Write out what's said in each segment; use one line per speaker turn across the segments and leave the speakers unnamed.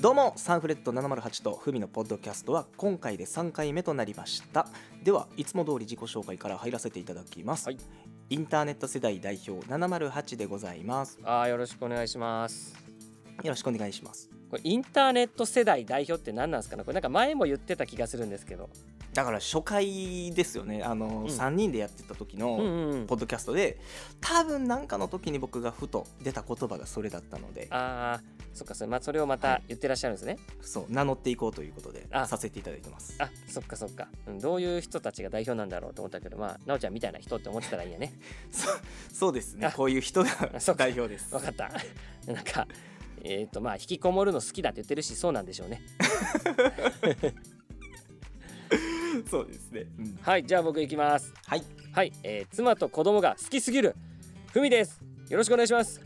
どうもサンフレット708とふみのポッドキャストは今回で3回目となりましたではいつも通り自己紹介から入らせていただきます、
はい
インターネット世代代表708でございます
あーよろしくお願いします。
よろしくお願いします
これインターネット世代代表って何なんですかね。これなんか前も言ってた気がするんですけど。
だから初回ですよねあの、
ん
3人でやってた時
うん
の
うんうん
ポ。ッドキャストで多分なんかの時に僕がふと出た言葉がそれだったので
ああ、そっかそれまあそれをま
は
た
い
言ってらっしゃるんですね。
そう名乗っていこうということで
あ
させていただいてます
あ、そっかそっか。うんどういう人たちが代表なんだろうと思ったけど、まあなおちゃんみたいな人って思ってたらいい よね。
そそうですね
あ
こういう人が
あそうか
代表です
わかった。 なんかえっ、とまあ引きこもるの好きだって言ってるしそうなんでしょうね。
そうですね、うん
はいじゃあ僕行きます。
はい
はい、えー妻と子供が好きすぎるふみです。よろしくお願いします。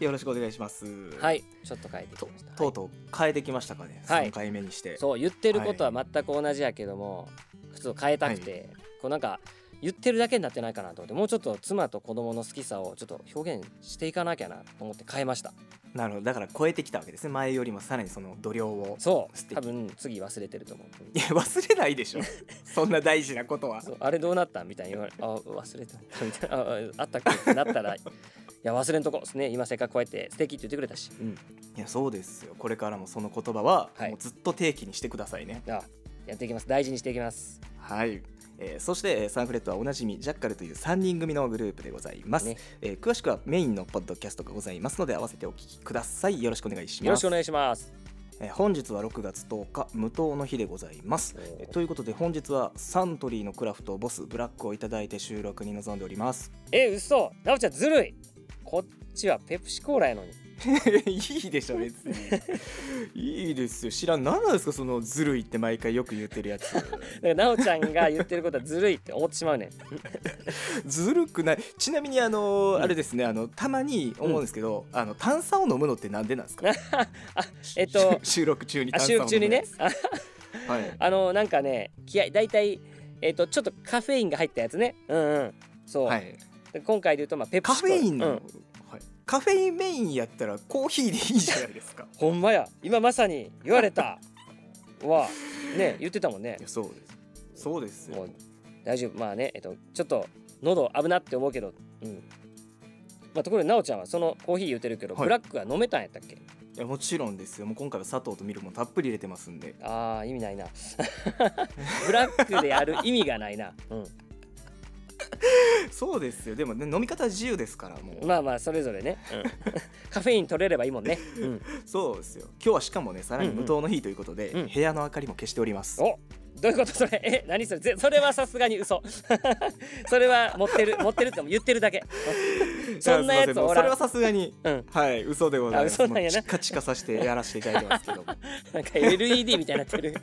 よろしくお願いします
はいい、ちょっと変えてき
と
ました。はい
とうとう変えてきましたかね、
はい
3回目にして
そう言ってることは全く同じやけども、ちょっと変えたくて、こうなんか言ってるだけになってないかなと思ってもうちょっと妻と子供の好きさをちょっと表現していかなきゃなと思って変えました
なるほどだから超えてきたわけですね前よりもさらにその度量を
そ
素
う
敵
多分次忘れてると思う
いや忘れないで しょそんな大事なことは
そうあれどうなったみたいに言われ あ忘れてたみたいなあああったっけってなったらいや忘れんとこですね今せっかくこうやって素敵って言ってくれたし、うん、
いやそうですよこれからもその言葉は、
はい
もうずっと定期にしてくださいね
あやっていきます大事にしていきます
はい、えーそしてえーサンフレットはおなじみジャッカルという3人組のグループでございます、
ね
えー詳しくはメインのポッドキャストがございますので合わせてお聞きくださいよろしくお願いします
よろしくお願いします
えー本日は6月10日無糖の日でございます
おー
えーということで本日はサントリーのクラフトボスブラックをいただいて収録に臨んでおります
え嘘なおちゃんずるいこっちはペプシコーラやのに
いいでしょ別にいいですよ知らん何なんですかそのずるいって毎回よく言ってるやつ
だからなおちゃんが言ってることはずるいって思ってしまうねん。
ずるくないちなみにあのー
うん
あれですねあのたまに思うんですけど、あの炭酸を飲むのってなんでなん ですか
えっと
収録中に
あ
炭酸
収
を飲む
録中にね
やつ。
あ
はい
あのなんかね気合い大体えっとちょっとカフェインが入ったやつね。うんうん。そう。
はい
で今回で言うとまあペプ
カ
シコ
フ
ーラ
ェインの、
うん
はい、カフェインメインやったらコーヒーでいいじゃないですか
ほんまや。今まさに言われた。わね言ってたもんね
いや。そうですそうですよ
もう大丈夫まあねえっとちょっと喉危なって思うけど。うん。まあところでなおちゃんはそのコーヒー言ってるけど、
はい
ブラックは飲めたんやったっけ？
いやもちろんですよもう今回は砂糖とミルクもたっぷり入れてますんで
あー意味ない な。ブラックでやる意味がないな。うん。
そうですよでもね飲み方は自由ですからもう、
まあまあそれぞれね、 カフェイン取れればいいもんね、
そうですよ今日はしかもねさらに無糖の日ということで、
うんうん
部屋の明かりも消しております、
おどういうことそれ え何それぜそれはさすがに嘘 それは持ってる持ってるって言ってるだけそんなやつ
いもう
お
そ
ら
れは
ん
さすがに
うん
はい嘘でございます
あ嘘なんやな
もうチカチカさせてやらせていただいてますけ ど
なんか LED みたいになってる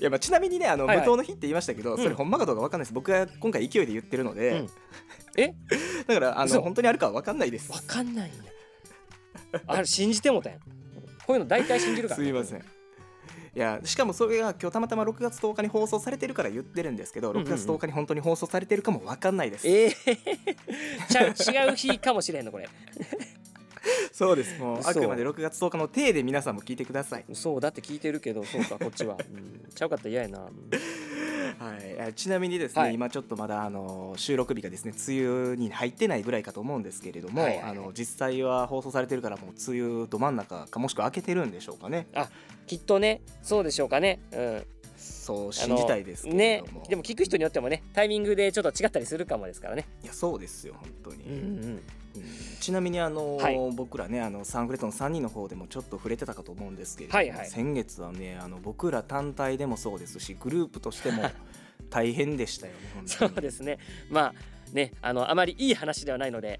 いや、まあ、ちなみにねあの、
はいはい
無糖の日って言いましたけど、それ
うん
ほんまかどうかわかんないです僕が今回勢いで言ってるので、
うんえ
だからあの
嘘
本当にあるかはわかんないです
わかんないんだあれ信じてもたやんこういうの大体信じるから
すいませんいやしかもそれが今日たまたま6月10日に放送されてるから言ってるんですけど
んうんうん
6月10日に本当に放送されてるかも分かんないです、
えー、 ちゃう違う日かもしれへんのこれ
そうですもう
嘘
あくまで6月10日の体で皆さんも聞いてください、
そうだって聞いてるけどそうかこっちは、うんちゃうかったら嫌やな
はいあ、ちなみにですね、
はい
今ちょっとまだあの収録日がですね梅雨に入ってないぐらいかと思うんですけれども、
はいはいはい
あの実際は放送されてるからもう梅雨ど真ん中かもしくは明けてるんでしょうかね
きっとねそうでしょうかねうん
そう
あ
信
の
じたいですけれども,、
ね、でも聞く人によってもねタイミングでちょっと違ったりするかもですからね、
いやそうですよ本当に、
ん、
うんちなみにあの、
はい
僕らねあのサンフレットの3人の方でもちょっと触れてたかと思うんですけれども、
はいはい
先月はねあの僕ら単体でもそうですしグループとしても 大変でしたよね本当
そ
に
うですねまあねあのあまりいい話ではない ので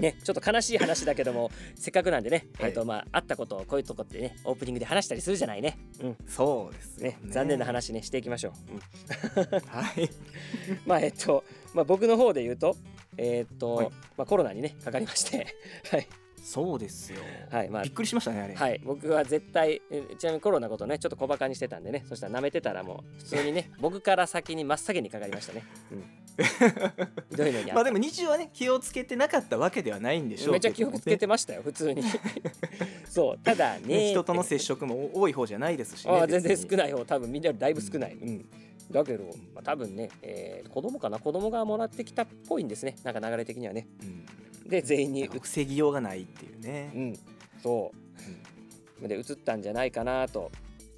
ね、ちょっと悲しい話だけどもせっかくなんでね、
はい
えっとまあ、あったことをこういうとこってねオープニングで話したりするじゃないね,、うん、
そうですよ
ね残念な話ねしていきましょう、うん
はい
まあえっと、まあ、僕の方で言うとえっと、
はい
まあ、コロナにねかかりましてはい、
そうですよ、
はいまあ
びっ、くりしましたねあれ、
はい、僕は絶対えちなみにコロナのことねちょっと 小バカにしてたんでねそしたら舐めてたらもう普通にね僕から先に真っ先にかかりましたね、
って
ひどいのにあった
まあでも日常はね気をつけてなかったわけではないんでしょう
め
け
ち
ど
ゃ気をつけてましたよ普通に そうただ
ね
ね
人との接触も多い方じゃないですしね
ああ全然少
い
ない方多分みんなよりだいぶ少ない、うんだけど、まあ、多分ね、えー子供かな子供がもらってきたっぽいんですねなんか流れ的にはねで全員にうつ
防ぎようがないっていうね
うんそうで映ったんじゃないかなと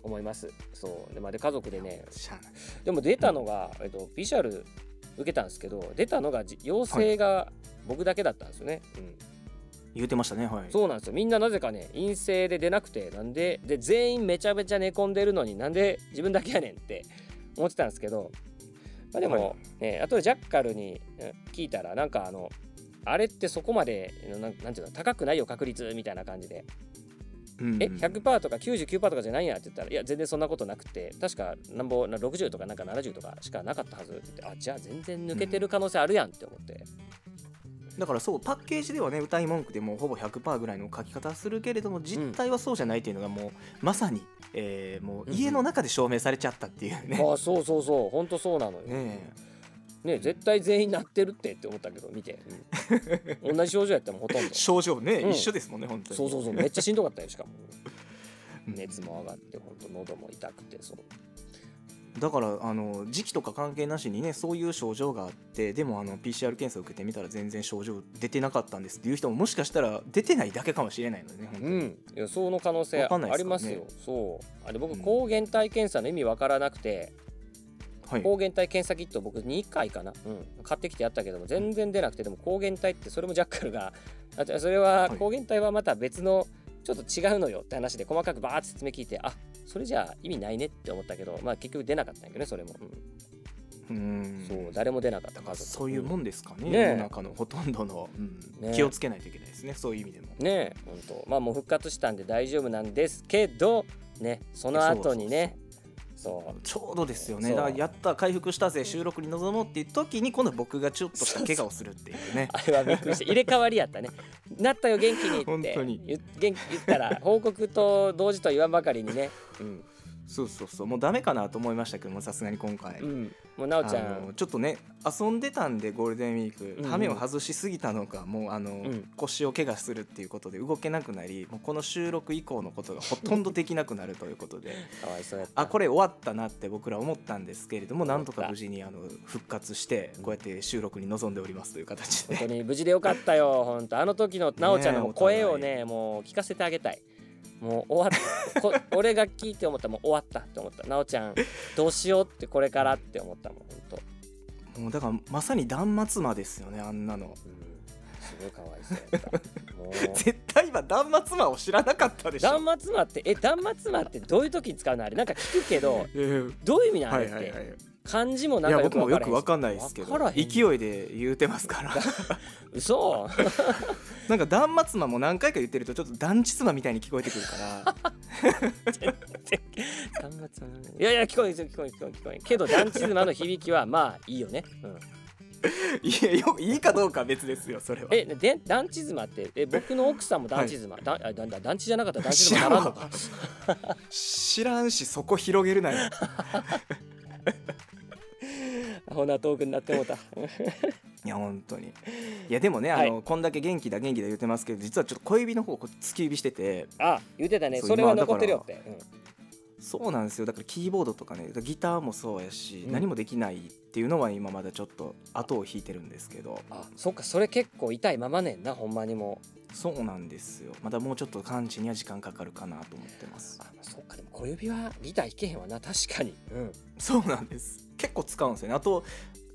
思いますそうで,、まあ、で家族でね
しゃあない
でも出たのが、えっと、PCR 受けたんですけど出たのがじ陽性が僕だけだったんですよね、うん
言うてましたねはい
そうなんですよみんななぜかね陰性で出なくてなんでで全員めちゃめちゃ寝込んでるのになんで自分だけやねんって思ってたんですけど、まあ、でも、
は
ねあとでジャッカルにえ聞いたらなんかあのあれってそこまでなんなんていうの高くないよ確率みたいな感じで
うんうん
え100%とか99%とかじゃないんやって言ったらいや全然そんなことなくて確かなんぼな60とかなんか70とかしかなかったはずって言ってあじゃあ全然抜けてる可能性あるやんって思って、
だからそうパッケージではね歌い文句でもうほぼ100%ぐらいの書き方するけれども実態はそうじゃないっていうのがもう、まさに、えーもう家の中で証明されちゃったっていうね、
あそうそうそうほんとそうなのよ、
ね
ね絶対全員なってるってって思ったけど見て、うん同じ症状やったもんほとんど
え症状ね、
うん
一緒ですもんね本当に
そうそうそうめっちゃしんどかったよしかも
うん
熱も上がってほんと喉も痛くてそう
だからあの時期とか関係なしにねそういう症状があってでもあの PCR 検査を受けてみたら全然症状出てなかったんですっていう人ももしかしたら出てないだけかもしれないのでね本当
う
に、
んいやその可能性
わかんない
あ
です
り
からね
ますよそうあれ僕
うん
抗原体検査の意味わからなくて、
はい、
抗原体検査キット僕2回かな、うん、買ってきてやったけども全然出なくてでも抗原体ってそれもジャッカルが「あじゃあそれは
はい
抗原体はまた別のちょっと違うのよ」って話で細かくバーって説明聞いてあそれじゃあ意味ないねって思ったけどまあ結局出なかったんやけどねそれも、うん
うん
そう誰も出なかった家族
そういうもんですかね、
ねえ
世の中のほとんどの、うん
ねえ
気をつけないといけないですねそういう意味でも。
ねえほんとまあもう復活したんで大丈夫なんですけどねその後にねそう
ちょうどですよね
そう
だからやった回復したぜ収録に臨もうっていう時に今度僕がちょっとした怪我をするっていうね
あれはびっくりした入れ替わりやったねなったよ元気 に
本
って
当に
言元気言ったら報告と同時とは言わんばかりにねうん、
そうそうそうもうダメかなと思いましたけどもさすがに今回、
うん、もうなおちゃ
あの
ん
ちょっとね遊んでたんでゴールデンウィー
う
ク
ん
羽目を外しすぎたのか、もうあの、
うん
腰を怪我するっていうことで動けなくなりもうこの収録以降のことがほとんどできなくなるということ で
かわいそうやった
あこれ終わったなって僕ら思ったんですけれどもなんと
思っ
か
た
無事にあの復活してこうやって収録に臨んでおりますという形で
本当に無事でよかっ たよ本当あの時のなおちゃんのもう声をねもう聞かせてあげたいもう終わった こ俺が聞いて思ったもう終わったって思ったなおちゃんどうしようってこれからって思ったもん本当
もうだからまさに断末魔ですよねあんなの。
うんすごいかわいそうやった。もう
絶対今断末魔を知らなかったでし ょ。
断末魔ってえ断末魔ってどういう時に使うのあれなんか聞くけど
えー
どういう意味なのあ
は
れっ
い
て、
はいはい。
漢字もない
や
んかよ
僕
く
も
わ
よ
からへん
くわかんないですけ
わ
ど
からへん
勢いで言うてますから
嘘
なんか断末魔も何回か言ってるとちょっと断末魔みたいに聞こえてくる から
断末魔 いやいや聞こえん聞こえん聞こえん聞こえんけど断末魔の響きはまあいいよね、うん、
いやよいいかどうかは別ですよそれは。
えで断末魔ってえ僕の奥さんも断末魔、だあだだ断地じゃなか ったら断
知
末魔
ら
なんらんの
わ
か
知らんしそこ広げるなよ。
アホなトークになって もうた
いや本当に。いやでもねあの、こんだけ元気だ元気だ言ってますけど実はちょっと小指の方をこう突き指してて
あ言ってたね
そ
そうれは残ってるよって、
そうなんですよだからキーボードとかねギターもそうやし、
うん
何もできないっていうのは今まだちょっと後を引いてるんですけど
うんあそっかそれ結構痛いままねんなほんまにもう
そうなんですよまだもうちょっと完治には時間かかるかなと思ってます
あ、まあ、そっかでも小指はギター弾けへんわな確かに、うん、
そうなんです結構使うんですよねあと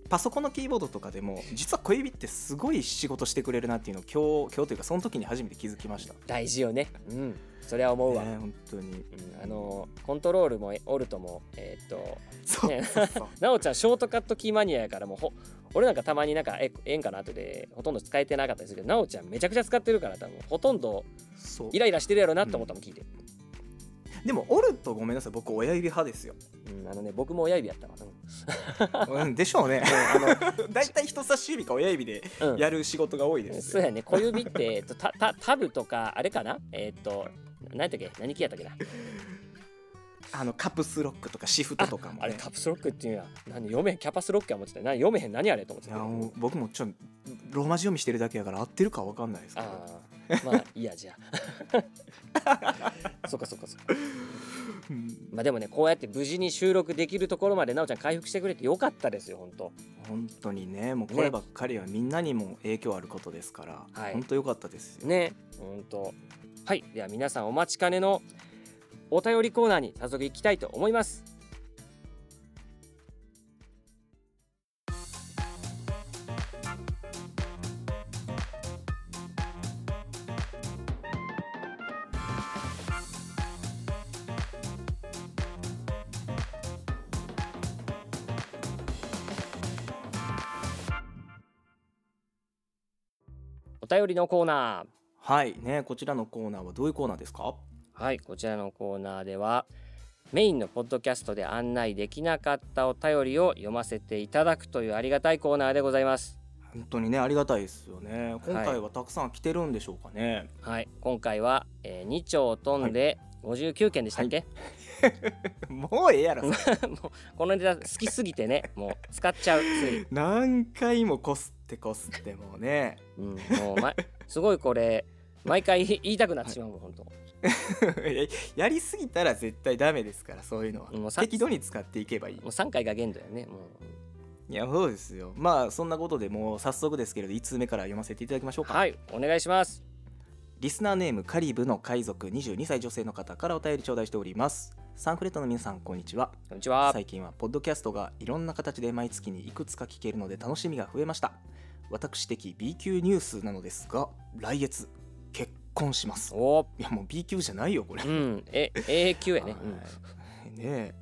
パソコンのキーボードとかでも実は小指ってすごい仕事してくれるなっていうのを今日今日というかその時に初めて気づきましたね
大事よねうんそれは思うわ、
本当に
うん、あのコントロールもオルトもえーっと
そう
ね
そうそう
なおちゃんショートカットキーマニアやからもうほ俺なんかたまになんかえええんかな後でほとんど使えてなかったりするけどなおちゃんめちゃくちゃ使ってるから多分ほとんど
そう
イライラしてるやろなと思ったもん聞いて、
でも折るとごめんなさい僕親指派です よ
うん、あのね僕も親指やったわ、
うんでしょうね
うん、あ
大体人差し指か親指で
の、う ん、
やる仕事が多いです
そうやね小指って、えっと、たたタブとかあれかなえーっと何やったっけ何キーやったっけな
あのカプスロックとかシフトとかも、ね、
あれカプスロックっていうんや何読めへんキャパスロックや思ってた何読めへん何あれと思って
い
た
やもう僕もちょっとローマ字読みしてるだけやから合ってるかわかんないですけど
あーまあいいやじゃあ そっかそっかそっか
うん
まあでもねこうやって無事に収録できるところまでなおちゃん回復してくれてよかったですよ本当
本当にねもうこればっかりはみんなにも影響あることですから、
はい
本当良かったですよ、
ね本当はいでは皆さんお待ちかねのお便りコーナーに早速行きたいと思いますお便りのコーナー
はいねこちらのコーナーはどういうコーナーですか
はい、こちらのコーナーではメインのポッドキャストで案内できなかったお便りを読ませていただくというありがたいコーナーでございます。
本当にねありがたいですよね今回はたくさん来てるんでしょうかね、
はい、今回は、えー、2丁飛んで59件でしたっけ、
もうええやろ
もうこのネタ好きすぎてね、もう使っちゃうつい、
何回もこすってこすってもうね
うん、もう、ま、すごいこれ毎回言いたくなってしまうもん、本
やりすぎたら絶対ダメですからそういうのは
当。もうさ
適度に使っていけばいい
もう3回が限度やね。もう
いやそうですよまあそんなことでもう早速ですけれど1通目から読ませていただきましょうか、
はい、お願いします。
リスナーネームカリブの海賊22歳女性の方からお便り頂戴しておりますサンフレットの皆さんこんにちは
こんにちは。
最近はポッドキャストがいろんな形で毎月にいくつか聞けるので楽しみが増えました私的 B 級ニュースなのですが来月結婚します
おー
いやもう B 級じゃないよこれ、
うん、え、永久やね。うん
はいねえ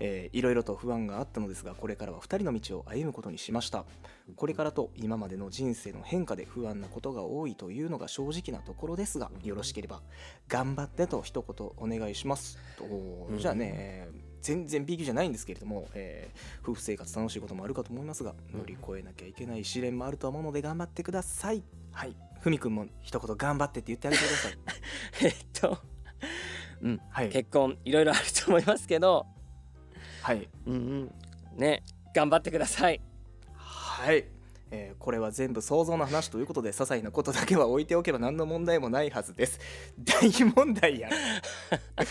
えーいろいろと不安があったのですがこれからは2人の道を歩むことにしましたこれからと今までの人生の変化で不安なことが多いというのが正直なところですがよろしければ頑張ってと一言お願いしますとおー
うん
じゃあね、えー全然 B 級じゃないんですけれども、えー夫婦生活楽しいこともあるかと思いますが乗り越えなきゃいけない試練もあると思うので頑張ってくださいはいふみくんも一言頑張ってって言ってあげてください
えっと
はい
結婚いろいろあると思いますけど、
はい
うんね頑張ってください
はい、えーこれは全部想像の話ということで些細なことだけは置いておけば何の問題もないはずです大問題や、え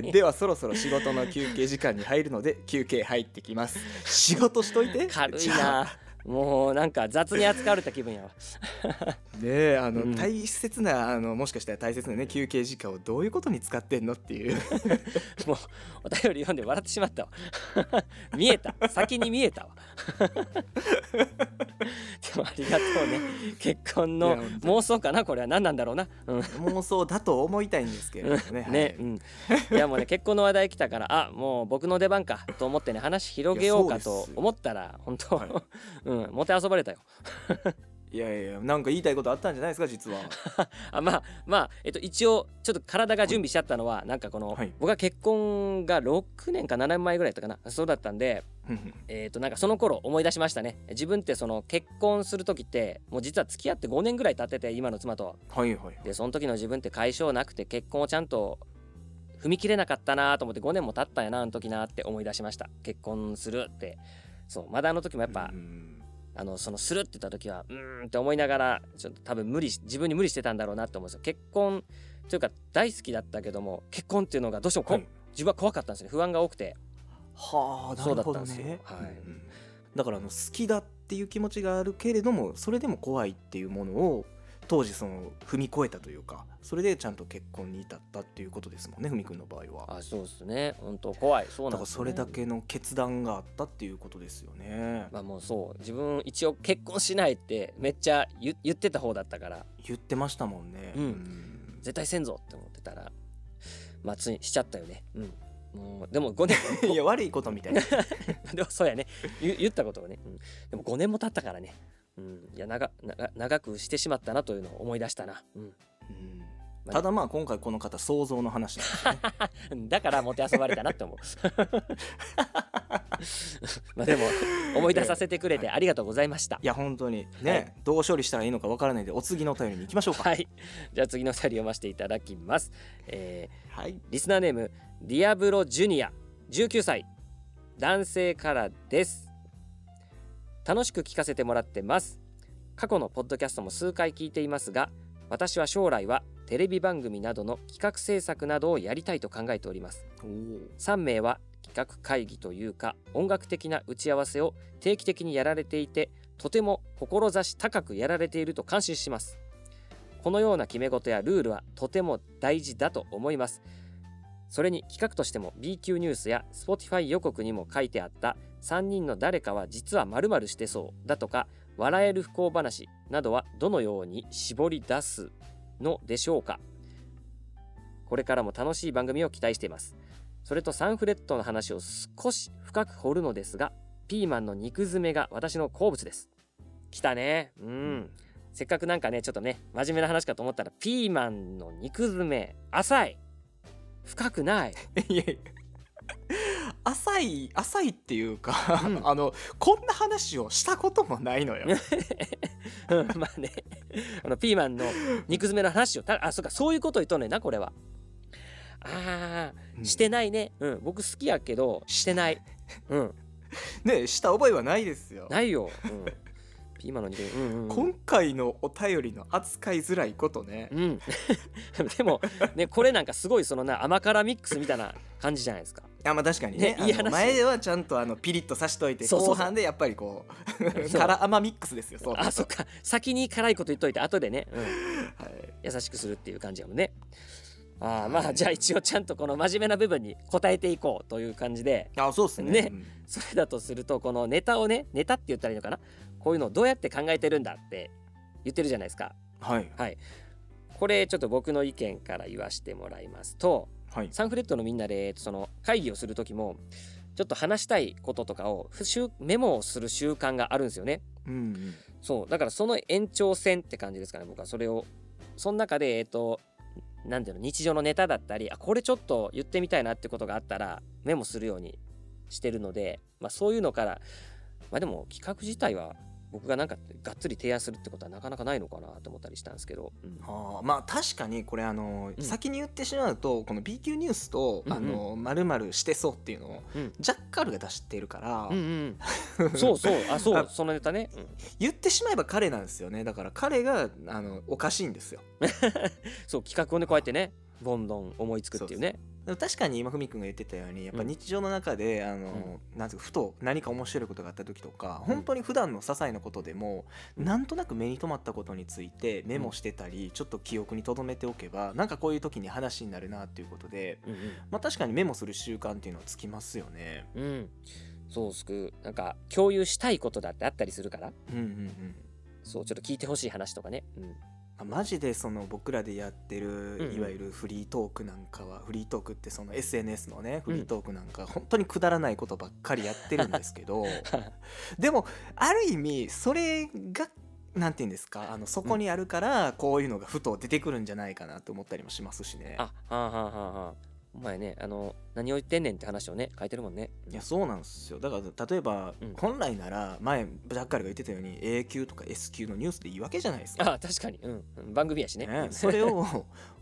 ーではそろそろ仕事の休憩時間に入るので休憩入ってきます仕事しといて
軽い
じゃあ
なもうなんか雑に扱われた気 分やわ
ねえあの、
うん
大切なあのもしかしたら大切なね休憩時間をどういうことに使ってんのっていう
もうお便り読んで笑ってしまったわ 見えた先に見えたわ でもありがとうね結婚
いや
の
本
妄想かなこれは何なんだろうなうん
妄想だと思いたいんですけれどもねは
ね、
い
うん、いやもうね結婚の話題来たからあもう僕の出番かと思ってね話広げよう
い
か
やそうで
と
すよ
思ったら本当、
はい
うんもてあそばれたよ
いやいやなんか言いたいことあったんじゃないですか実は
あまあまあ、えっと、一応ちょっと体が準備しちゃったのは、なんかこの、
はい
僕が結婚が6年か7年前ぐらいだったかなそうだったんで、
うん
えっとなんかその頃思い出しましたね自分ってその結婚する時ってもう実は付き合って5年ぐらい経ってて今の妻と
はいはい
でその時の自分って解消なくて結婚をちゃんと踏み切れなかったなと思って5年も経ったんやなあの時なって思い出しました結婚するってそうまだあの時もやっぱ、
うん
あのそのするって言った時はうーんって思いながらちょっと多分無理し自分に無理してたんだろうなって思うんですよ結婚というか大好きだったけども結婚っていうのがどうしてもこ、
はい
自分は怖かったんですね不安が多くて
はあな
そう
る
だった
ほ
ん
ど
ですよ
ね
はい
うんだからあの好きだっていう気持ちがあるけれどもそれでも怖いっていうものを当時その踏み越えたというかそれでちゃんと結婚に至ったっていうことですもんねふみくんの場合は
あそうですね本当怖いそう
だか
なん
ら
です、ね、
それだけの決断があったっていうことですよね
まあもうそう自分一応結婚しないってめっちゃ言言ってた方だったから
言ってましたもんね
うん
ん
絶対せんぞって思ってたらまあついしちゃったよねうんもうでも5年
いや悪いことみたい な
でもそうやね言言ったことをね、うん、でも5年も経ったからね、うん、いや長長長くしてしまったなというのを思い出したな、
うんただまあ今回この方想像の話なんですね
うん、だからもてあそばれたなって思う まあでも思い出させてくれてありがとうございました
い。や本当にね、
はい
どう処理したらいいのかわからないんでお次のお便りに行きましょうか
はい、じゃあ次のお便り読ませていただきます。えー
はい
リスナーネームディアブロジュニア19歳男性からです楽しく聞かせてもらってます過去のポッドキャストも数回聞いていますが私は将来はテレビ番組などの企画制作などをやりたいと考えております
おー
3名は企画会議というか音楽的な打ち合わせを定期的にやられていてとても志高くやられていると感心しますこのような決め事やルールはとても大事だと思いますそれに企画としても B 級ニュースや Spotify 予告にも書いてあった3人の誰かは実は〇〇してそうだとか笑える不幸話などはどのように絞り出すのでしょうかこれからも楽しい番組を期待していますそれとサンフレットの話を少し深く掘るのですが、ピーマンの肉詰めが私の好物です。来たね。うん。せっかくなんかね、ちょっとね、真面目な話かと思ったら、ピーマンの肉詰め、浅い。深く ない。
いやいや浅い浅いっていうか、
う ん
あのこんな話をしたこともないのよ
うんまあね、あのピーマンの肉詰めの話を、たあ、そうか、そういうこと言っとんねんな、これは。あ
う
ー、
ん
してないね。うん、僕好きやけど、してない。うん、
ねした覚えはないですよ
ないよ。うん、ピーマンの肉詰め。うんうんうん
今回のお便りの扱いづらいことね
うん、 でも、ね、これなんかすごいそのな甘辛ミックスみたいな感じじゃないですか。
あまあ確かにね
ねいい
あの
話
前ではちゃんとあのピリッとさしといて
そうそうそう
後半でやっぱりこう
そう
辛甘ミックスですよそう
あそっか先に辛いこと言っといて後でね、うん
はい
優しくするっていう感じやもんね。あーまあじゃあ一応ちゃんとこの真面目な部分に答えていこうという感じで
あそうですね
ね
うん
それだとするとこのネタをねネタって言ったらいいのかなこういうのをどうやって考えてるんだって言ってるじゃないですか。
はい
はい、これちょっと僕の意見から言わせてもらいますと、
はい
サンフレットのみんなでえっとその会議をする時もちょっと話したいこととかをふしゅメモをする習慣があるんですよね。
うんうん
そうだからその延長線って感じですかね僕はそれをその中でえっ、と何ていうの日常のネタだったりあこれちょっと言ってみたいなってことがあったらメモするようにしてるので、まあ、そういうのからまあでも企画自体は僕がなんかがっつり提案するってことはなかなかないのかなと思ったりしたんですけど、うん
あーまあ確かにこれあの、
うん
先に言ってしまうとこの B 級ニュースと「
うんう
あ
ん
の〇〇してそう」っていうのを
うん
ジャッカルが出してるから、
うん うん、そうそうあそう
あ
そのネタね、うん
言ってしまえば彼なんですよねだから彼があのおかしいんですよ
そう企画をねこうやってねどんどん思いつくっていうね
でも確かに今ふみくんが言ってたようにやっぱ
うん
日常の中で、あのなんていうかふと何か面白いことがあった時とか、
うん
本当に普段の些細なことでも、
うん
なんとなく目に留まったことについてメモしてたり、ちょっと記憶に留めておけばなんかこういう時に話になるなっていうことで、
うん
まあ、確かにメモする習慣っていうのはつきますよね。
うん、うん、そうすくなんか共有したいことだってあったりするから
うんうんうん
そうちょっと聞いてほしい話とかね、 うん、
まあマジでその僕らでやって
うんう
る
ん
いわゆるフリートークなんかはフリートークってその SNS のねフリートークなんか本当にくだらないことばっかりやってるんですけ どでもある意味それがなんて言うんですかあのそこにあるからこういうのがふと出てくるんじゃないかなと思ったりもしますしね
あはあはあはあはあお前ねあの何を言ってんねんって話をね書いてるもんね
いやそうなんですよだから例えば
うん
本来なら前ジャッカルが言ってたように A 級とか S 級のニュースでいいわけじゃないですか
あ確かに、うん、番組やしね
ね、それを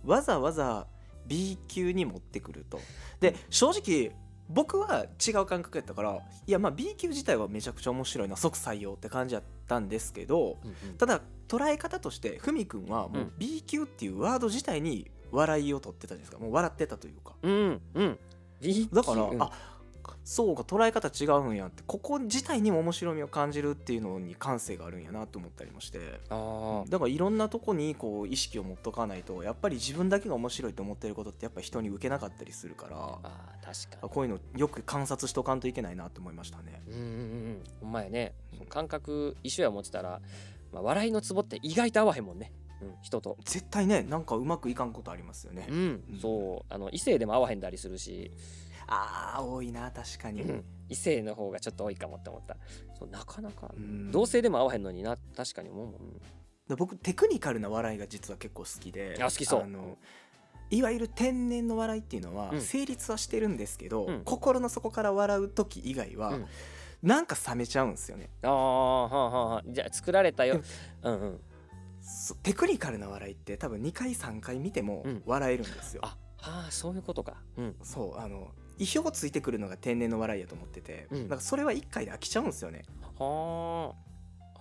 わざわざ B 級に持ってくるとで正直僕は違う感覚やったからいやまあ B 級自体はめちゃくちゃ面白いな即採用って感じやったんですけど
うんうん
ただ捉え方としてふみくんはも
う
うん B 級っていうワード自体に笑いを取ってたじゃないですかもう笑ってたというか
うんうん
だから、
うん
あそうか捉え方違うんやってここ自体にも面白みを感じるっていうのに感性があるんやなと思ったりもして
あー
だからいろんなとこにこう意識を持っとかないとやっぱり自分だけが面白いと思ってることってやっぱ人に受けなかったりするから
あー確か
あこういうのよく観察しとかんといけないなって思いましたね。
にうんうんうんほんまやねそう感覚一緒や思ってたら、まあ、笑いのツボって意外と合わへんもんね、うん、人と
絶対ねなんかうまくいかんことありますよね。
うん
うん、
そうあの異性でも合わへんだりするし、
ああ多いな確かに。
うん異性の方がちょっと多いかもって思ったそうなかなか
うん
同性でも合わへんのにな確かに思うもん、
で僕テクニカルな笑いが実は結構好きで
あ好きそう
のいわゆる天然の笑いっていうのは
うん
成立はしてるんですけど、
うん
心の底から笑う時以外は、
うん
なんか冷めちゃうんですよね
ああはあはあはあじゃあ作られたようんうん
そテクニカルな笑いって多分2回3回見ても
うん
笑えるんですよ、
あはあそういうことかうん
そうあの意表をついてくるのが天然の笑いやと思ってて、
うん
だからそれは1回で飽きちゃうんですよね
はあ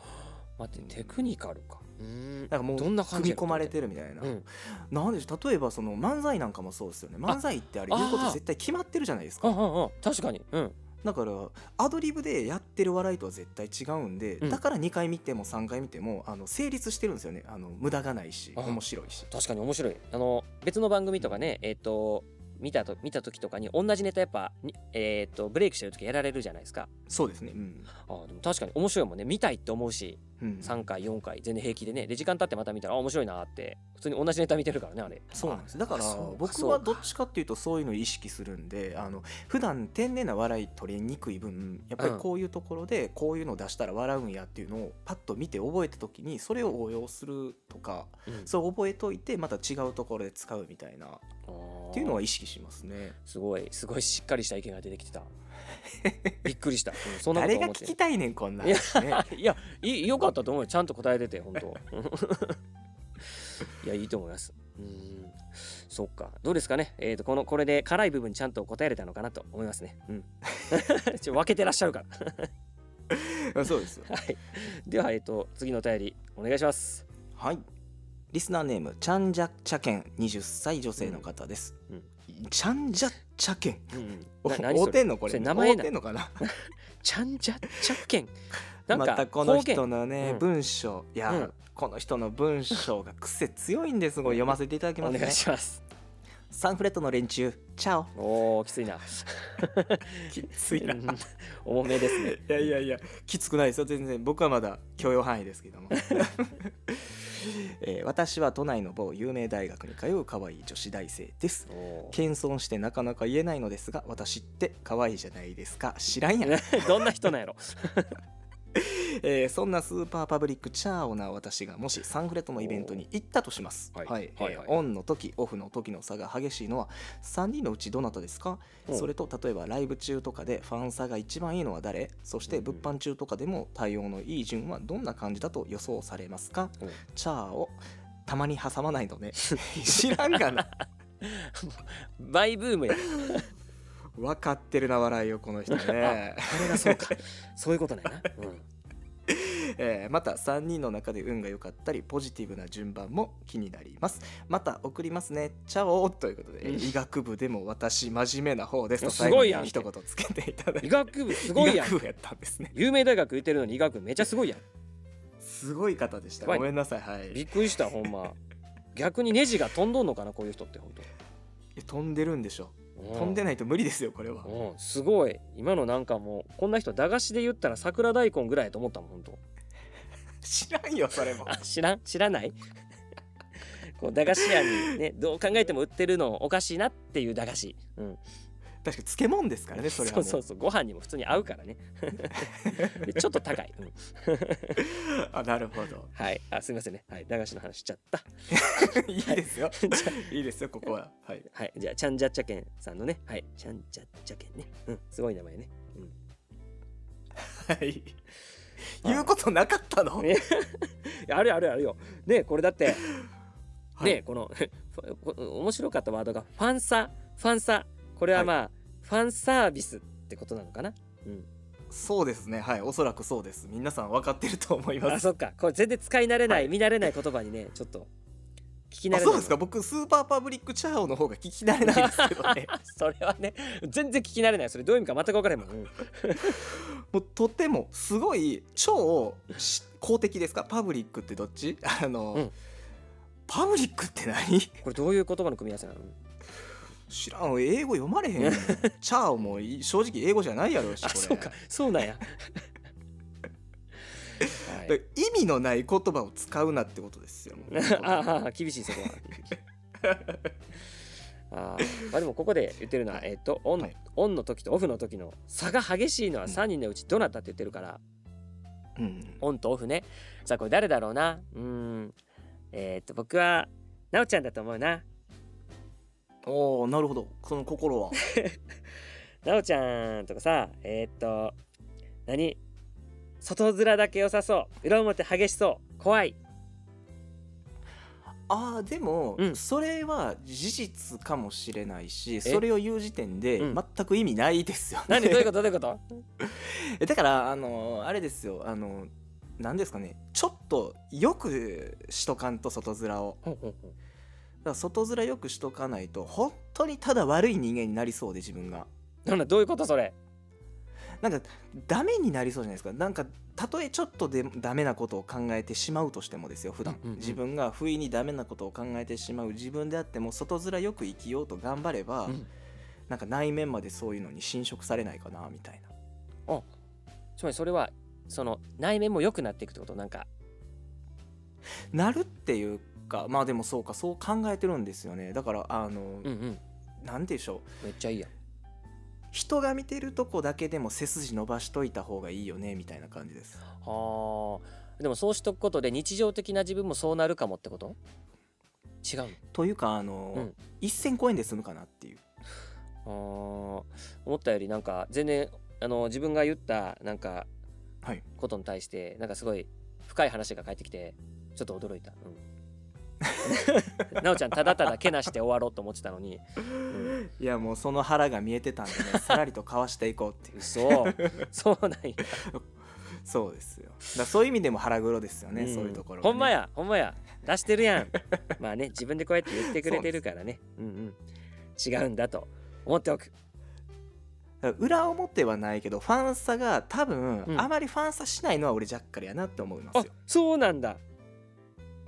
待ってテクニカルかうん
なんかもう
どんな感じ
組み込まれてるみたいな、
うん
なんでしょう例えばその漫才なんかもそうですよね漫才ってあれ言うこと
あー
絶対決まってるじゃないです
あ
か
ああ確かにうん
だからアドリブでやってる笑いとは絶対違うんで、
うん
だから2回見ても3回見てもあの成立してるんですよねあの無駄がないし
あー
面白いし
確かに面白いあの別の番組とかねえっ、と見たと見た時とかに同じネタやっぱにえっ、とブレイクしてる時やられるじゃないですか
そうですねうん、
あでも確かに面白いもんね見たいって思うし
うん、
3回4回全然平気でねで時間経ってまた見たらあ面白いなって普通に同じネタ見てるからねあれ
そうなんですだから
あそうか
僕はどっちかっていうとそういうのを意識するんであの普段天然な笑い取りにくい分やっぱり
うん
こういうところでこういうのを出したら笑うんやっていうのをパッと見て覚えた時にそれを応用するとか
うん
そう覚えといてまた違うところで使うみたいなっ
あー
ていうのは意識しますね。
すごいすごいしっかりした意見が出てき てたびっくりした、うんそんなこと
誰が
思って
聞きたいねんこんなん、ね、
いや いいよかったと思うよちゃんと答えてて本当 いやいいと思いますうんそっかどうですかねえー、とこのこれで辛い部分ちゃんと答えれたのかなと思いますねうん ちょ分けてらっしゃるから
そうですよ
はいではえっ、と次のお便りお願いします
はいリスナーネームチャンジャチャケン20歳女性の方です、
うんう
チャンジャチャケン
うん
お
な何
合
そうれ
てんのこれ
それ名前
合う
な
てんのかな
ちゃんじゃっちゃっけんなん
ま
か
たこの
方言
人のね、
うん
文章いや、
うん
この人の文章が癖強いんですごい読ませていただきま
お
す
願
ね
いします
サンフレットの連中チャオ
おーきついな
きついな
う
い
ん 重めですね
やいやいやきつくないですよ全然僕はまだ許容範囲ですけども、 えー私は都内の某有名大学に通う可愛い女子大生です
おー
謙遜してなかなか言えないのですが私って可愛いじゃないですか知らんやん
どんな人なんやろ
えーそんなスーパーパブリックチャーオな私がもしサンフレットのイベントに行ったとします、
おーはい
はい
はいはい
えーオンの時オフの時の差が激しいのは3人のうちどなたですか
うん
それと例えばライブ中とかでファン差が一番いいのは誰そして
うん
物販中とかでも対応のいい順はどんな感じだと予想されますか、
うん
チャーオたまに挟まない のね知らんがな
バイブームや
分かってるな笑いをこの人ね
あれがそうか そういうことねな、うん、
えーまた3人の中で運が良かったりポジティブな順番も気になりますまた送りますねチャオということで、
うん
医学部でも私真面目な方ですと
すごいやん
最後に一言つけていただい
医
て
学部すごいやん
医学部やったんですね
有名大学行ってるのに医学部めちゃすごいやん
すごい方でした
やばい
ごめんなさいはい
びっくりしたほんま逆にネジが飛んどんのかなこういう人ってほんと
え飛んでるんでしょ飛んで
な
ないと無理ですよこれは
うんすごい今のなんかもうこんな人駄菓子で言ったら桜大根ぐらいやと思ったもんほんと
知らんよそれも
あ知らん知ら ないこう駄菓子屋にねどう考えても売ってるのおかしいなっていう駄菓子、うん、
確かに漬物ですからねそれは
そ
も
う
う
そうそうご飯にも普通に合うからね でちょっと高い、うん、
あなるほ ど
はいあすみませんね、はい、駄菓子の話しちゃった
いいですよ
じゃ
いいですよここははい
はい、じゃあ、ちゃんじゃっちゃけんさんのね、はい、ちゃんじゃっちゃけんね。うん、すごい名前ね。
はい言うことなかったの、
ねいやあるよあるよあるよ。ねこれだって、
はい
ねこの、 こ面白かったワードが、ファンサ、ファンサ、これはまあ、ファンサービスってことなのかな。
そうですねはいおそらくそうです皆さん分かってると思いま
あ、
す
そっか、これ全然使い慣れない、
はい
見慣れない言葉にね、ちょっと、聞き慣
あ
れない。
そうですか僕スーパーパブリックチャーオの方が聞き慣れないですけどね
それはね、全然聞き慣れない。それどういう意味か全く分からへんもん。うん
もうとてもすごい超し公的ですかパブリックってどっちあの、
うん
パブリックって何
これどういう言葉の組み合わせなの、うん
知らん英語読まれへんよチャーオもい正直英語じゃないやろうし
あ、
これ
そうか、そうなんや。はい
だから意味のない言葉を使うなってことですよ
ああ厳しいそこは。 あーまあでもここで言ってるのは、
はい
えっ、とオン、
はい
オンの時とオフの時の差が激しいのは
うん
3人のうちどなたって言ってるから、
うん
オンとオフねさあこれ誰だろうなうーんえっ、と僕はなおちゃんだと思うな
おおなるほどその心は
なおちゃんとかさえーっと何外面だけ良さそう裏表激しそう怖い
あーでも、
うん
それは事実かもしれないし
え
それを言う時点で
うん
全く意味ないですよね、
何どういうことどういうこと
え だからあのあれですよあの何ですかねちょっとよくしとかんと外面を
ほんほんほん
だから外面よくしとかないと本当にただ悪い人間になりそうで自分が
なんだどういうことそれ
なんかダメになりそうじゃないですかなんかたとえちょっとでダメなことを考えてしまうとしてもですよ普段、
うんうんうん
自分が不意にダメなことを考えてしまう自分であっても外面よく生きようと頑張れば、
うん
なんか内面までそういうのに侵食されないかなみたいな
つまりそれはその内面も良くなっていくってことなんか
なるっていうかまあでもそうかそう考えてるんですよねだからあの
うんうん
なんて言うんでしょう
めっちゃいいやん
人が見てるとこだけでも背筋伸ばしといた方がいいよねみたいな感じです
はあでもそうしとくことで日常的な自分もそうなるかもってこと違う
というかあの、
うん
1000公円で済むかなっていう
のあー思ったよりなんか全然あの自分が言ったなんか
はい
ことに対してなんかすごい深い話が返ってきてちょっと驚いた、 うん、なおちゃんただただけなして終わろうと思ってたのにうん
いやもうその腹が見えてたんでねさらりとかわしていこうっていう
嘘 そうなんや
そうですよだからそういう意味でも腹黒ですよね、
ん
そういうところ、ね、
ほんまやほんまや出してるやん まあね自分でこうやって言ってくれてるからねうんうん違うんだと思っておく
だから裏表はないけどファン差が多分、
うん
あまりファン差しないのは俺ジャッカルやなって思いま
あ
すよ、
そうなんだ、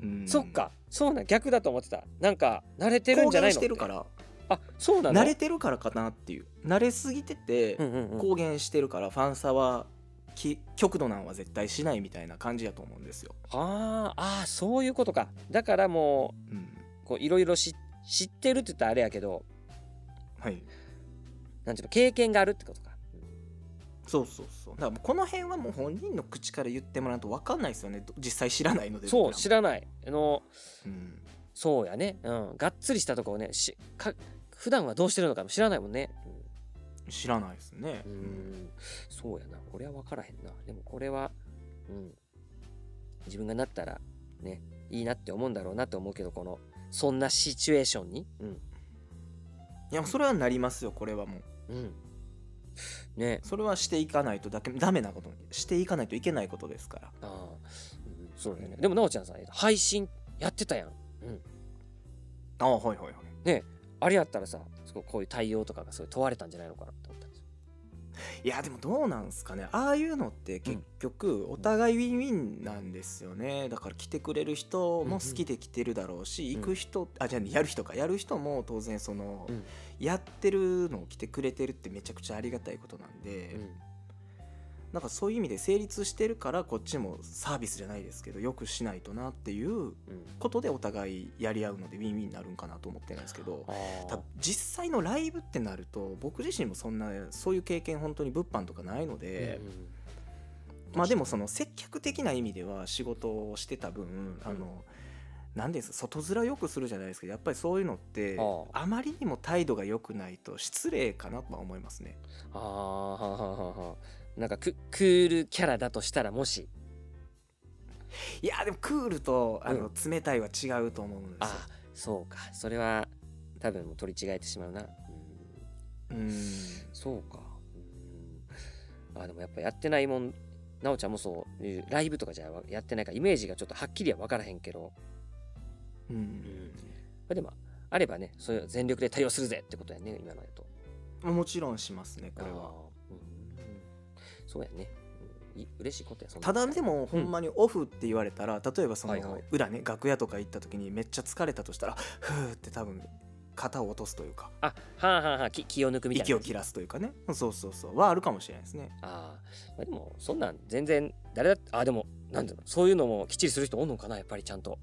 うん
そっかそうなん逆だと思ってたなんか慣れてるん
公
じゃない
言し
の
てるから
あそうなの
慣れてるからかなっていう慣れすぎてて、
うんうんうん
公言してるからファン差はき極度なんは絶対しないみたいな感じだと思うんですよ。
あーあーそういうことかだからも
うん、
うこういろいろ知知ってるって言ったらあれやけど
はい
なんていうの経験があるってことか
そうそうそうだからもうこの辺はもう本人の口から言ってもらうと分かんないですよねど実際知らないので
そう
僕らも
知らないあの
うん、
そうやねうんがっつりしたとこをねしか普段はどうしてるのかも知らないもんね、うん
知らないですね、
うーんそうやなこれは分からへんなでもこれはうん自分がなったらねいいなって思うんだろうなって思うけどこのそんなシチュエーションにうん
いやそれはなりますよこれはもう
うんね
それはしていかないとだけダメなことしていかないといけないことですから
ああ、うんそうだよねでもなおちゃんさえっと配信やってたやん
ああはいはいはい
あれやったらさすごいこういう対応とかがすごい問われたんじゃないのかなって思ったんですよ
いやでもどうなんすかねああいうのって結局お互いウィンウィンなんですよねだから来てくれる人も好きで来てるだろうし、
うん
行く人あじゃあやる人かやる人も当然その、
うん
やってるのを来てくれてるってめちゃくちゃありがたいことなんで、なんかそういう意味で成立してるからこっちもサービスじゃないですけどよくしないとなっていう
うんうん
ことでお互いやり合うのでウィンウィンになるんかなと思ってるんですけど
あ
た
ー
実際のライブってなると僕自身もそんなそういう経験本当に物販とかないので
う、ん
まあでもその接客的な意味では仕事をしてた分、あのなんです外面よくするじゃないですけどやっぱりそういうのって
あー
あまりにも態度が良くないと失礼かなとは思いますね。
あーはあはあはあはあなんかククールキャラだとしたらもし
いやでもクールとあの
う
冷たいは違うと思うんですよ
あそうかそれは多分もう取り違えてしまうなうん
うん
そうかうんあでもやっぱやってないもんなおちゃんもそういうライブとかじゃやってないからイメージがちょっとはっきりは分からへんけど、
う
うんん、でもあればねそういう全力で対応するぜってことやね今のやと
もちろんしますねこれは。
あーうんそうやね、うん、い嬉しいことやそんな
ただでもほんまにオフって言われたら、例えばそ
はいは
の
い
裏ね楽屋とか行った時にめっちゃ疲れたとしたらふーって多分肩を落とすというか
あはあはあはあ気気を抜くみたいな
息を切らすというかねそうそうそうはあるかもしれないですね
あー、まあでもそんなん全然誰だあーでもなんだろうのそういうのもきっちりする人おんのかなやっぱりちゃんと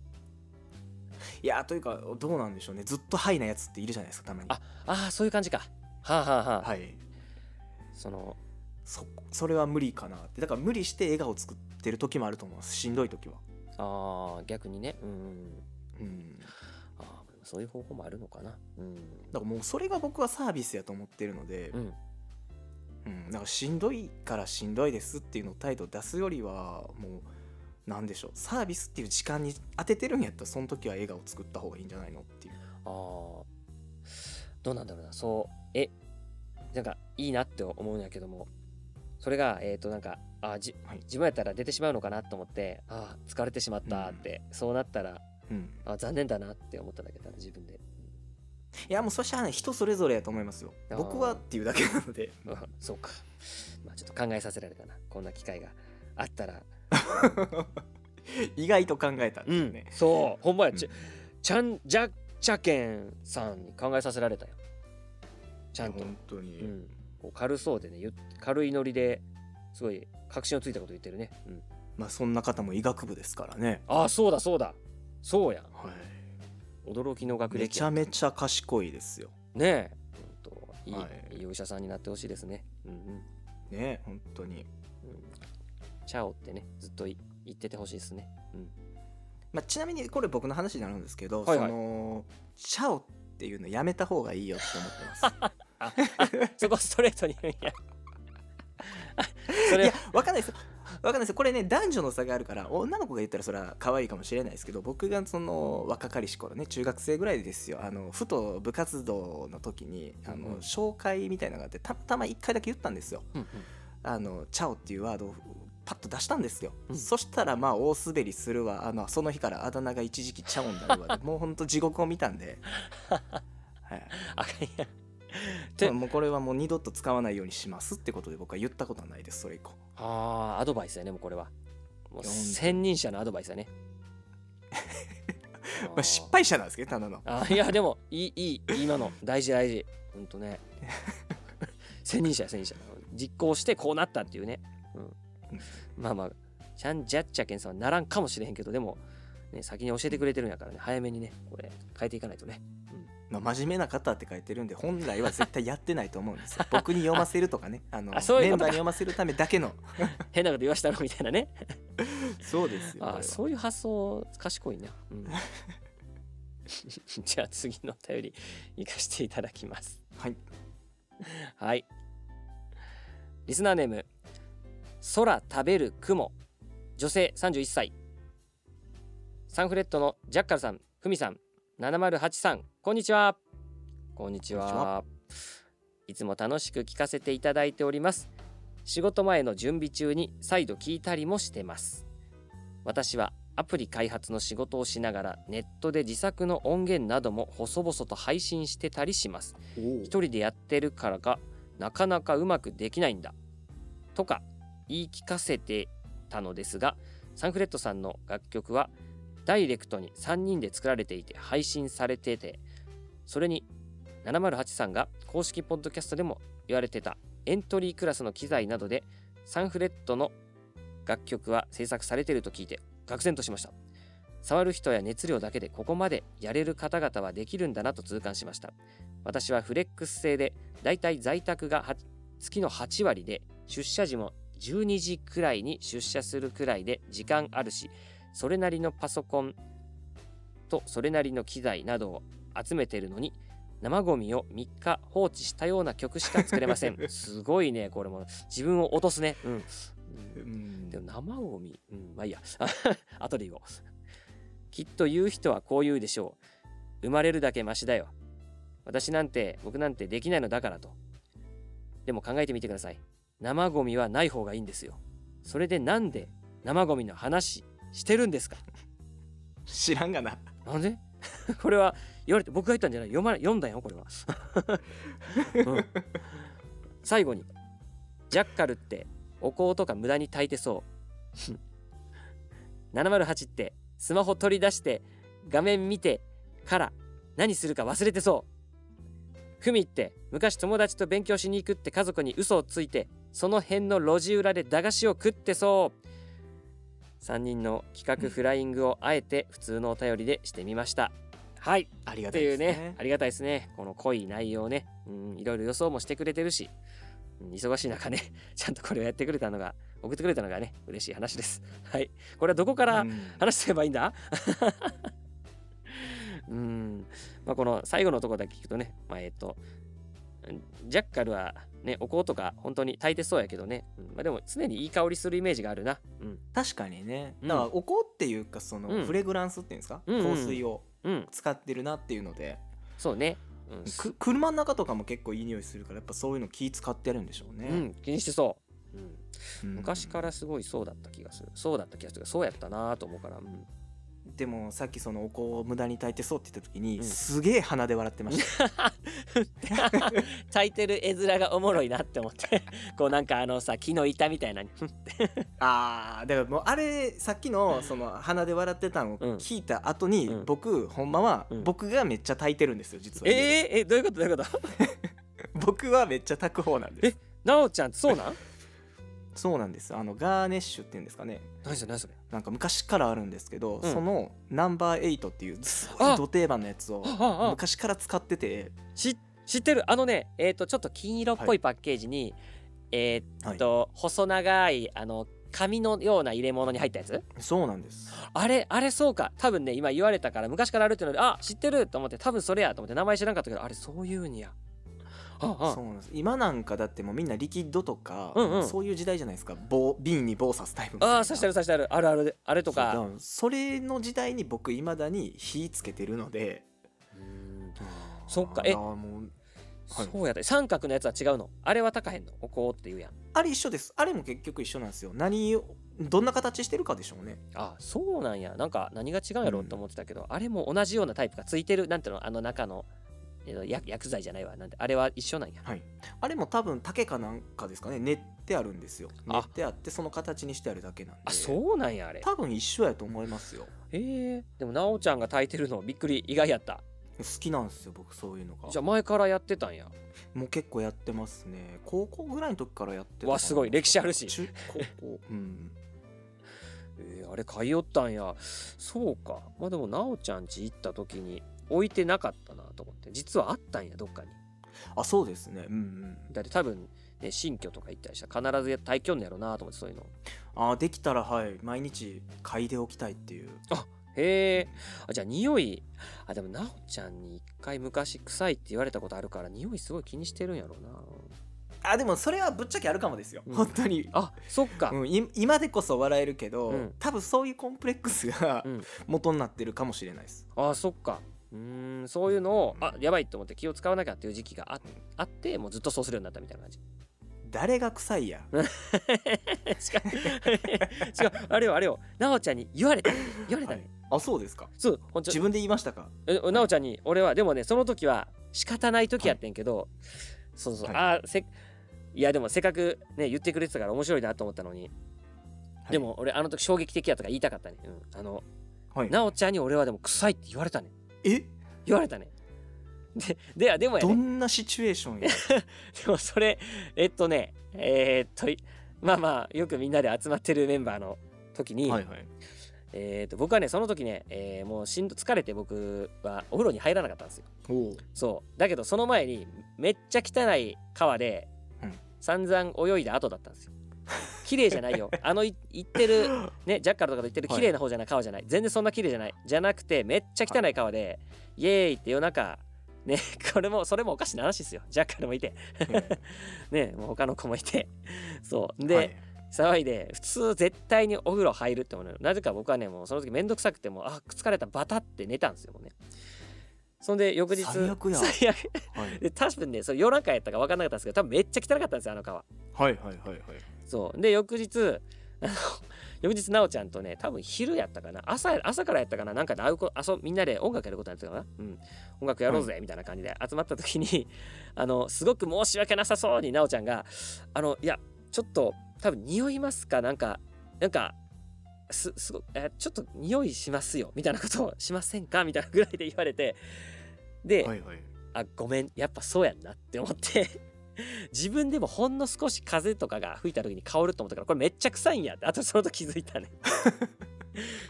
いやーというかどうなんでしょうねずっとハイなやつっているじゃないですかたまに
あああそういう感じかはあはあはあ、
はい
その
そそれは無理かなってだから無理して笑顔作ってる時もあると思いますしんどい時は
あー逆にねうん
うん
あーそういう方法もあるのかなうん
だからもうそれが僕はサービスやと思ってるので、
うん
うん、なんかしんどいからしんどいですっていうのを態度出すよりはもうなんでしょうサービスっていう時間に当ててるんやったらその時は笑顔作った方がいいんじゃないのっていう
あーどうなんだろうなそうえなんかいいなって思うんやけどもそれがえっ、となんかあじ
はい
自分やったら出てしまうのかなと思ってあー疲れてしまったって、そうなったら
うん
あー残念だなって思っただけだな自分で、
いやもうそしたらね人それぞれやと思いますよ
あー
僕はっていうだけなので
うん、 そうかまあちょっと考えさせられたなこんな機会があったら
意外と考えたって
う
いうんね、
そうほんまや、
うん
ちちゃんじゃちゃけんさんに考えさせられたよちゃんと
本当に、
うん、こう軽そうでねゆっ軽いノリですごい確信をついたこと言ってるね、うん、
まあそんな方も医学部ですからね、
ああそうだそうだそうやん
は
驚きの
い、
学
め
歴
ちゃめちゃ賢いですよ
ねえほんといい,、
はい
い、いお医者さんになってほしいですねうんうん
ね本当に
うんチャオってねずっとい言っててほしいですねうん
まあ、ちなみにこれ僕の話になるんですけど、
はいはい
そのチャオっていうのやめた方がいいよって思って ます
そこストレートに言うんや そ
い
れ
やわかんないですよわかんないですよこれね男女の差があるから女の子が言ったらそれは可愛いかもしれないですけど僕がその若かりし頃ね中学生ぐらいですよあのふと部活動の時にあの、
うん
紹介みたいなのがあってたまたま1回だけ言ったんですよ
うんうん
あの「チャオ」っていうワードをパッと出したんですよ、
うん
そしたらまあ大滑りするわあのその日からあだ名が一時期「チャオ」になるわでもうほ んと地獄を見たんで、はい、
あかんやて
もうこれはもう二度と使わないようにしますってことで僕は言ったことはないですそれ以降
あーアドバイスやねもうこれは
いや
もう
ほんと
専任者のアドバイスやね
まあ、失敗者なんですけどただの
あいやでもいいいい今の大事大事ほんと ね千人者や千人者実行してこうなったっていうね、うんまあまあちゃんじゃっちゃけんさんはならんかもしれへんけどでも、ね、先に教えてくれてるんやからね早めにねこれ変えていかないとね
まあ、真面目な方って書いてるんで本来は絶対やってないと思うんですよ 僕に読ませるとかねあの
あそうい
メ
うこ
ン
と
バー
か
に読ませるためだけの
変なこと言わしたろみたいなね
そうですよこれ
あ
は
そういう発想賢いな、うん じゃあ次のお便り行かしていただきます
はい
はい。リスナーネーム、空食べる雲、女性31歳。サンフレットのジャッカルさん、ふみさん、708さん、こんにちは。こんにち
こんにち
は。いつも楽しく聞かせていただいております。仕事前の準備中に再度聞いたりもしてます。私はアプリ開発の仕事をしながらネットで自作の音源なども細々と配信してたりします。一人でやってるからかなかなかうまくできないんだとか言い聞かせてたのですがサンフレットさんの楽曲はダイレクトに3人で作られていて配信されててそれに708さんが公式ポッドキャストでも言われてたエントリークラスの機材などでサンフレットの楽曲は制作されていると聞いて愕然としました触る人や熱量だけでここまでやれる方々はできるんだなと痛感しました私はフレックス制でだいたい在宅がは月の8割で出社時も12時くらいに出社するくらいで時間あるしそれなりのパソコンとそれなりの機材などを集めてるのに生ゴミを3日放置したような曲しか作れませんすごいねこれも自分を落とすねうん
うん
でも生ゴミ、うん、まあいいや。 後で言おう。きっと言う人はこう言うでしょう。生まれるだけマシだよ。私なんて、僕なんてできないのだからと。でも考えてみてください。生ゴミはない方がいいんですよ。それでなんで生ゴミの話してるんですか
知らんがな
なんで これは言われて僕が言ったんじゃない読ま読んだよこれは、うん最後に「ジャッカルってお香とか無駄に炊いて そう」708ってスマホ取り出して画面見てから何するか忘れてそうふみって昔友達と勉強しに行くって家族に嘘をついてその辺の路地裏で駄菓子を食ってそう3人の企画フライングをあえて普通のお便りでしてみましたはい
あり
っ
がた
て
いで
いう
すね
ねありがたいですねこの濃い内容ね、うん、いろいろ予想もしてくれてるし、うん忙しい中ね ちゃんとこれをやってくれたのが送ってくれたのがね嬉しい話ですはいこれはどこから
うん
話すればいいんだ、 うんまあ、この最後のところだけ聞くとね、まあ、えっと、ジャッカルはね、お香とか本当に炊いてそうやけどね、うんまあ、でも常にいい香りするイメージがあるな。うん。
確かにね
うん
だからお香っていうかその
うん
フレグランスっていうんですか、
うんう
香
ん
水を
うん、
使ってるなっていうので、
そうね。うん、
く車の中とかも結構いい匂いするからやっぱそういうの気使ってるんでしょう
う
ね、
ん、気にしてそう。うん、
うん
昔からすごいそうだった気がする。そうだった気がする。そうやったなと思うから。 うん、
でもさっきそのお香を無駄に炊いてそうって言った時に、
うん
すげえ鼻で笑ってま した
炊いてる絵面がおもろいなって思って、 こうなんかあのさ、木の板みたい な、ふん
あーだからもうあれさっきのその鼻で笑ってたのを
うん
聞いた後に、
うん
僕ほんまは、
うん
僕がめっちゃ炊いてるんですよ実は、
えええ、どういうことどういうこと
僕はめっちゃ炊く方なんです
なおちゃんってそうなん
そうなんですあのガーネッシュっていうんですかね
何それ何それ
なんか昔からあるんですけど、
うん
そのナンバー8っていうすごい
あ
ド定番のやつを
あああ
昔から使ってて
し知ってるあのねえっ、とちょっと金色っぽいパッケージに、えーっと、細長いあの紙のような入れ物に入ったやつ
そうなんです
あれあれそうか多分ね今言われたから昔からあるっていうのであ知ってると思って多分それやと思って名前知らなかったけどあれそういうんやああ
そうなんです今なんかだってもうみんなリキッドとか、
うんうん
そういう時代じゃないですか棒瓶に棒刺すタイプみたいな
ああ刺してる刺してるあるあるあれと
そうだ
か
らそれの時代に僕いまだに火つけてるので
うんそっかえ
だらもうはい
そうやった三角のやつは違うのあれは高へんのお香っていうやん
あれ一緒ですあれも結局一緒なんですよ何をどんな形してるかでしょうね
あそうなんやなんか何が違うんやろって思ってたけど、あれも同じようなタイプがついてるなんていうのあの中の、えー薬薬剤じゃないわなんてあれは一緒なんや
はいあれも多分竹かなんかですかね練ってあるんですよ練
あ
ってあってその形にしてあるだけなんで
あそうなんやあれ
多分一緒やと思いますよ
えー、でもなおちゃんが炊いてるのびっくり意外やった
好きなんですよ僕そういうのが
じゃあ前からやってたんや
もう結構やってますね高校ぐらいの時からやってたかな
わすごい歴史あるし
中高校うん
えー、あれ買いよったんやそうかまあでもなおちゃん家行った時に置いてなかったなと思って実はあったんやどっかに
あそうですねうんうん
だって多分、ね、新居とか行ったりしたら必ず炊きよんのやろうなと思ってそういうの
あーできたらはい毎日嗅いでおきたいっていう
へえあじゃあ匂いあでもなおちゃんに一回昔臭いって言われたことあるから匂いすごい気にしてるんやろうな
あでもそれはぶっちゃけあるかもですよ、
うん
本当に
あそっか、
うん、い今でこそ笑えるけど、
うん
多分そういうコンプレックスが
うん
元になってるかもしれないです、
あそっかうーんそういうのをあやばいと思って気を使わなきゃっていう時期がああってもうずっとそうするようになったみたいな感じ
誰が臭いや
違う違うあれよあれよなおちゃんに言われたね言われたね、
はいあそうですか
そうほんと
自分で言いましたか
えなおちゃんに俺はでもねその時は仕方ない時やってんけど、そうそう、
はい
あーせいやでもせっかくね言ってくれてたから面白いなと思ったのに、
い
でも俺あの時衝撃的やとか言いたかったね、うん、あの
はい
なおちゃんに俺はでも臭いって言われたね
え
言われたねでではでもや
ど
ね
んなシチュエーションや
でもそれえっとねえーっといまあまあよくみんなで集まってるメンバーの時に、
はいはい
えーっと僕はねその時ね、えーもうしんど疲れて僕はお風呂に入らなかったんですよ
おお
そうだけどその前にめっちゃ汚い川で
うん
散々泳いだ後だったんですよ。綺麗じゃな いよあのい行ってるねジャッカルとかと行ってる
はい
綺麗な方じゃない川じゃない全然そんな綺麗じゃないじゃなくてめっちゃ汚い川で、イエーイって夜中ねこれもそれもおかしな話ですよジャッカルもいて ねもう他の子もいてそうで、
はい
騒いで普通絶対にお風呂入るって思うのよなぜか僕はねもうその時めんどくさくてもうあ疲れたバタって寝たんですよもうねそんで翌日
最悪や
最悪
はい
で多分ねそれ夜中やったか分かんなかったんですけど多分めっちゃ汚かったんですよあの川
はいはいはいはい
そうで翌日 あの翌日なおちゃんとね多分昼やったかな朝や朝からやったかななんかで会うこあそうみんなで音楽やることになってたかな、うん、音楽やろうぜみたいな感じで集まった時に、 あのすごく申し訳なさそうになおちゃんがあのいやちょっと多分匂いますかなんかなんかすすごえちょっと匂いしますよみたいなことをしませんかみたいなぐらいで言われてで、
はいはい
あごめんやっぱそうやんなって思って 自分でもほんの少し風とかが吹いた時に香ると思ったからこれめっちゃ臭いんやってあとその時気づい たね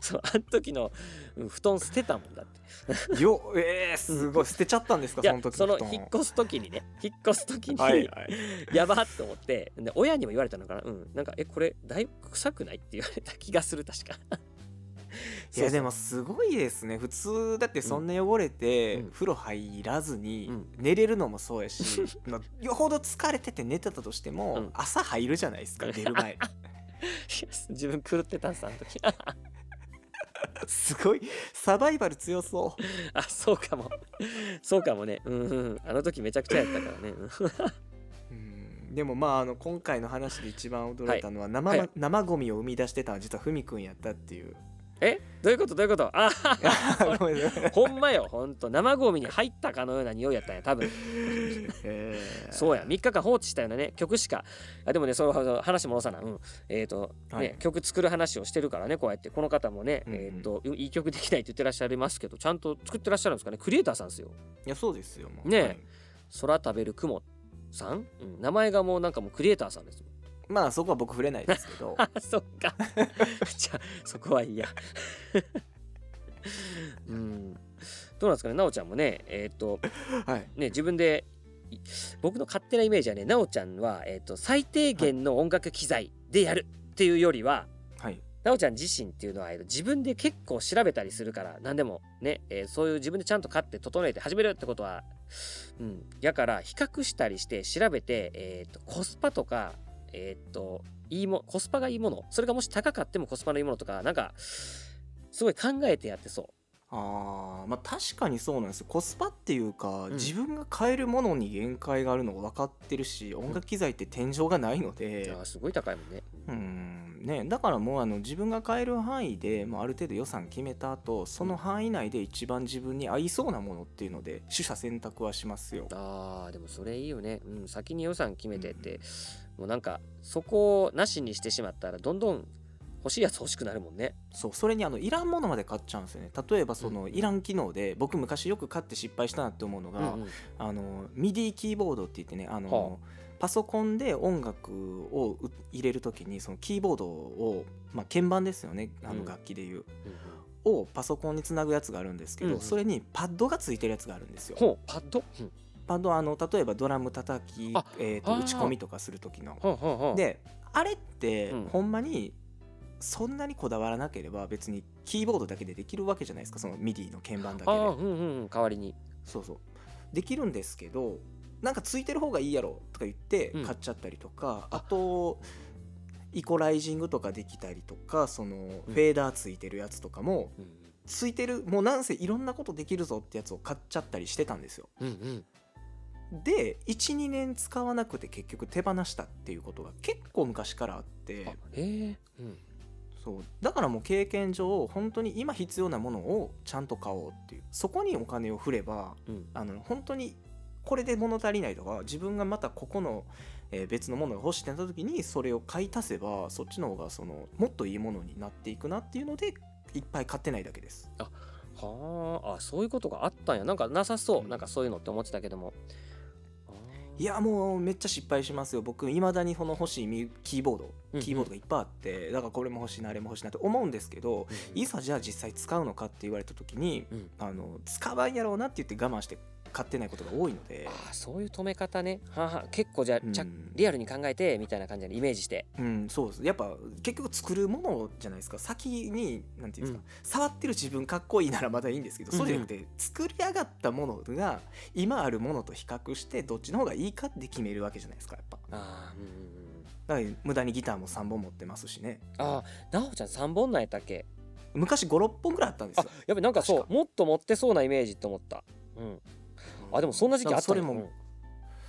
そうあの時の、うん布団捨てたもんだって
よえー、すごい捨てちゃったんですか
い
そ
や
の時
その
布団を
引っ越す時にね引っ越す時に、
はいはい
やばっと思ってで親にも言われたのかなうんなんかえこれだいぶ臭くないって言われた気がする確か
いやでもすごいですね普通だってそんな汚れて
うん
風呂入らずに
うん
寝れるのもそうや しまあよほど疲れてて寝てたとして
う
も
ん
朝入るじゃないですか出る 前
自分狂ってたんさあの時
すごいサバイバル強そう
あそうかもそうかもねうんうんあの時めちゃくちゃやったからねうん
うんでもまああの今回の話で一番驚いたのは生,、
はい
生ゴミを生み出してたのは実はふみくんやったっていう
えどういうことどういうこと あ
ごめんなさい
ほんまよほんと生ゴミに入ったかのような匂いやったんや 多分
えー
そうや3日間放置したようなね曲しかあでもねその話戻さなうんえっ、と、ね
はい
曲作る話をしてるからねこうやってこの方もね、
うんうん
えっ、といい曲できないって言ってらっしゃいますけどちゃんと作ってらっしゃるんですかねクリエイターさんですよ
いやそうですよもう
ねえ
はい
空食べる雲さん、うん、名前がもうなんかもうクリエイターさんです もん
まあそこは僕触れないですけ ど
あそっかじゃあそこはいいや うんどうなんですかねなおちゃんもねえっ、と
はい
ね自分でい僕の勝手なイメージはねなおちゃんは、えー、と最低限の音楽機材でやるっていうよりは、
はい
なおちゃん自身っていうのはえーと自分で結構調べたりするから何でもね、えーそういう自分でちゃんと買って整えて始めるってことはうんやから比較したりして調べて、えー、とコスパとかえっ、といいもコスパがいいものそれがもし高かってもコスパのいいものとかなんかすごい考えてやってそう
あーまあ確かにそうなんですよコスパっていうか、
ん
自分が買えるものに限界があるのが分かってるし音楽機材って天井がないので、
あーすごい高いもんね。
うんね、だからもうあの自分が買える範囲で、まあ、ある程度予算決めた後その範囲内で一番自分に合いそうなものっていうので取捨選択はしますよ。
あーでもそれいいよね、うん、先に予算決めてって、もうなんかそこをなしにしてしまったらどんどん欲しいやつ欲しくなるもんね
そうそれにあのいらんものまで買っちゃうんですよね例えばそのいらん機能で僕昔よく買って失敗したなって思うの
う
が、
んうん
あの MIDI キーボードって言ってねあの、
は
パソコンで音楽をう入れる時にそのキーボードを、まあ、鍵盤ですよねあ
う
の
ん
楽器でいう、
うんうん
をパソコンにつなぐやつがあるんですけど、
うん
それにパッドがついてるやつがあるんですよ。
ほうパッド、うん、
パッドはあの例えばドラム叩き
あ、
えー、と
あー
打ち込みとかする時の。
ほうほうほう
であれって
うん
ほんまにそんなにこだわらなければ別にキーボードだけでできるわけじゃないですかその MIDI の鍵盤だけ
あ
で
あ。うんうんうん代わりに
そうそうできるんですけどなんかついてる方がいいやろとか言って
うん
買っちゃったりとか、あとイコライジングとかできたりとかその
う
フ
ん
ェーダーついてるやつとかも
うん
ついてるもうなんせいろんなことできるぞってやつを買っちゃったりしてたんですよ
うんうん
で12年使わなくて結局手放したっていうことが結構昔からあって
あええうん
そうだからもう経験上本当に今必要なものをちゃんと買おうっていうそこにお金を振れば
うん
あの本当にこれで物足りないとか自分がまたここの、えー別のものが欲しいってなった時にそれを買い足せばそっちの方がそのもっといいものになっていくなっていうのでいっぱい買ってないだけです。
はああそういうことがあったんやなんかなさそう、なんかそういうのって思ってたけどもあー
いやもうめっちゃ失敗しますよ僕いまだにこの欲しいミキーボー
うんう
ド
ん
キーボードがいっぱいあってだからこれも欲しいなあれも欲しいなと思うんですけど
うん
いざじゃあ実際使うのかって言われた時に
うん
あの使わんやろうなって言って我慢して買ってないことが多いので
あ。ーそういう止め方ねはあはあ結構じゃあ、ちゃ
うん
リアルに考えてみたいな感じでイメージして
うん、そうですやっぱ結局作るものじゃないですか先になんていうんですか、触ってる自分かっこいいならまだいいんですけどそうじゃなくて、作り上がったものが今あるものと比較してどっちの方がいいかって決めるわけじゃないですかやっぱ
あーうんうん
だから無駄にギターも3本持ってますしね
うんあーなおちゃん3本なんやったっけ
昔56本ぐらいあったんです
あ
よ
やべなんかそう
確
もっと持ってそうなイメージって思ったうんあでもそんな時期あった
それ
ね
も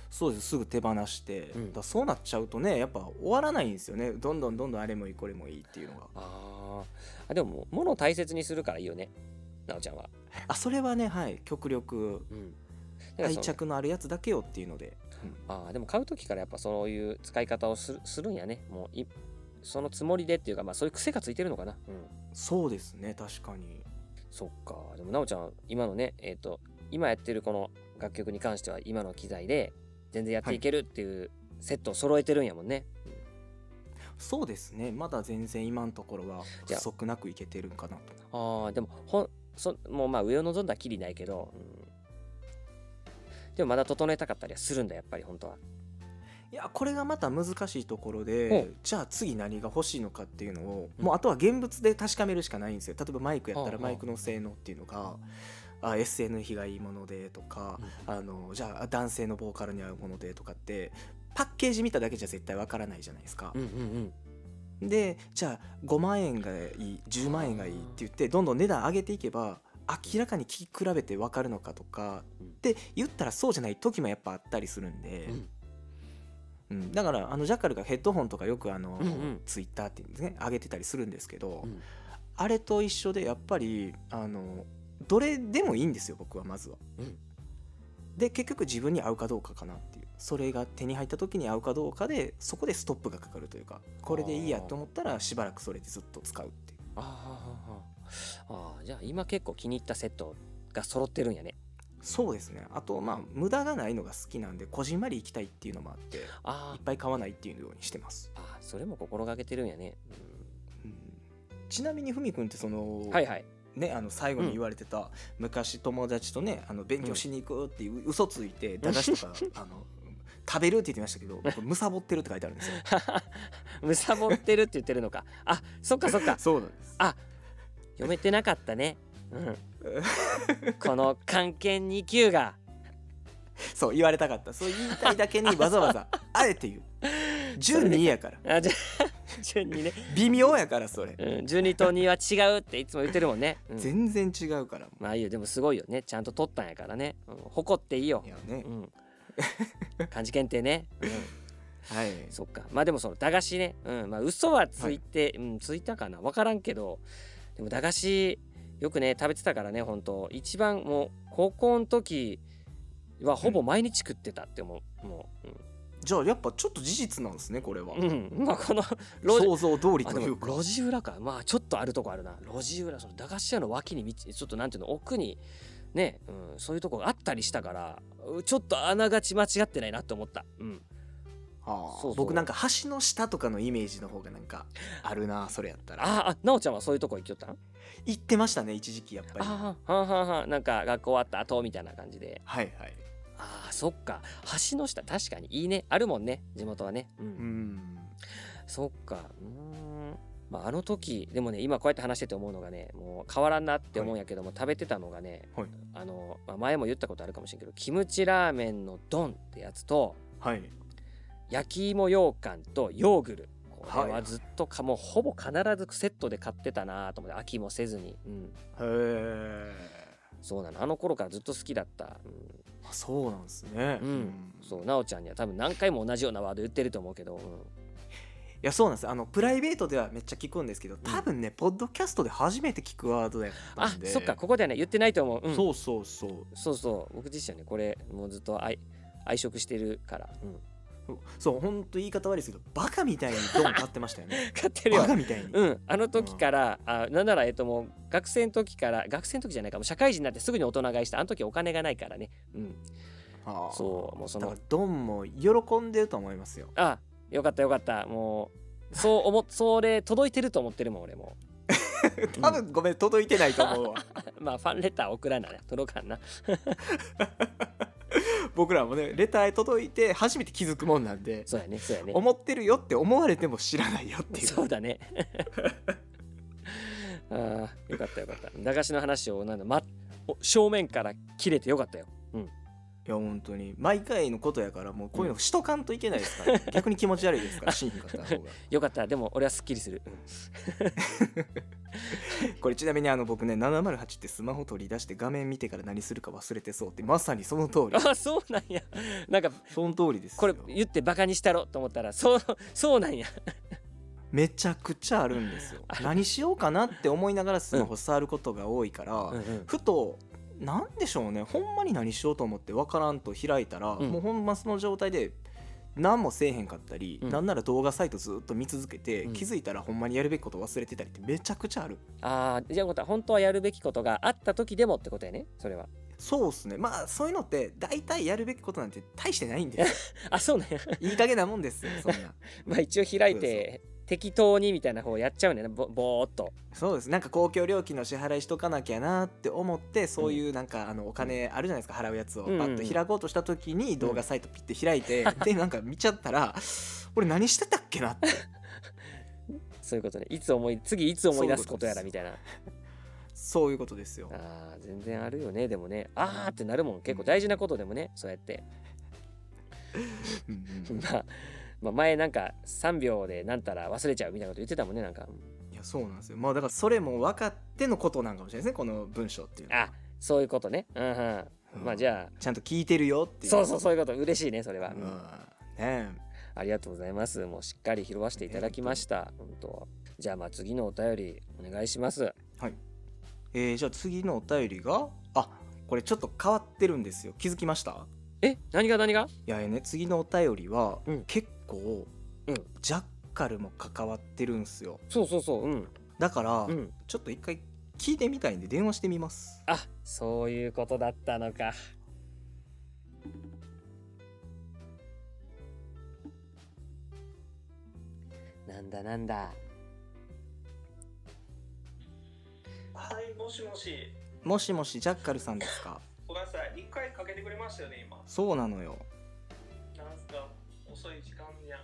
そうですすぐ手放して、
うん
だからそうなっちゃうとねやっぱ終わらないんですよねどんどんどんどんあれもいいこれもいいっていうのが
あーあでもものを大切にするからいいよねなおちゃんは、
あそれはねはい極力
うん、だから
愛
その
着のあるやつだけよっていうので、うん
あーでも買う時からやっぱそういう使い方をするするんやねもういそのつもりでっていうかまあそういう癖がついてるのかなうん
そうですね確かに
そっかでもなおちゃん今のねえっ、と今やってるこの楽曲に関しては今の機材で全然やっていけるっていうセットを揃えてるんやもんね、
そうですねまだ全然今のところは
じ
不
ゃあ
足なくいけてるんかなと
ああでもほんそもうまあ上を望んだらきりないけど、うんでもまだ整えたかったりはするんだやっぱり本当は。
いやこれがまた難しいところ
う
で
ん
じゃあ次何が欲しいのかっていうのを
うん
もうあとは現物で確かめるしかないんですよ例えばマイクやった
うん
ら
うん
マイクの性能っていうのがあ SN 比がいいものでとかあのじゃあ男性のボーカルに合うものでとかってパッケージ見ただけじゃ絶対わからないじゃないですか
うんうん
でじゃあ5万円がいい10万円がいいって言ってどんどん値段上げていけば明らかに聞き比べて分かるのかとか
うん
って言ったらそうじゃない時もやっぱあったりするんで、
うん
うん、だからあのジャッカルがヘッドホンとかよくあの、
うんうん
ツイッターっていうんですね上げてたりするんですけど、
うん
あれと一緒でやっぱりあのどれでもいいんですよ僕はまずは。
うん
で結局自分に合うかどうかかなっていうそれが手に入った時に合うかどうかでそこでストップがかかるというかこれでいいやと思ったらしばらくそれでずっと使うっていう
ああああああじゃあ今結構気に入ったセットが揃ってるんやね
そうですねあとまあ無駄がないのが好きなんでこじんまり行きたいっていうのもあっていっ
あー
ぱい買わないっていうようにしてます、
あーそれも心がけてるんやね、
うんちなみにふみくんってその、
はいはい
ね、あの最後に言われてた、昔友達とねあの勉強しに行くっていう嘘ついて駄菓子とかあの食べるって言ってましたけ ど僕むさぼってるって書いてあるんですよ
むさぼってるって言ってるのかあそっかそっか
そうなんです
読めてなかったねうん この関係2級が
そう言われたかったそう言いたいだ けにわざわざあえて 言う12やから
あじゃあ 順にね、
微妙やからそれ
うん、12と2は違うっていつも言ってるもんね、うん
全然違うからも
まあいいよでもすごいよねちゃんと取ったんやからね、うん、誇っていいよ
ういやね
う、 ん漢字検定ね、うん、
はい
そっかまあでもその駄菓子ねうんまあ嘘はついて、うんついたかな分からんけどでも駄菓子よくね食べてたからね本当一番もう高校の時はほぼ毎日食ってたって思う、もう、うん
じゃあやっぱちょっと事実なんですねこれは、
うん、まあこの路地
想像通り
あ
と
で
いう
も
か
路地裏かまあちょっとあるとこあるな路地裏その駄菓子屋の脇に道ちょっとなんていうの奥にね、うん、そういうとこがあったりしたからうちょっとあながち間違ってないなって思った、うん、
ああ
そうそう
僕なんか橋の下とかのイメージの方がなんかあるなそれやったら
ああなおちゃんはそういうとこ行きよったん
行ってましたね一時期やっぱり
ああはんはんはんなんか学校終わった後みたいな感じで
はいはい
ああそっか橋の下確かにいいねあるもんね地元はね、うん
うん
そっかうーんまああの時でもね今こうやって話してて思うのがねもう変わらんなって思うんやけども、食べてたのがね、
はい
あの、まあ、前も言ったことあるかもしれんけどキムチラーメンの丼ってやつと
はい
焼き芋羊羹とヨーグルこれ
は
はいずっとか、もうほぼ必ずセットで買ってたなと思って飽きもせずに、うん、
へえ
そうなのあの頃からずっと好きだった、うん、
あそうなんですね
うんそう奈緒ちゃんには多分何回も同じようなワード言ってると思うけど、う
いやそうなんですあのプライベートではめっちゃ聞くんですけど多分ね、ポッドキャストで初めて聞くワードやっ
ん、あ
たんで
そっかここではね言ってないと思う、うん、
そうそうそう
そうそう僕自身はねこれもうずっと愛愛食してるから、 うん、
そうほんと言い方悪いですけどバカみたいにドン買ってましたよ ね
買ってるよ
バカみたいに、
うんあの時から、あなんならえっともう学生の時から学生の時じゃないかもう社会人になってすぐに大人買いしたあの時お金がないからねうん
ああ
そうもうそ
だか
の
らドンも喜んでると思いますよ
あよかったよかったもうそう思っ それ届いてると思ってるもん俺も
多分ごめん届いてないと思うわ
まあファンレター送らな届かんな
僕らもねレターへ届いて初めて気づくもんなんで
そうやねそうやね
思ってるよって思われても知らないよっていう
そうだね。 ああ、よかったよかった。駄菓子の話をなんだ、ま、お正面から切れてよかったよ。
いや本当に毎回のことやからもうこういうのしとかんといけないですから、 ね逆に気持ち悪いですからシーンがあった方が
よかった。でも俺はすっきりする。うん
これちなみにあの僕ね708ってスマホ取り出して画面見てから何するか忘れてそうってまさにその通り
ああ、そうなんや。なんか
その通りですよ
これ言ってバカにしたろと思ったら、そうそうなんや。
めちゃくちゃあるんですよ何しようかなって思いながらスマホ触ることが多いから、ふとなんでしょうねほんまに何しようと思ってわからんと開いたら、
うん
もうほんまその状態で何もせえへんかったり、
うん
なんなら動画サイトずっと見続けて、
うん
気づいたらほんまにやるべきこと忘れてたりってめちゃくちゃある
ああ、じゃあまた本当はやるべきことがあった時でもってことやね。それは。
そうっすねまあそういうのって大体やるべきこと なんて大してないんですよ
あ、そうなんや。
いい加減なもんですよそんな
まあ一応開いて適当にみたいな方やっちゃうんだよねぼぼーっと
そうですなんか公共料金の支払いしとかなきゃなって思ってそういうなんかあのお金あるじゃないですか払うやつを
うんうん
バッと開こうとした時に動画サイトピッて開い て、でなんか見ちゃったら俺何してたっけなって
そういうことねいつ思い次いつ思い出すことやらみたいな
そういうことですよ
あー全然あるよねでもねあーってなるもん結構大事なことでもねそうやって
うんうん
まあ、まあ、前なんか3秒でなんたら忘れちゃうみたいなこと言ってたもんねなんか
いやそうなんですよまあだからそれも分かってのことなんかもしれないですねこの文章っていうのは
あそういうことねうんうんまあじゃあ
ちゃんと聞いてるよっていう
そうそうそういうこと嬉しいねそれは、
うんね
ありがとうございますもうしっかり拾わせていただきました本当じゃあまあ次のお便りお願いします
ええーじゃあ次のお便りがあこれちょっと変わってるんですよ気づきました
え何が何が
いやね次のお便りは、
うん
結構、
うん
ジャッカルも関わってるんすよ
そうそうそううん
だから、
うん
ちょっと一回聞いてみたいんで電話してみます
あそういうことだったのかなんだなんだ
はい、もしもし。
もしもしジャッカルさんですか
ごめんなさい。一回かけてくれましたよね、今。
そうなのよ
なんすか、遅い時間やん。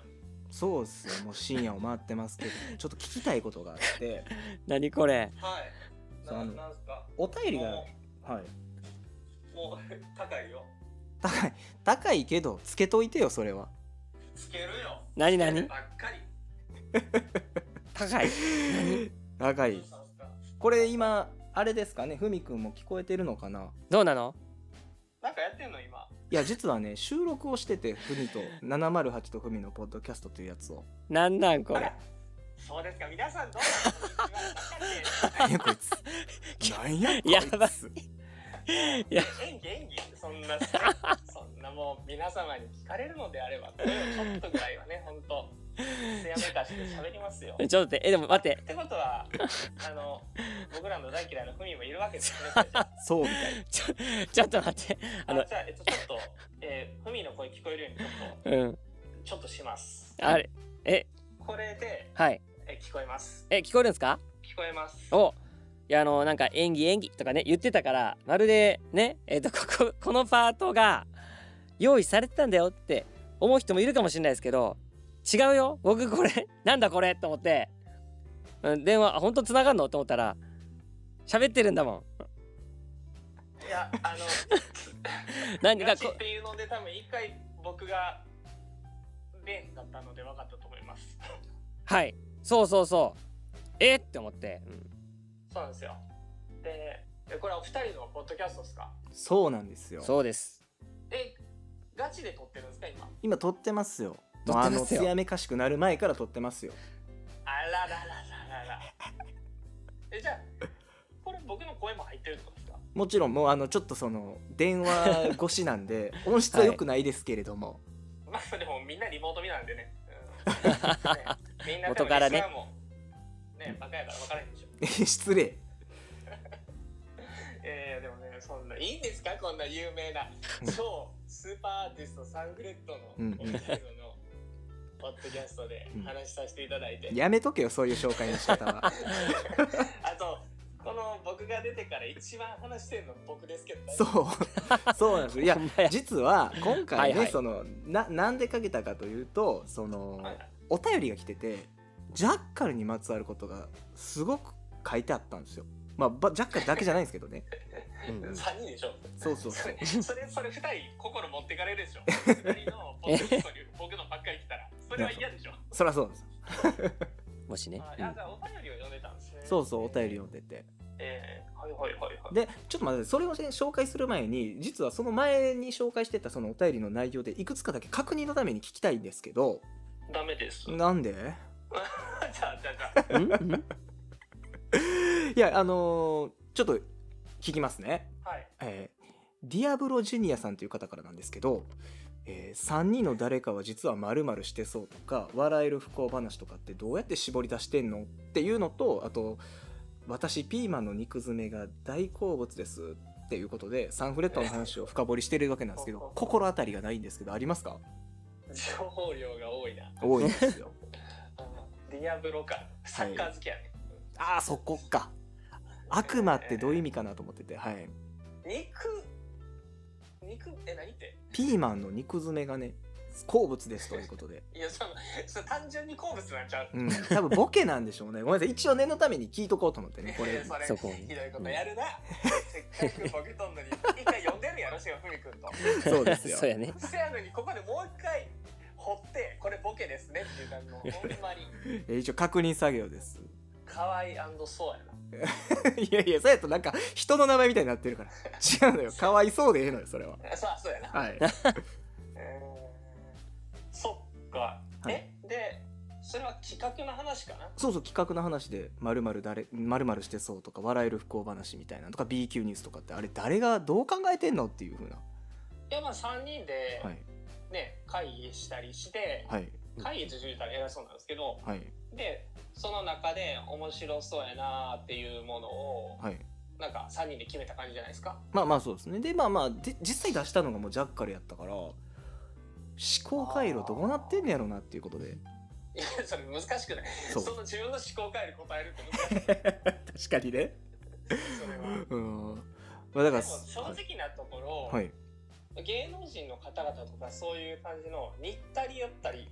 そうっすよもう深夜を回ってますけどちょっと聞きたいことがあ って
何これ
はい。
そ
な
う
なんすか。
お便りが
も
はい、
う、もう高いよ。
高い高いけどつけといてよそれは
つけるよ。
何何
ばっかり。
高い
高
ど
いう
したんすか
これ今あれですかねふみくんも聞こえてるのかな
どうなの
なんかやってんの、今。
いや実はね収録をしててふみと708とふみのポッドキャストというやつ を
なんなんこ
あ
れ
らそうですか、皆さんどうなんですか。今
何やこいつ何やこいつ
やばいいや
わかって演技、演技、そんな。そんなもう、皆様に聞かれるのであれば、これをちょっとぐらいはね、本当。艶めかして喋りますよ。
ちょっと待ってえでも待って
ってことは あの僕らの大嫌いなフミもいるわけですね。じゃあ
そうみたい
ちょちょっと待って あの
じゃあえっとちょっと、えー、フミの声聞こえるようにちょっ
うん
とちょっとします。
あれえ
これで、
はい
えー聞こえます。
え聞こえるんですか
聞こえます。
をいやあのなんか演技演技とかね言ってたからまるでねえっ、とこ ここのパートが用意されてたんだよって思う人もいるかもしれないですけど違うよ僕これ なんだこれと思って、うん、電話あ本当繋がんのと思ったら喋ってるんだもん
いやあ の
何
ガ
か
チっ
こ
ていうので多分一回僕がレーンだったので分かったと思います。
はいそうそうそうえって思って、うん
そうなんですよ。でえこれはお二人のポッドキャストですか。
そうなんですよ
そうです
えガチで撮ってるんですか今。
今撮ってますよ
撮ってますよ
もうあの艶めかしくなる前から撮ってますよ
あらららららら。え、じゃあ、これ僕の声も入ってるってことですか
もちろんもうあのちょっとその電話越しなん で音質は良くないですけれども、
まあでもみんなリモート見なんでね。 うん、ねみんな
元からね
多分リスナーもね、バカやから分からへんでしょ。
失礼
えー、でもね、そんな、いいんですかこんな有名な
うん
超スーパーアーティストサンフレッドの
うんうん
お二人のポッドキャストで
うん
話しさせていただいて、
やめとけよそういう紹介の仕方 は
あと、この僕が出てから一番話してるの僕ですけど、
そうそうなんですよいや
ほんまや
実は今回ね
はいはい
そのななんでかけたかというとその
はい
お便りが来ててジャッカルにまつわることがすごく書いてあったんですよ。まあばジャッカルだけじゃないんですけどね。
うんうん
3人でしょ
そうそう
そ
そう
れ。それそれ2人心持ってかれるでしょ2人のポッドキャストに僕のばっかり来たらそれは嫌でしょ
そりゃそうなんですよ。
もしね、
あ
う
じゃ
ん
あお便りを読んでたんですね
そうそうお便り読んでて。
えー、はいはいはいはい
でちょっと待ってそれをね紹介する前に実はその前に紹介してたそのお便りの内容でいくつかだけ確認のために聞きたいんですけど
ダメです じゃ
なんで
あじゃあじゃあ
うんうん
いやあのーちょっと聞きますね。
はい
えーディアブロジュニアさんという方からなんですけど、えー3人の誰かは実は〇〇してそうとか笑える不幸話とかってどうやって絞り出してんのっていうのとあと私ピーマンの肉詰めが大好物ですっていうことでサンフレットの話を深掘りしてるわけなんですけど心当たりがないんですけどありますか
情報量が多いな
多いんですよ。
あのディヤブロかサッカー好きやね、
ああそこか悪魔ってどういう意味かなと思っててはい
肉肉え何って
ピーマンの肉詰めがね好物ですということで、
いやそのその単純に好物なんちゃう、
うん、多分ボケなんでしょうねごめんなさい一応念のために聞いとこうと思ってねこれ
それ
そこをね
ひどいことやるな、せっかくボケとんのに一回呼んでるやろ塩文君 と
そうですよ
そうやね。
せやのにここでもう一回掘ってこれボケですねっていう感じのほんまに
え一応確認作業です
可愛いそうやない
やいやそうやとなんか人の名前みたいになってるから違うのよかわいそうでええのよそれは
あそうそうやな、
はい
えーそっか、
はい
えでそれは企画の話かな
そうそう企画の話で「まる誰まるしてそう」とか「笑える不幸話」みたいなのとか B 級ニュースとかってあれ誰がどう考えてんのっていうふうない
やまあ3人で、
はい
ね会議したりして、
はい
会議って言うたら偉そうなんですけど
はい
でその中で面白そうやなーっていうものを、
はい
なんか3人で決めた感じじゃないですか
まあまあそうですねでまあまあで実際出したのがもうジャッカルやったから思考回路どうなってんねやろなっていうことで
いやそれ難しくない
そ
そうの自分の思考回路答えるって難し い
確かにね
それは
うんま あだ
で
か
も
ら
正直なところ、
はい
芸能人の方々とかそういう感じの似ったり寄ったり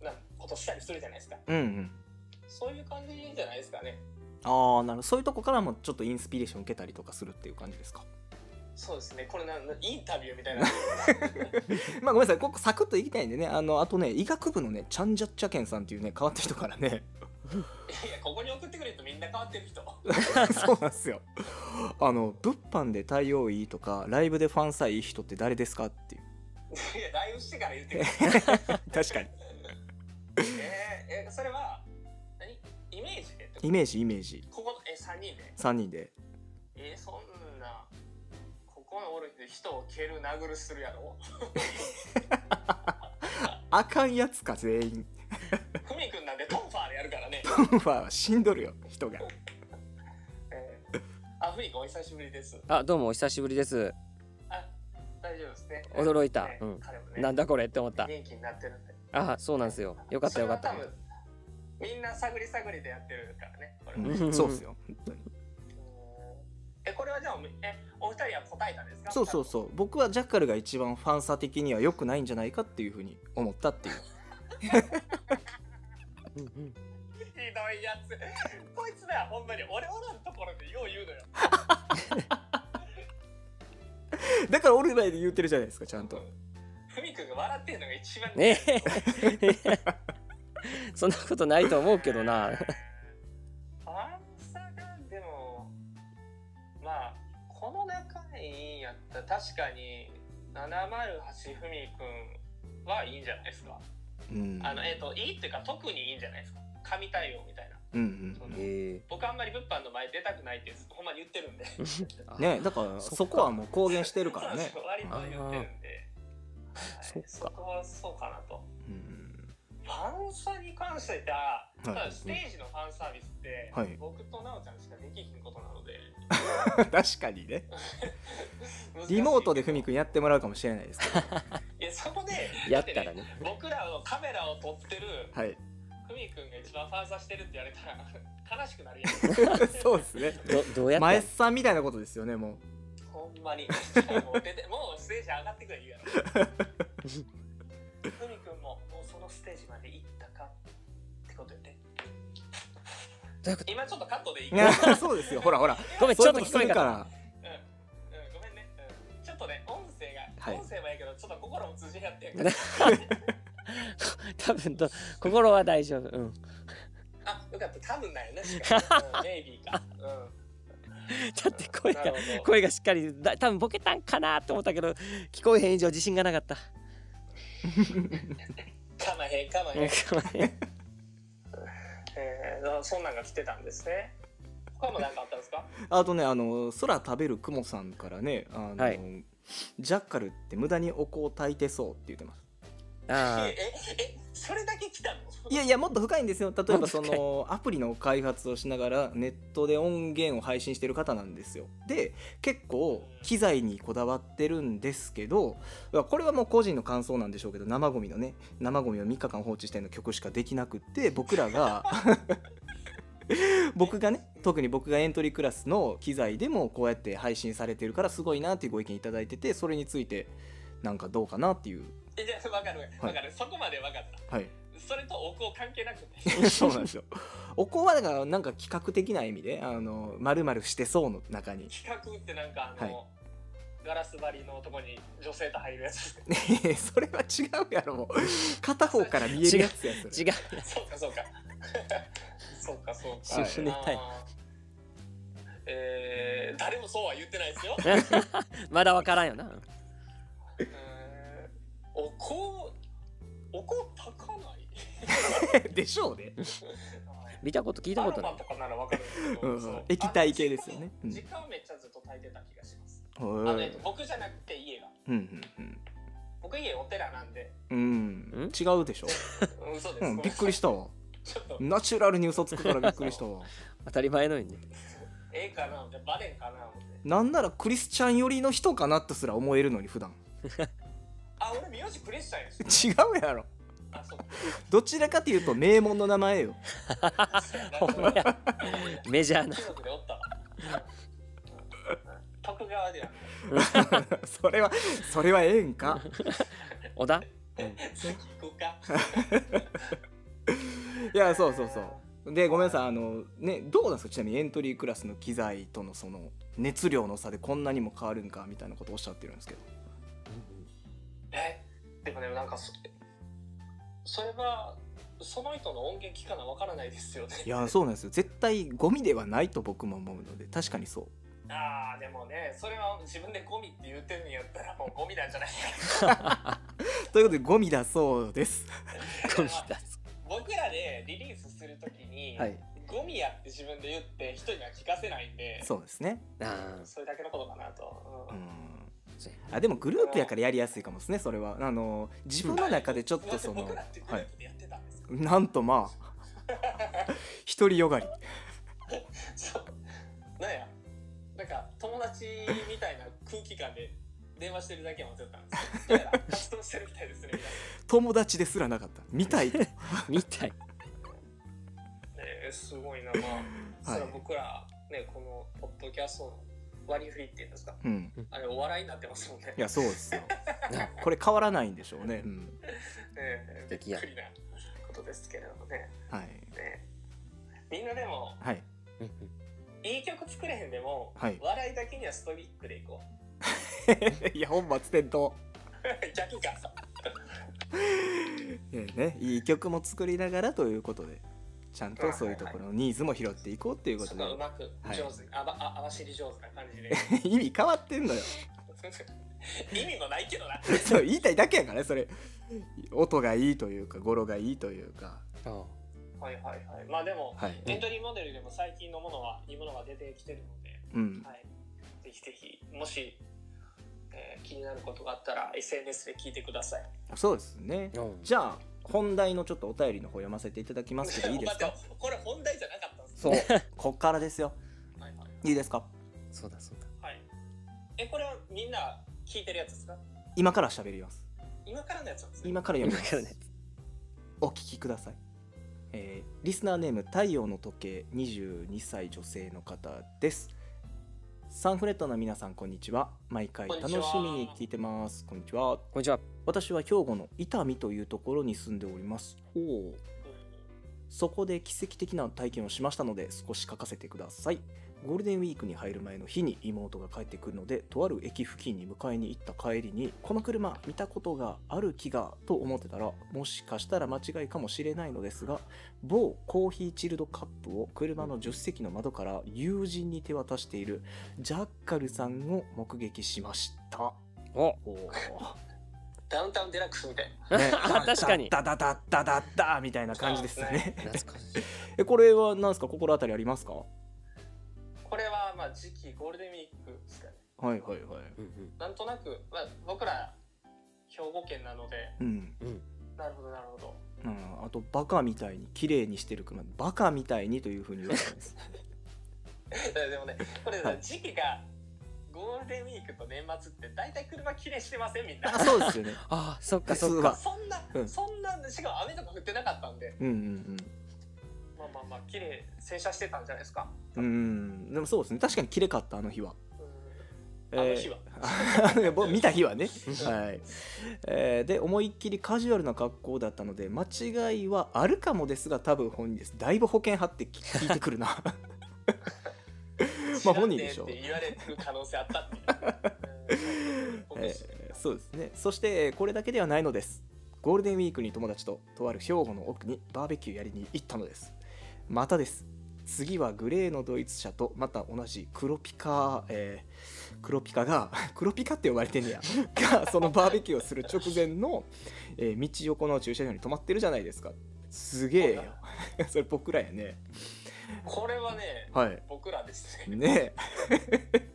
なことしたりするじゃないですか
うんうん
そういう感じじゃないですかね
ああなるほどそういうとこからもちょっとインスピレーション受けたりとかするっていう感じですか
そうですねこれなんインタビュ ーみたいな
まあごめんなさいここサクッといきたいんでねあのあとね医学部のねチャンジャッチャケンさんっていうね変わった人から ね
いやここに送ってくれとみんな変わってる 人
そうなんですよあの物販で対応いいとかライブでファンさえいい人って誰ですかっていう
いやだいぶしてから言ってくれ
確かに
えーえそれは何イメージでってこと
イメージイメージ
ここのえ3人で
3人で
えーそんなここのおる人を蹴る殴るするやろ
あかんやつか全員
ふみくんなんでトンファーでやるからね、
ファンは死んどるよ人が
えー、あふみくんお久しぶりです
あ、どうもお久しぶりです。
あ大丈夫ですね
驚いた
ね
うん
彼もね
なんだこれって思った。
元気になってるんで
あ、そうなんですよ。よかったよかった
そ。れは多分みんな探り探りでやってるからねこれは、
ん
うんそうっすよ本当に
えこれはじゃあえお二人は答えたんですか
そうそうそう僕はジャッカルが一番ファンサ的には良くないんじゃないかっていうふうに思ったっていう
うんうん
ひどいやつ こいつらほんまに俺おらんところでよう言うのよ
だから俺らで言ってるじゃないですかちゃんと
ふみくんが笑ってんのが一番
ねえ。 そんなことないと思うけどな。
ファンサがでもまあこの仲いいんやったら確かに708ふみくんはいいんじゃないですか、
うん
あのえっ、といいっていうか特にいいんじゃないですか神対応みたいな
うんうん
そ
うん
の
え
僕あんまり物販の前出たくないってほんまに言っ てるんで
え。
ねだから
そっか
そこはもう公言してるからね
そ、う 割と言ってるんで、
そっ
はい
か
そこはそうかなと
うん、
ファンサに関しては、
い
ただステージのファンサービスって、
はい
僕と奈緒ちゃんしかできひんことなので
確かにねリモートでふみく
ん
んやってもらうかもしれないですけど
いやそこで
やった
だ
ら
ってね
ね。
僕らのカメラを撮ってる
はい
ふみくんが一番ファンサしてるって言われたら悲しくなるやん
そうですね
どどうやっ
前
て
さんみたいなことですよねも
ほんまにもう出てもうステージ上がってくれ言うやろふみくんももうそのステージまで行ったかってことよね
どういうこ
今ちょっとカットでいいか
う
なうん、
そうですよほらほら
ごめん
そういう
ちょっと
こ
聞
す
こえ
る
んかった
から
うん、ごめんね、うん、ちょっとね音声が、
はい
音声はいいけどちょっと心も通じ合ってんから
多分ど心は大丈夫。うん。
あよかった多分だよねしか も、うん、ネイビーか、うん、
だって声
なる
が
ほど
声がしっかりだ多分ボケたんかなと思ったけど聞こえへん以上自信がなかった。
かまへんかまへん、
う
えー、そんなんが来てたんですね他も何かあったんですか
あとねあの空食べる雲さんからねあの、
はい
ジャッカルって無駄にお香を炊いてそうって言ってます
んああ
えええそれだけ来たの
いやいやもっと深いんですよ例えばそ
もっ
のアプリの開発をしながらネットで音源を配信してる方なんですよで結構機材にこだわってるんですけどいやこれはもう個人の感想なんでしょうけど生ゴミのね生ゴミを3日間放置しての曲しかできなくって僕らが 僕がね特に僕がエントリークラスの機材でもこうやって配信されてるからすごいなっていうご意見いただいててそれについてなんかどうかなっていう
えじゃあ分かる分かる、わかるそこまで分かった
はい
それとお香関係なくて
そうなんですよ。お香はだからなんか企画的な意味で、あのまるまるしてそうの中に
企画ってなんかあの、ガラス張りのとこに女性と入るやつ
それは違うやろもう片方から見えるやつやそ
違
れ
うや
そうか そうかそうかそうか
はい
進めたい
あーえー、誰もそうは言ってないで すよ
まだわからんよな
うーんお香お香炊かない
でしょうね。
見たこと聞いたことな
アロ
い
マとかならわかるんですけ
う
ど
んうん
そう
液体系ですよね
あの
うん
時間をめっちゃずっと炊いてた気がします、
うん
あのえっと僕じゃなくて家が
うん
僕家お寺なんで
うんうんうん
ん
違うでしょ。
うん嘘
う
です、
ん
ごめんなさ
び
い
っくりしたわ。
ちょっと
ナチュラルに嘘つくからびっくり したわ。
当たり前のようにね
ええかなじゃバレんかな思って
なんならクリスチャン寄りの人かなとすら思えるのに普段
あ俺名字クリスチャンや
違
し
うやろ。
あそう
どちらかというと名門の名前よ。
ほんまやメジャーな
貴族でおったわ徳川では
それはそれはええんか。
小田
次行こうか
いや そうそうそう。でごめんなさいあのねどうなんですかちなみにエントリークラスの機材とのその熱量の差でこんなにも変わるんかみたいなことをおっしゃってるんですけど
えでもねなんかそそれはその人の音源聞かなわからないですよね
いやそうなんですよ絶対ゴミではないと僕も思うので確かにそう
あーでもねそれは自分でゴミって言ってんのやったらもうゴミなんじゃない
ということでゴミだそうです
ゴミ出す
僕らでリリースするときに、
はい
ゴミやって自分で言って人には聞かせないんで
そうですね
あー
それだけのことかなと、
う
うんん
そうや
あでもグループやからやりやすいかもですねそれはあの自分の中でちょっとその
僕らってグ
は
ルー
い
プでやってたんですか、
なんとまあ独りよがり
そうなんやなんか友達みたいな空気感で電話してるだけは思ってたんですけどどうやら活動してるみたいですねみたい
友達ですらなかったみ たい
みたい
なねえすごいなまあ、
はい
それは僕らねこのポッドキャストの割り振りっていうんですか
うん
あれお笑いになってますもんね
いやそうですよこれ変わらないんでしょうねうん
ええ
素敵や
びっくりなことですけれどもね
はい
ねみんなでも
はい
うんうん
いい曲作れへんでも、
はい
笑いだけにはストイックでいこう
いや本末転倒
逆か
ええねいい曲も作りながらということでちゃんとそういうところのニーズも拾っていこうっていうこ
そ
と
こ
で
はうまく
はい
上手に、あばあ網走上手な感 じで
意味変わって んのよ
意味もないけどな
そう言いたいだけやからねそれ音がいいというか語呂がいいというか
あ
はいはいはいまあでも、
はい
エントリーモデルでも最近のものはいいものが出てきてるので、
うん
はい、ぜひぜひもし、えー気になることがあったら SNS で聞いてください
そうですね
ーうん
じゃあ本題のちょっとお便りの方読ませていただきますけどいいです か
待ってこれ本題じゃなかったんですね
そうこっからですよ
はいはい
いいですか
そうだそうだ
はい。え、これはみんな聞いてるやつですか
今から喋ります
今からのやつなんですね。
今から読み
今
ま
から
す
ね
お聞きください、えーリスナーネーム太陽の時計22歳女性の方ですサンフレットの皆さんこんにちは毎回
こんに
楽し
ちは
みに聞いてますこんにちは
こんにちは
私は兵庫の伊丹というところに住んでおります
お
そこで奇跡的な体験をしましたので少し書かせてくださいゴールデンウィークに入る前の日に妹が帰ってくるのでとある駅付近に迎えに行った帰りにこの車見たことがある気がと思ってたらもしかしたら間違いかもしれないのですが某コーヒーチルドカップを車の助手席の窓から友人に手渡しているジャッカルさんを目撃しました
お
おー
ダウンタウンデラックスみたい な。
ね
確かに
ダダダダダダダみたいな感じですよね
懐かしい
えこれは何ですか心当たりありますか
これはまあ時期ゴールデンウィークですかね。
はいはいはい。
うん
なんとなく、まあ、僕ら兵庫県なので、
うん。
うんうん
なるほどなるほど。
うん、あとバカみたいに綺麗にしてる車バカみたいにというふうに言われてます
でもねこれ
は
さ
い
時期がゴールデンウィークと年末って大体車きれいしてませんみん な
あそうですよね
ああそっか
普
そ
通
っ
は
か
そんな、
うん
そんなんでしかも雨とか降ってなかったんで
うんうん
まあまあまあ綺麗洗車してたんじゃないですか、
うんうんでもそうですね確かに綺麗かったあの日は
うん
あ
の日は
見た日はね、はいえーで思いっきりカジュアルな格好だったので間違いはあるかもですが多分本人ですだいぶ保険張ってき聞いてくるなまあ本人でしょう
知らんねんって言われる可能性あったっていう うん
えーそうですねそしてえーこれだけではないのですゴールデンウィークに友達ととある兵庫の奥にバーベキューやりに行ったのですまたです次はグレーのドイツ車とまた同じ黒ピカ、えー黒ピカが 黒ピカって呼ばれてんねや がそのバーベキューをする直前の、えー道横の駐車場に止まってるじゃないですかすげえよ それ僕らやね
これはね
はい
僕らですね
ねええー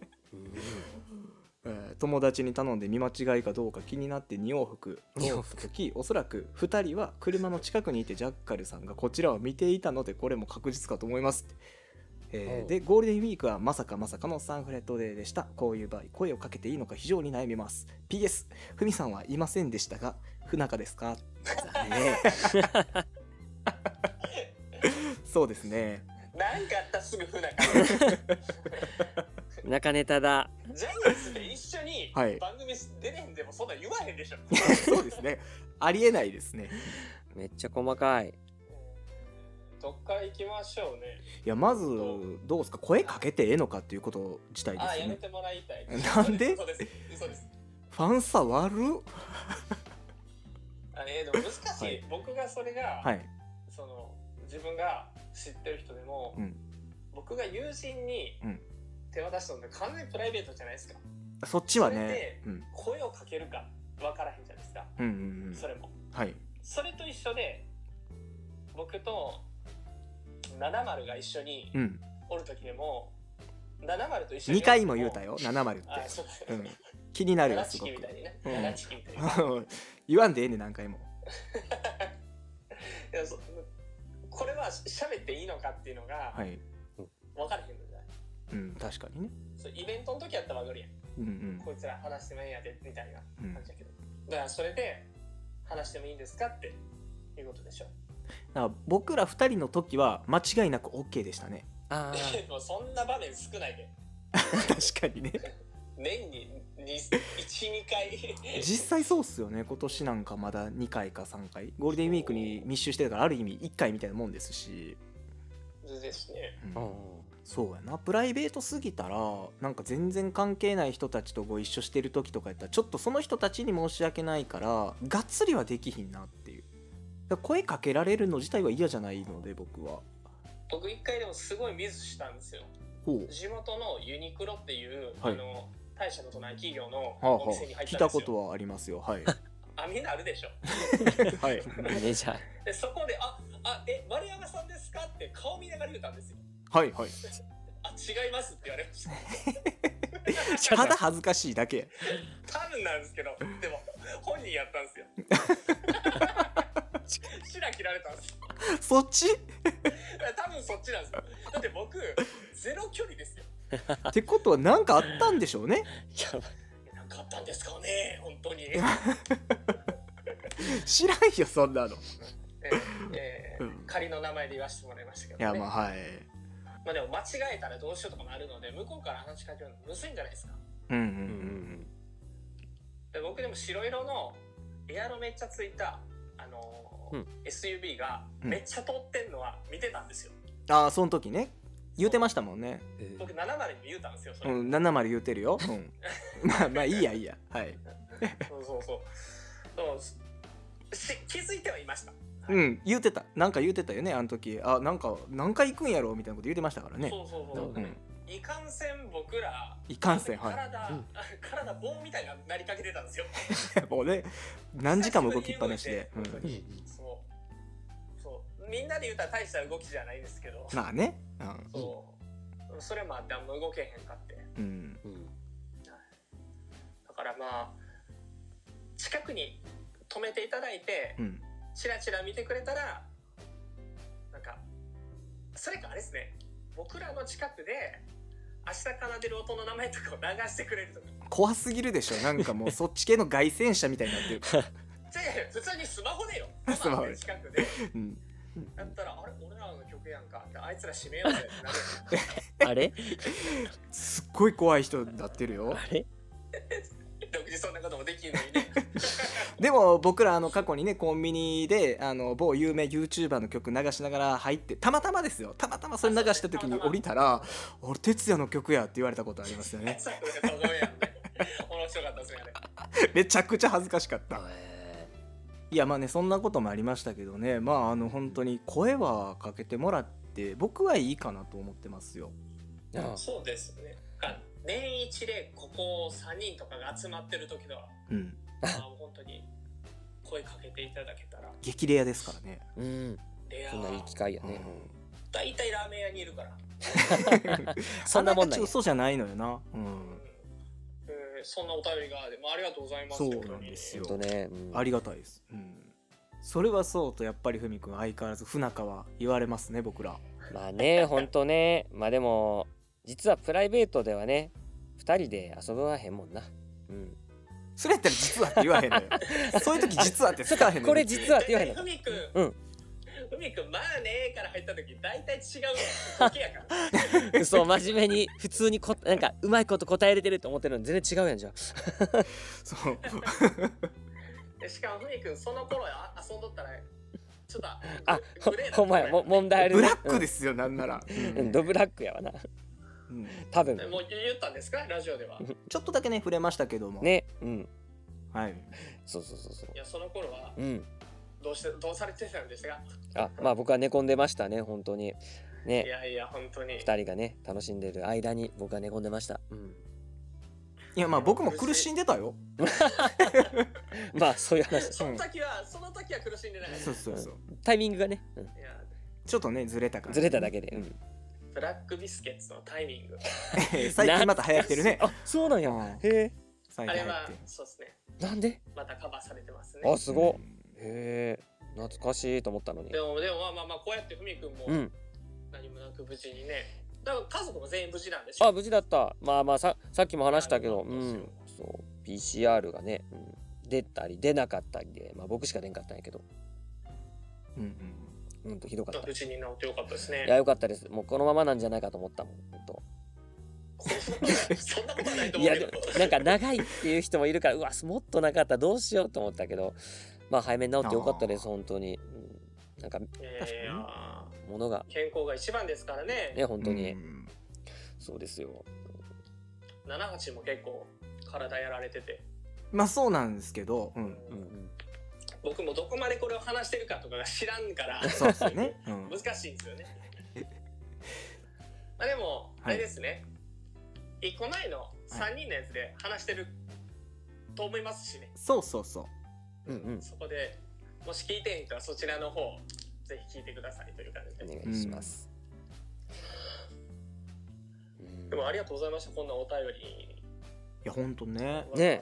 友達に頼んで見間違いかどうか気になって2往復
二
往
往
復
復
時おそらく2人は車の近くにいてジャッカルさんがこちらを見ていたのでこれも確実かと思いますえ
お
ー
う
でゴールデンウィークはまさかまさかのサンフレットデーでしたこういう場合声をかけていいのか非常に悩みます PS ふみさんはいませんでしたが不仲です か
ね
そうですね
なんかあったらすぐ不仲
中ネタだ
ジャニーズで一緒に
はい
番組出れへんでもそんなん言わへんでしょ
そうですねありえないですね
めっちゃ細かい
どっから行きましょうね。
いやまずどうですか声かけてええのかっていうこと自体で
あ、
すよ
やめ
ね
てもらいたい。
なんで
嘘です。嘘です。
ファン差悪っ
あえーでも難しい。
はい
僕がそれが、
はい
その自分が知ってる人でも、
うん
僕が友人に
うん
手渡したので完全にプライベートじゃないですか。
そっちは
それ
ね
で、
うん、
声をかけるか分からへんじゃないですか。
うんうんうん
それも。
はい
それと一緒で僕と70が一緒に
うん
おる時でも70と一緒に
2回も言うた
よ。
よ70っ
あ、
て、
そう
う
だ
ん
ね。、
気になるよす
七チ
ご
キ
く
みたいにね。
うん
七チキみたいに。
言わんでええねん何回も
いやそこれは喋っていいのかっていうのが
はい、
分からへんのじゃない、
うん、確かにね
そうイベントの時やったら分かるやん
うん
こいつら話してもええんやでみたいな
うんうんだ
感
か
じやけどだからそれで話してもいいんですかっていうことでしょ
ら僕ら2人の時は間違いなく OK でしたね
あ
でもそんな場面少ないで
確かにね
年に12回
実際そうっすよね今年なんかまだ2回か3回ゴールデンウィークに密集してるからある意味1回みたいなもんですし、
ですね
うん
あうん
そうやなプライベートすぎたらなんか全然関係ない人たちとご一緒してる時とかやったらちょっとその人たちに申し訳ないからがっつりはできひんなっていうだから声かけられるの自体は嫌じゃないので僕は
僕一回でもすごいミスしたんですよ
ほう
地元のユニクロっていう、
はい
あの大したことない企業の
はあ、
お
は
店に
あ、
入っ
来
た
た
んですよ、
ことはありますよはい
あみんなあるでしょ
はい
メジャー
でそこで「ああえ丸山さんですか?」って顔見ながら言うたんですよ
はいはい
「あ違います」って言われました
ちょ
た
っと
だ恥ずかしいだけ
多分なんですけどでも本人やったんですよ しら切られたんですよ
そっち
多分そっちなんですよだって僕ゼロ距離ですよ
ってことは何かあったんでしょうね
やばい
えなんかあったんですかね本当にえ
知らんよそんなのい
え
うん
仮の名前で言わせてもらいましたけど、ね、
やまあはい
まあでも間違えたらどうしようとかもあるので向こうから話しかけるのむずいんじゃないですか
うんうん
うん
で僕でも白色のエアロめっちゃついた、あのー
うん
SUV が
うん
めっちゃ通ってんのは見てたんですよ、
うんああその時ね言うてましたもんね
うんうん
僕70に言うたんですよそれ、
うん、70言うてる よ、うん、まあまあいいやいいやはい、
そうそうそうそうしし気づいてはいました、はい
うん言うてたなんか言うてたよねあの時あなんか何回行くんやろみたいなこと言うてましたからね
そうそうそう、
うん
いかんせん僕ら
いかんせんはい
体、
うん
体棒みたいになりかけてたんですよ
もうね何時間も動きっぱなしで、う
久しぶりに動い
ん、
てそうそうみんなで言うたら大した動きじゃないですけど、
まあね
そうそれもあってあんま動けへんかって
うん、うん、
うん
だからまあ近くに止めていただいて、
うん
チラチラ見てくれたらなんかそれかあれですね僕らの近くで明日奏でる音の名前とかを流してくれるとか
怖すぎるでしょなんかもうそっち系の凱旋者みたいになってるから、
じゃあ普通にスマホでよ
スマホで
近くで
うん、
だったらあれ俺らの曲やんかってあいつら締めようぜってなる
あれ
すっごい怖い人になってるよ
あれ
独自そんなこともできんのにね
でも僕らあの過去にねコンビニであの某有名 YouTuber の曲流しながら入ってたまたまですよたまたまそれ流した時に降りたら「俺哲也の曲や」って言われたことありますよ ね
さっきの動画やんね面白かったですよね
めちゃくちゃ恥ずかしかった
え
いやまあねそんなこともありましたけどねまああの本当に声はかけてもらって僕はいいかなと思ってますよ
ーあ
そうですねあ年一でここ3人とかが集まってる時とは
うん
まあ本当に声かけていただけたら
激レアですからね、
うん
レア
そんないい機会やね
大体ラーメン屋にいるから、
そんなもんな
あ
い
がち嘘じゃないのよなうん
えーそんなお便りがでもありがとうございます
そうなんですよ
ほんとね、うん
ありがたいですうんそれはそうとやっぱりふみくん相変わらず不仲は言われますね僕ら
まあね ほんとねまあでも実はプライベートではね2人で遊ぶはへんもんなうん
それやったら実はって言わ へんのよそういう時実はって使わへんのよ
これ実はって言わへん
ふ
の
みく
うん
んふみくんまあねーから入った時大体違う時やから
そう真面目に普通にこなんかうまいこと答えれてると思ってるのに全然違うやんじゃん
そう
でしかもふみくんその頃あ遊んどったらちょっと
あほ
グレーだ
ほんまやも問題ある
ブラック
で、
ですよなんなら、
うんうんドブラックやわな
うん
多分
もう言ったんですかラジオでは
ちょっとだけね触れましたけども、
ねうん
はい
そうそうそうそう
いやその頃は
うん
どうしてどうされてたんですか
あまあ僕は寝込んでましたね本当に
い
ね
やいや本当に
二人がね楽しんでる間に僕は寝込んでました、うん、
いやまあ僕も苦しんでたよ
まあそういう話
その時はその時は苦しんでなかっ
そうそうそう
タイミングがね、うん
たいや
ちょっとねずれたから
ずれた だけで、うん、
ブラックビスケッツのタイミング
最近また流行ってるね
あ そうなんや、
うん
へえ
最
あ
近流行
れ
っ
は
てる
そうですね
なんで
またカバーされてますね
あすごっ、
うん
へえ懐かしいと思ったのに
でもでもまあまあまあこうやってふみくんも
うん
何もなく無事にねだから家族も全員無事なんでしょ
あ無事だったまあまあささっきも話したけどう
あよ
ん
か
そう PCR がね、うん、出たり出なかったりでまあ僕しか出んかったんやけど
うんうん
うんとひどかった
無
い
事に治ってよかったですね
やよかったですもうこのままなんじゃないかと思ったもんほんと
そんなことはないと
いや
思うけ
で
ど
もなんか長いっていう人もいるからうわもっとなかったらどうしようと思ったけどまあ早めに治ってよかったです本当に、うん、なんか
いやいやいや
ものが
健康が一番ですからね
ね本当に、
うん
そうですよ
78も結構体やられてて
まあそうなんですけど、うん、
うんうん
僕もどこまでこれを話してるかとかが知らんから
そうですよね、うん
難しいんですよね。まあでも、
はい
あれですね。一個前の三人のやつで話してると思いますしね。
そうそうそう
うん
そこでもし聞いてへん人はそちらの方ぜひ聞いてくださいという感じ
う
で。
んお願いします、うん
でもありがとうございました。こんなお便り
いやほんとね
ね
わ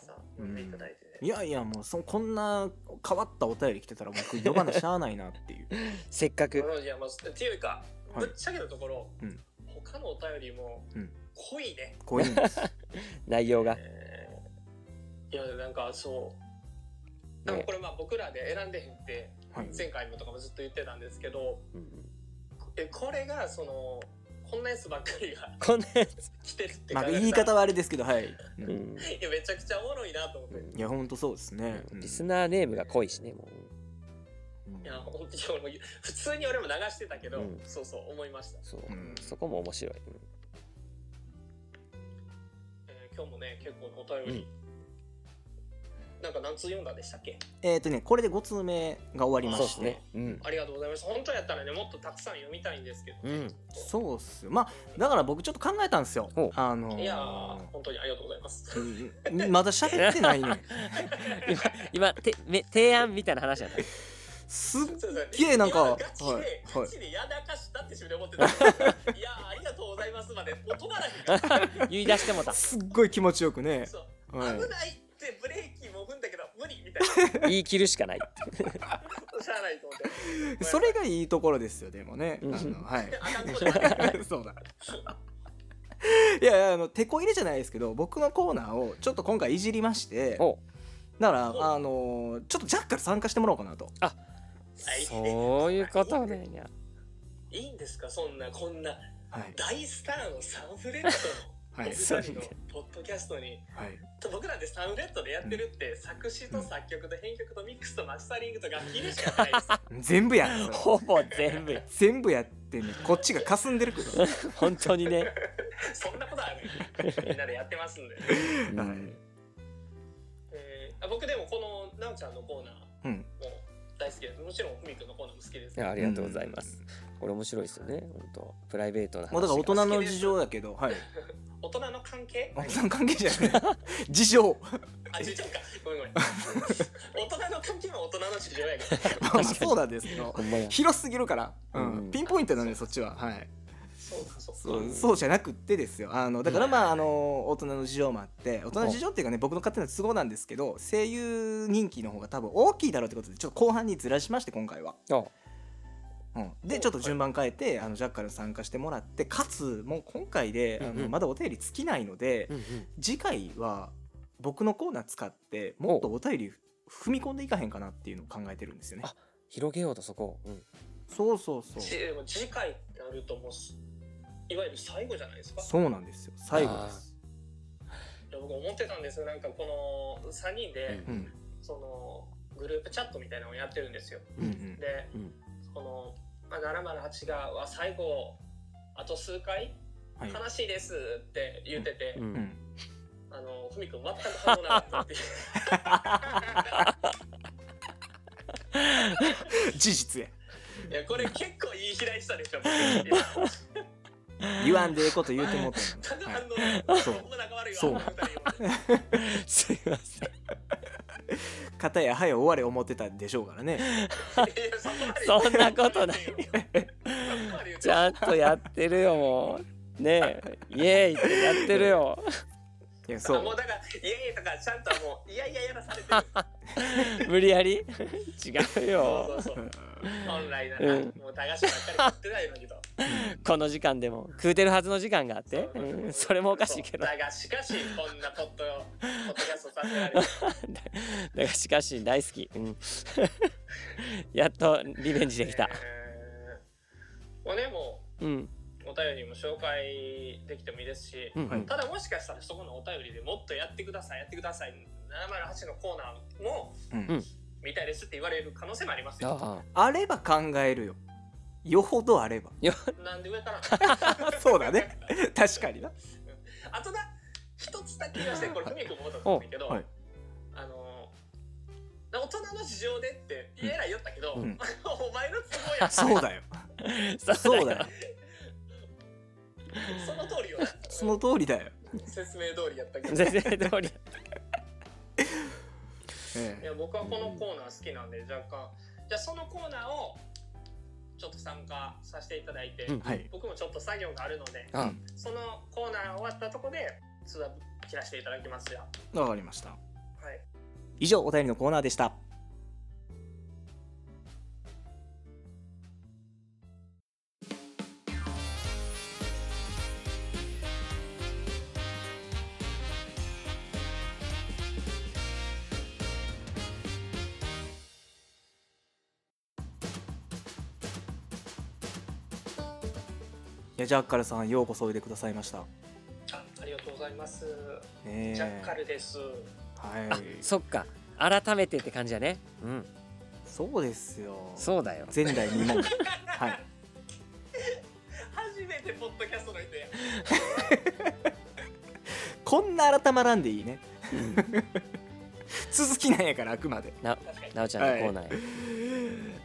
ざわざ読んでいただいて、
いやいやもうそこんな変わったお便り来てたら僕呼ばなしゃあないなっていう
せっか
な
く
のでいやまあっていうか、
はい
ぶっちゃけたところ、
うん
他のお便りも
うん
濃いね。
こういうんです
内容が、
えーいやなんかそう。でも
ね
これまあ僕らで選んでへんって
はい
前回もとかもずっと言ってたんですけど、
うんうん
えこれがそのこんなやつばっかりが
こんなやつ、
来てるって
まあ
考えたら
言い方はあれですけどはい、うん
うん
いやめちゃくちゃおもろいなと思って、
いやほんとそうですね、うん
リスナーネームが濃いしねもう
うん
いや本当に俺も普通に俺も流してたけど、
うん
そうそう思いました、
そう、
うん
そこも面白い、うん
えー今日もね結構お便り、なんか何通読んだんでしたっけ
えっ、とねこれで5通目が終わり
そ
ま
うで
し
す
て
ねうん
ありがとうございます本当やったらねもっとたくさん読みたいんですけど、
うん
そうっすまあだから僕ちょっと考えたんですよ
ほう
あのー
いやー本当にありがとうございます
うんうんまだ喋ってないねん
今今てめ提案みたいな話やった
すっ
そうです
げえなんか
今ガチで、
はいはい
ガチでやらかしたって自分で思 ってた。いやーありがとうございますまで、もう飛ばないから。
言い出してもた
すっごい気持ちよくね
そう
はい
危ないってブレーキも踏んだけど無無理みたい
言い切るしかないって
な。しゃあないと思って。
それがいいところですよでもねあ
うん
のはい
あかんことだ
そうだいやいやあの手こ入れじゃないですけど僕のコーナーをちょっと今回いじりまして
お
だからあのーちょっとジャッカル参加してもらおうかなと
そういうことなんや
いいんですかそんなこんな
はい
大スターのサンフレッド
は
のお
い
二
そう
人のポッドキャストに
はい
僕なんてサンフレッドでやってるって作詞と作曲と編曲とミックスとマスタリングと楽器でしかないです。
全 部やんそれ
ほぼ全部や
全部やってねこっちが霞んでるけどは
本当にね、
そんなことはねみんなでやってますんで。
い
えーあ僕でもこのなおちゃんのコーナー
うん
も大好きです。もちろんふみくんのコーナーも好きです
い
けど。
やありがとうございます、これ面白いですよね本当プライベートな話
もうだから大
が
人の事情だけどはい
大人の関係
大人の関係じゃない事情
あ、事情か。ごめんごめん。大人の関係は大人の事情やけど。
まあまあそうなんですけど
ほんま や
広すぎるから、うん
うん
ピンポイントなんでそっちははい
そうかそうか。
そうそうじゃなくってですよあのだからまああの大人の事情もあって大人の事情っていうかね僕の勝手な都合なんですけど声優人気の方が多分大きいだろうってことでちょっと後半にずらしまして今回は、
あ
うん、でちょっと順番変えてあのジャッカルに参加してもらってかつもう今回であ
うんう
の
ん
まだお便り尽きないので
うんうん
次回は僕のコーナー使ってもっとお便り踏み込んでいかへんかなっていうのを考えてるんですよね
あ広げようとそこ、うん、
そうそうそう
ちでも次回ってなるともうすいわゆる最後じゃないですか
そうなんですよ最後です
僕思ってたんですよなんかこの3人で、
う
うん
そのグループチャットみたいなのをやってるんですよ
うんうん
で、
うん
その、まあ、708がわ「最後あと数回
はい
悲しいです」って言ってて、
うん
うん
あのふみくん全く反応なかったっていう
事実や
いやこれ結構言い開いてたでしょ僕
言わんでええこと言うてもうた
全
ん
く
や
反
な、
応なかった
そう
ほんま仲悪いわ
そう
この二人
すいませ
い、
ん
片や早終われ思ってたんでしょうからね
いやそこま
そ
で
んなことないよ
そこまで言って
ちゃんとやってるよもうねえイエーイってやってるよ
いや
そ
そう
もう
う
だから「いやいや」とかちゃんともう「いやいや」やらされ てる
無理やり違う
そ
よ
うそうそう本来なら、
うん
もう駄菓子ばっかり食ってないのけど
この時間でも食うてるはずの時間があって
そう
うん それもおかしいけど
そうだがしかしこんなポットをポッドキャストさせられて
だだがしかし大好き、うんやっとリベン ジできた、
えー、もうねも
うん
うお便りも紹介できてもいいですし、
うん
はい
ただもしかしたらそこのお便りでもっとやってくださいやってください708のコーナーも
うん
見たいですって言われる可能性もありますよ
あ
あれば考えるよよほどあれば
なんで上から
そうだ ね 確かにな
あとだ一つだけ言わせてこれふみくんも思ったと思うんだけど、
おはい
あの大人の事情でって言えないよったけど、
うん
お前の都合やそ
そうだよ
あ
そ
そううだ
だ
よ
よ
の通りよな
その通りだよ、
説明通りやったけど
全然通りや
え
い
え
や僕はこのコーナー好きなんで若干じゃあそのコーナーをちょっと参加させていただいて、
うん
はい
僕もちょっと作業があるので
あ
そのコーナー終わったとこで津田切らせていただきますよ
わかりました
はい
以上お便りのコーナーでしたいやジャッカルさんようこそおいでくださいました。
あありがとうございます、
ねえ
ジャッカルです
はい。
そっか改めてって感じだねうん
そうですよ。
そうだよ
前代未聞。はい。
初めてポッドキャストの人や
こんな改まらんでいいね。続きなんやからあくまで。
な
確かに
なおちゃんのコーナーへ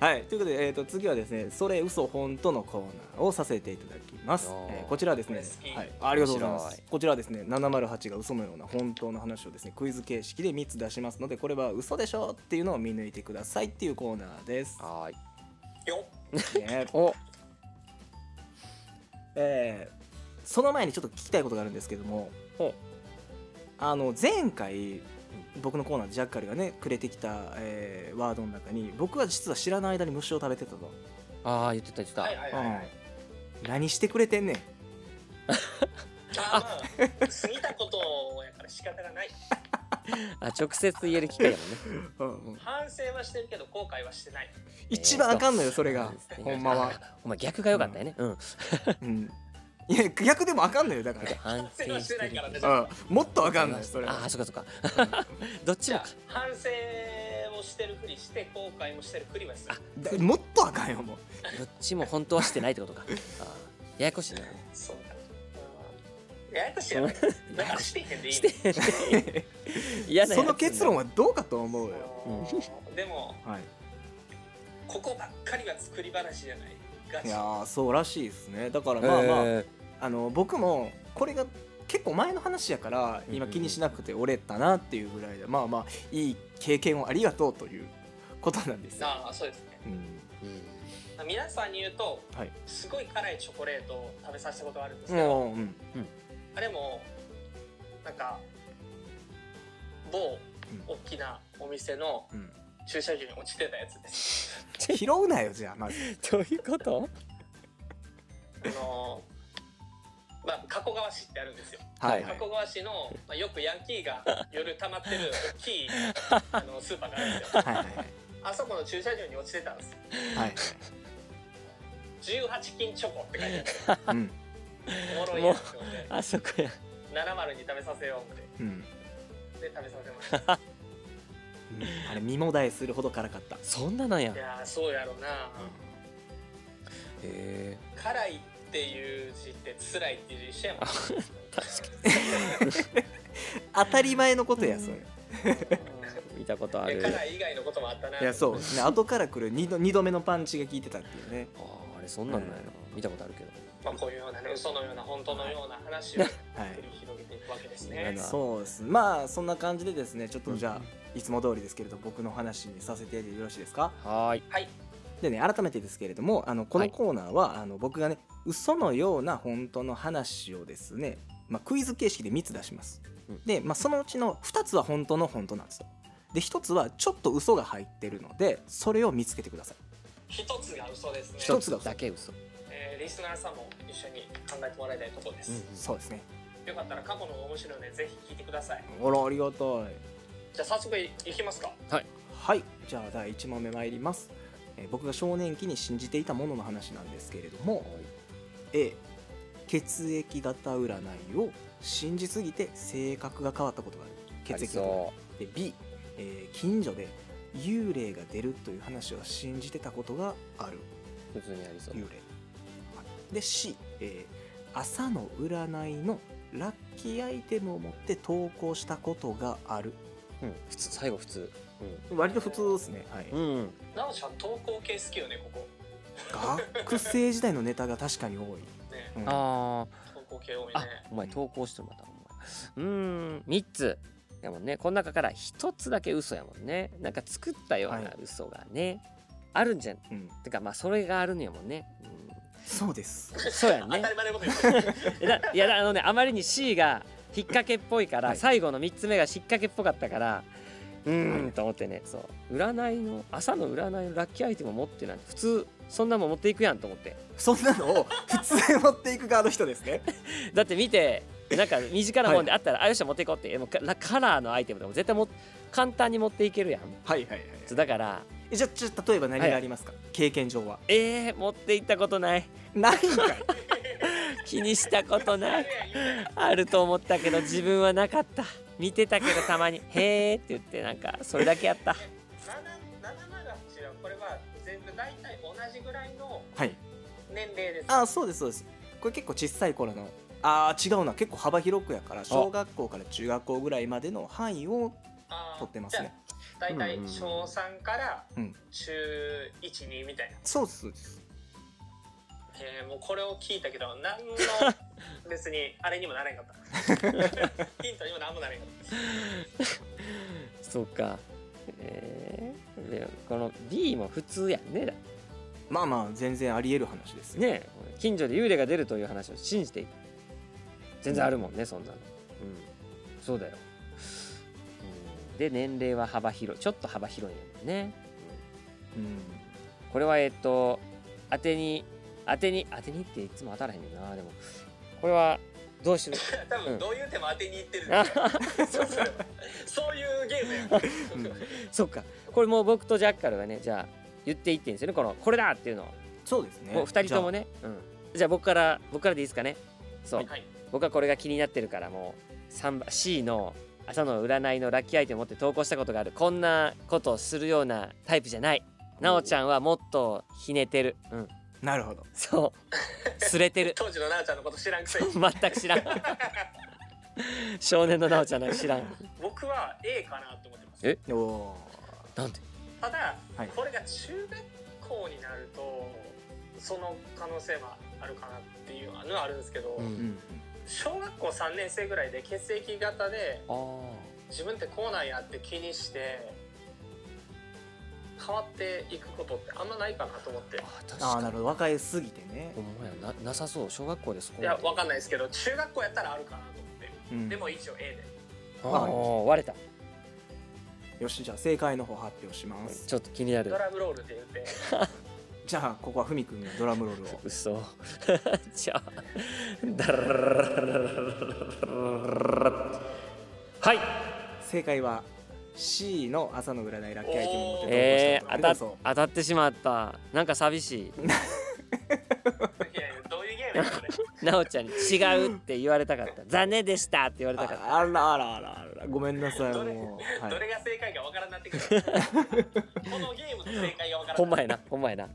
はい、ということで、えー、と次はですね「それ嘘本当のコーナーをさせていただきます、
おー
えーこちらはですね
これ、好き
はい、ありがとうございま
面
す
白
こちらはですね708が嘘のような本当の話をですねクイズ形式で3つ出しますのでこれは嘘でしょっていうのを見抜いてくださいっていうコーナーです、
はーい
よ
ね
お
えーその前にちょっと聞きたいことがあるんですけども
ほう
あの前回僕のコーナーでジャッカルがねくれてきた、えーワードの中に僕は実は知らない間に虫を食べてたと
ああ言ってた言ってた、
はいはいはいはい。
何してくれてんねん
あーまあ、過ぎたことやから仕方がない。
あ直接言える機会やもんね
反省はしてるけど、後悔はしてない。
一番あかんのよそれが、
えー
ほんまは、
お前逆が良かったよねうん、
うん、いや逆でもあかんのよだから
反省
反省はし
して
て
る
ないからね
うん、もっとあかんのよそれ
あ
は
あそっかそっか どっち
じ
も
ゃあ
か、
反省をしてるふりして、後悔もしてるふりはする
あ。
だもっとあかんよもう
どっちも本当はしてないってことかあーややこしいな
そうだ。うんややこしいよね。だからしてへんでいい
し
の
て 嫌なや
そ
つ
の結論はどうかと思うよ、
うんでも、
はい、
ここばっかりが作り話じゃない。ガ
い
チ。
やーそうらしいですねだからまあまあ、
え
あの僕もこれが結構前の話やから
うんうん
今
うん
気にしなくて折れたなっていうぐらいで、まあまあいい経験をありがとうということなんですよ、
ああ、そうですね。
うん
ーうん
皆さんに言うと、
はい
すごい辛いチョコレートを食べさせたことがあるんですけど、
もううん
あれもなんか某大きなお店の
うん
駐車場に落ちてたやつです。
拾うなよじゃあまず
どういうこと
あのーまあ、加古川市ってあるんですよ、
はい
加古川市の、まあ、よくヤンキーが夜溜まってる大きいあのスーパーがあるんですよ
はいはい
あそこの駐車場に落ちてたんです
はい、
18金チョコって書いて
うん
あるおもろいやつをね
あそこや
70に食べさせようって
うん
で食べさせ ました
あれ身もだえするほど辛かった
そんななんや
いやーそうやろな、
え
辛いっていう字って辛いっていう字一緒やもん
当たり前のことやそれ、
見たことあ
い
る
や辛い以外のこともあったない
やそうですね後から来る2度二度目のパンチが効いてたっていうね
あーあれそんなんなんやな見たことあるけど
まあ、こういうようなね嘘のような本当のような話を繰
はい
り広げていくわけです
嫌
ね
な。
そうですまあそんな感じでですねちょっとじゃあ、
うん
いつも通りですけれど僕の話にさせてよろしいですか
はーい
はい、
でね改めてですけれどもあのこ
は
の
い
コーナーは、あの僕がね嘘のような本当の話をですね、まあ、クイズ形式で3つ出します、
うん
で、まあ、そのうちの2つは本当の本当なんですよで1つはちょっと嘘が入ってるのでそれを見つけてください
一つが嘘ですね、
一つだ
だけ嘘
えーリスナーさんも一緒に考えてもらいたいところです、
そうですね
よかったら過去の面白いのでぜひ聞いてください
あらありがたい
じゃあ早速いいきますか
はいじゃあ第1問目参ります、えー僕が少年期に信じていたものの話なんですけれども A 血液型占いを信じすぎて性格が変わったことがある
あ
血
り
液型
そ
で B、えー近所で幽霊が出るという話を信じてたことがある
う普通にありそう
幽霊はいで C、えー朝の占いのラッキーアイテムを持って投稿したことがある
うん普通最後普通
割と普通ですね、はい、
うんうん
なおちゃん投稿系好きよねここ
学生時代のネタが確かに多い、
ね
うん
あー
投稿系多いね
あお前投稿してもらったお前うーん3つやもんねこの中から1つだけ嘘やもんねなんか作ったよう
は
ない嘘がねあるんじゃん
うん
てかまあそれがあるのやもんね
そうです
うんそうやん
当た
ね
り前のこと言ってる
いやだいやだあのねあまりに C が引っ掛けっぽいから、
はい
最後の3つ目が引っ掛けっぽかったからうー
は
ん
い
と思ってねそう占いの朝の占いのラッキーアイテムを持ってない普通そんなもん持っていくやんと思って
そんなのを普通に持っていく側の人ですね
だって見てなんか身近なもんであったら、あよっしゃ持っていこうってえもうカラカラーのアイテムでも絶対も簡単に持っていけるやん
はいはいはい
そうだから
えじゃあちょ例えば何がありますか、経験上は
えー、持って行ったことない
ないんかい
気にしたことない
いやいや
あると思ったけど自分はなかった見てたけどたまに「へーって言ってなんかそれだけやった
778はこれは全部大体同じぐらいの
はい
年齢です
あそうですそうですこれ結構小さい頃のあー違うな結構幅広くやから小学校から中学校ぐらいまでの範囲を
あー
取ってますね
じゃあ大体
うんうん
小3から
うん
中12みたいな、
そうですそうです
えーもうこれを聞いたけど何の別にあれにもなれんかったヒントにも何もなれんかっ
そうかえー、でこの B も普通やんねだ
まあまあ全然ありえる話ですよ
ね近所で幽霊が出るという話を信じていく全然あるもんねそんなのうんそうだよで年齢は幅広いちょっと幅広いんだよね
うん
これはえっと当てに当てに当てにっていつも当たらへんねんなでもこれはどうしよう
多分どういう手も当てにいっ てるんですよそうそうそういうゲームやから
そっかこれもう僕とジャッカルはねじゃあ言っていっていいんですよねこのこれだっていうのを
そうですね
もう2人ともねうん、じゃあ僕から僕からでいいですかねそう、
はい
僕はこれが気になってるからもう3番 C の朝の占いのラッキーアイテムを持って投稿したことがあるこんなことをするようなタイプじゃないなおちゃんはもっとひねてるうん
じゃあなるほど
そうすれてる
当時の奈々ちゃんのこと知らんくせ に
全く知らん少年のなおちゃんなんか知らん
僕は A かなと思ってます
え
おお
なんで
ただ、
はい
これが中学校になるとその可能性はあるかなっていうのはあるんですけど、
う
ー、
ん
うん
小学校3年生ぐらいで血液型で
あー
自分ってこうなんやって気にして変わっていくことってあんまないかなと思って
あー確
ああ
か
なる
に
ほど若いすぎてね
ほ、んまやななさそう小学校でそこ
いやわかんないですけど中学校やったらあるかなと思っ
う
て
ん、
でも一応 A で
あー割れた
よしじゃあ正解の方発表します
ちょっと気になる
ドラムロールって言って
じゃあここはふみくんがドラムロール を
嘘じゃあはい
正解は C の朝の占いラッキーアイテムを持って投稿
え
した
ー、
ことがあ
当た
る
っ
そう
当たってしまったなんか寂し
いやいやどういうゲームやこれ
いなおちゃんに「違う」って言われたかった「残念でした」って言われたかっ
ああらあらあらあらごめんなさい
どれ
もう、は
ど
い、
れが正解かわからんなってくるこのゲームの正解がわ
た
からん
ほんまやなほんまやな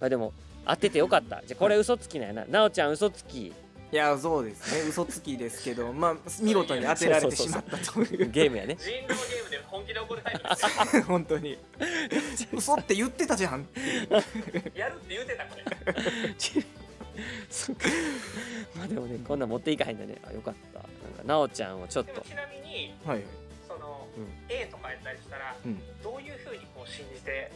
あでも当ててよかったじゃあこれ嘘つきなんやななおちゃん嘘つき
いやそうですね嘘つきですけ どまあ見事に当てられてしまったという
ゲーム やね
人狼ゲームで本気で怒るタイプですよ
本当に嘘って言ってたじゃん
やるって言うてたこれ
そっかまあでもねこんなん持っていかへんだねあよかったなんかなおちゃんをちょっ
でも
と
ちなみに
はい
その、
うん
A とかやったりしたら
うん
どういうふうにこう信じて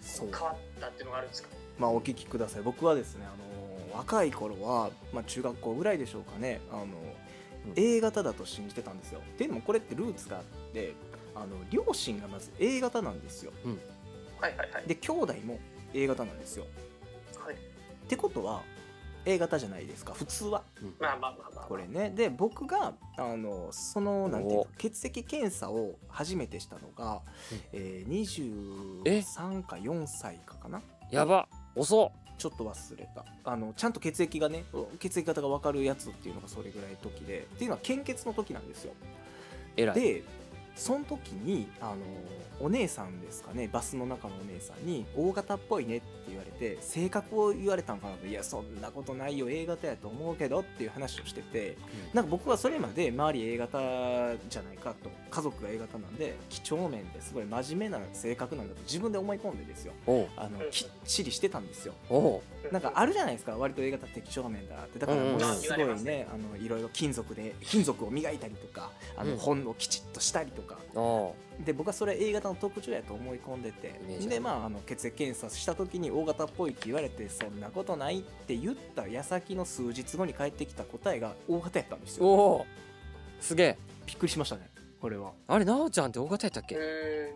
そう
変わったっていうのがあるんですか
まあお聞きください僕はですねあの若い頃は、まあ、中学校ぐらいでしょうかねあの、
うん
A 型だと信じてたんですよっていうのもこれってルーツがあってあの両親がまず A 型なんですよ
はいはいはい
で兄弟も A 型なんですよ
はい
ってことは A 型じゃないですか普通は
まあまあまあまあ
これねで僕があのそのなんていう
お
か血液検査を初めてしたのが
うん、
えー、23か4歳かかな
やば遅っ
ちょっと忘れたあのちゃんと血液がね血液型が分かるやつっていうのがそれぐらいの時でっていうのは献血の時なんですよ
えらい
でその時にあのお姉さんですかねバスの中のお姉さんに「大型っぽいね」って言われて性格を言われたのかなと「いやそんなことないよ A 型やと思うけど」っていう話をしててなんか僕はそれまで周り A 型じゃないかと家族が A 型なんで几帳面ですごい真面目な性格なんだと自分で思い込んでですよ
おう
あのきっちりしてたんですよ
おう
なんかあるじゃないですか割と A 型って几帳面だってだから
うんう
も
んうん
うすごい
言われます
ね
ね
あのいろいろ金属で金属を磨いたりとかあ
う
の
ん
本をきちっとしたりとか
おう
で僕はそれ A 型の特徴やと思い込んでて
イメージある
でまああの血液検査した時に O 型っぽいって言われてそんなことないって言った矢先の数日後に返ってきた答えが O 型やったんですよ
おおすげえ
びっくりしましたねこれは
あれなおちゃんって大型やったっ
う
け
ーん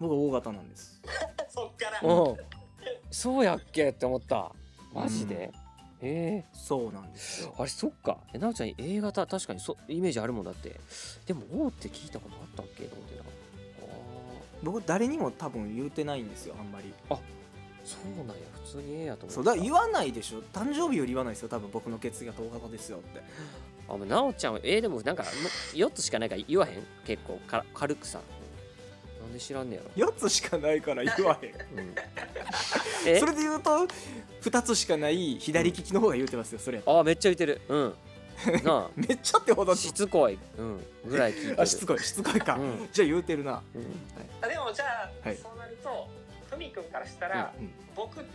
僕は O 型なんです
そっから
おうそうやっけって思ったマジでえ
そうなんです
え
よ
あれそっかえなおちゃん A 型確かにそイメージあるもんだってでも O って聞いたことあったっけと思ってなあ
僕誰にも多分言うてないんですよあんまり
ーそうなんや普通に A やと思ってた
そうだから言わないでしょ誕生日より言わないですよ多分僕の血液型 O 型ですよって
あもうなおちゃんは A でもなんか4つしかないから言わへん結構か軽くさなんで知らんねやろ、
4つしかないから言わへん
うん、え
それで言うと2つしかない左利きの方が言うてますよそれ
ああめっちゃ言ってるうんな
めっちゃってほど
あしつこい、うん、ぐらい聞いてる
あしつこいしつこいか、
うん
じゃあ言うてるな
うん
あでもじゃあ、
はい
そうなるとふみくんからしたら、
うんうん
僕って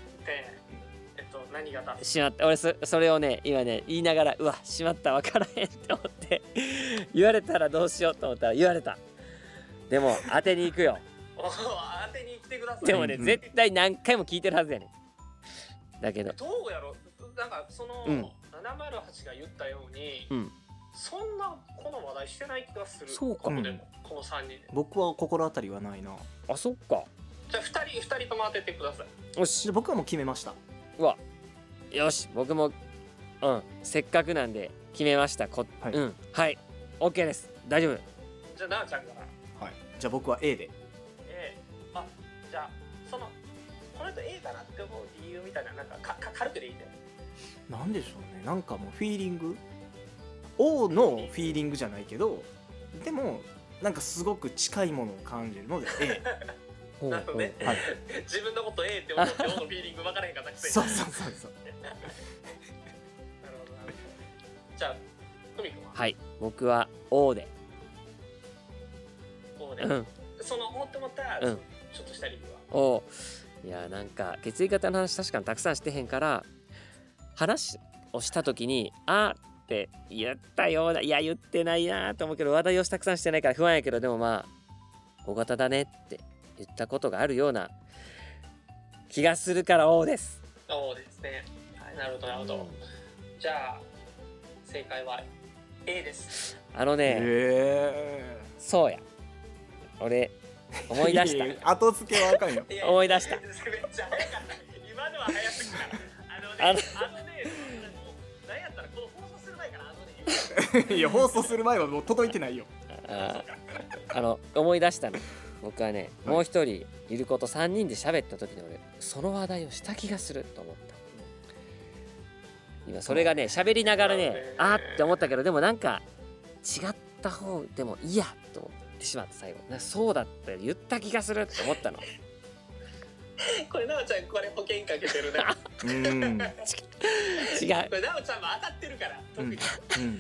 えっと何型
しまった俺そそれをね今ね言いながらうわしまった分からへんって思って言われたらどうしようと思ったら言われたでも当てに行 くよ
おー当てに来てください
でもね
うん
絶対何回も聞いてるはずやねんだけど
どうやろうなんかその、
うん
708が言ったように、
うん
そんなこの話題してない気がする
そうか
この
うん
でもこの3人で
僕は心当たりはないな
あそっか
じゃあ2人二人とも当ててください
よし
じゃあ僕はもう決めました
うわよし僕もうんせっかくなんで決めましたこ、
はい
うんはい OK です大丈夫
じゃあなあちゃんから
はいじゃあ僕は A で
A あじゃあそのこの人 A だなって思う理由みたいななんかかか軽くでいいんだよ
なんでしょうねなんかもうフィーリング O のフィーリングじゃないけどでもなんかすごく近いものを感じる ので
ほう
なるほどね
ほ
A はい
自分のこと A って思って O のフィーリング分からへんかったく せに
そうそうそうそう
なるほどなるほどじゃあふみくんは
うはい僕は O で
O ね、
うん
その思って思った、
うん
ちょっとした理由は
O いやなんか血液型の話確かにたくさんしてへんから話をした時に「あ」って言ったようないや言ってないなと思うけど話題をたくさんしてないから不安やけどでもまあ「O 型だね」って言ったことがあるような気がするから O です。
そうですね。はい、なるほど、なるほど。
うん
じゃあ、正解は A です。
あのね、
へ
そうや。俺、
え
思い 出した。
後付けはあかんよ
や
思い出した
めっちゃ早かった。今のは早すぎた。あ
あ
の
の
ね、あのね、なんやったらこの放送する前からあの ね、
いや放送する前はもう届いてないよ
あーあの、思い出したの。僕はね、
はい
もう一人いること3人で喋った時に俺、その話題をした気がすると思った。今、それがね、喋りながら
なる
ね、
ほどね
あーって思ったけど、でもなんか、違った方でもいいやと思ってしまった最後。なんかそうだって言った気がするって 思ったの。
これ、なおちゃん、これ保険かけて るな。
うんうん
違う
こ。れ、なおちゃんも当たってるから、特に。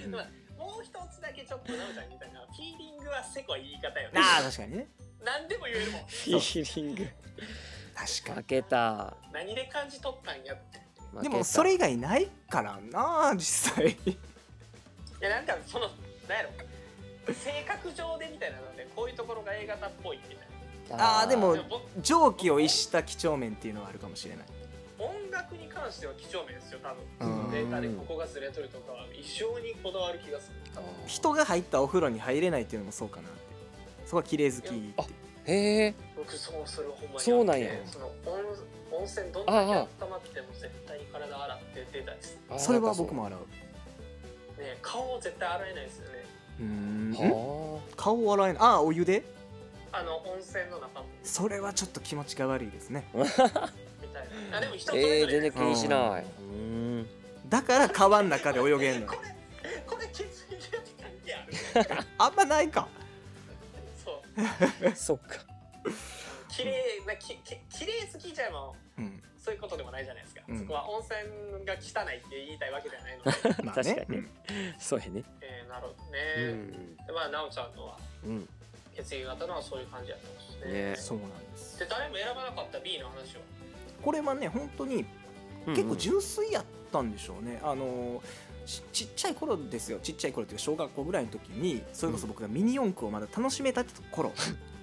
うん
まあもう一つだけちょっとなおちゃんみたいな、フィーリングはせこい言い方よね。
ああ確かにね
何でも言えるもん。
フィーリング。
確か
負けた。
何で感じ取ったんやっ
負
て。
けた
にでもそれ以外ないからな実 際
いやなんかそのなんやろ性格上でみたいなのでこういうところが A 型っぽいみたい
あーでも
なでも
上気を逸した几帳面っていうのはあるかもしれない
僕音楽に関しては几帳面ですよ多
うん
分データでここがずれとるとかは異常にこだわる気がする多分
人が入ったお風呂に入れないっていうのもそうかなってそこは綺麗好きっていう
あへえ
僕そうそれほんまに
そうなんや
あってその温温泉どんだけ温まっても絶対に体洗って出たいです
それは僕も洗う
ね顔を絶対洗えないですよね
うーん
は
顔を洗えないああお湯で
あの温泉の中も
それはちょっと気持ちが悪いですね
みたいなあでも人
あ
それぞ
え
れ
ー、全然気にしない
だから川の中で泳 げんの
これこれ血液型関係ある
あんまないか
そう
うんそっか
綺麗なきき綺麗好きじゃも
うん
そういうことでもないじゃないですか、
うん
そこは温泉が汚いって言いたいわけじゃないの で、
まあね
確かに
うん
そうやね
えー、なるほど
う
ね、
ん
でまあ奈緒ちゃんとは
うん
血液型のはそういう感じだったんですね
ね
そうなんです
で誰も選ばなかった B の話を
これはね本当に結構純粋やったんでしょうね、あのちちっちゃい頃ですよちっちゃい頃っていうか小学校ぐらいの時にそれこそ僕がミニ四駆をまだ楽しめた頃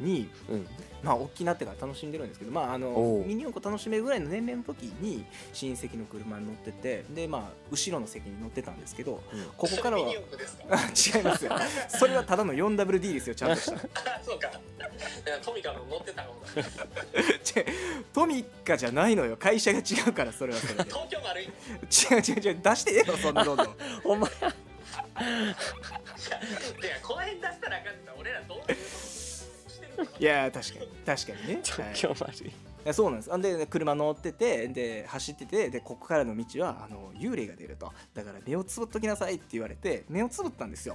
に、
うん
まあ大きくなってから楽しんでるんですけど、まあ、あ
お
の
う
ミニ四駆楽しめるぐらいの年齢の時に親戚の車に乗っててで、まあ、後ろの席に乗ってたんですけど
うん
ここからは
ミニオンクですか
あ違いますよそれはただの 4WD ですよちゃんとした
あそうかトミカの乗ってたのが
違うトミカじゃないのよ会社が違うからそれはそ れで
東京丸いい
違う違う違う出してええよそんなどんどん
お前
やいやこの辺出したらあかんって言ったら俺らどういうことしてるのか
いやー確かに確かにね、はい
東京丸い
いやそうなんですあんで車乗っててで走っててでここからの道はあの幽霊が出るとだから目をつぶっときなさいって言われて目をつぶったんですよ、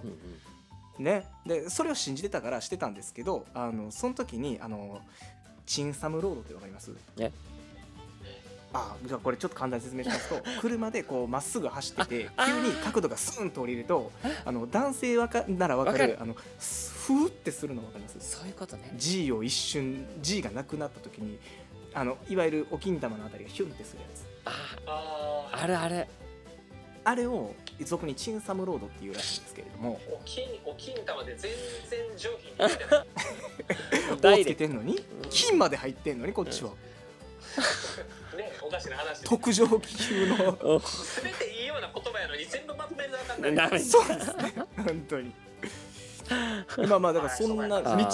ねでそれを信じてたからしてたんですけどあのその時にあのチンサムロードってわかります
え
あじゃあこれちょっと簡単に説明しますと 車でこうまっすぐ走ってて
ああ
急
ー
に角度がスーンと降りるとあの男性わかならわかる
わかる
あのふーってするのわかります
そういうことね
G を一瞬 G がなくなった時にあのいわゆるお金玉のあたりがヒュンってするやつ
あ
あ
あるある
あれを俗にチンサムロードっていうらしいんですけれども
お金お金玉で全然上品に出て ない
大
ダ
つ
イ
け
レ
てんのに
うん
金まで入ってんのにこっちは
ねおかしな話です
特上級の
お
全ていいような言葉やのに全部まとめるなあかんんない
ダメ
そうですね本当にまあまあだからそんな
あ
道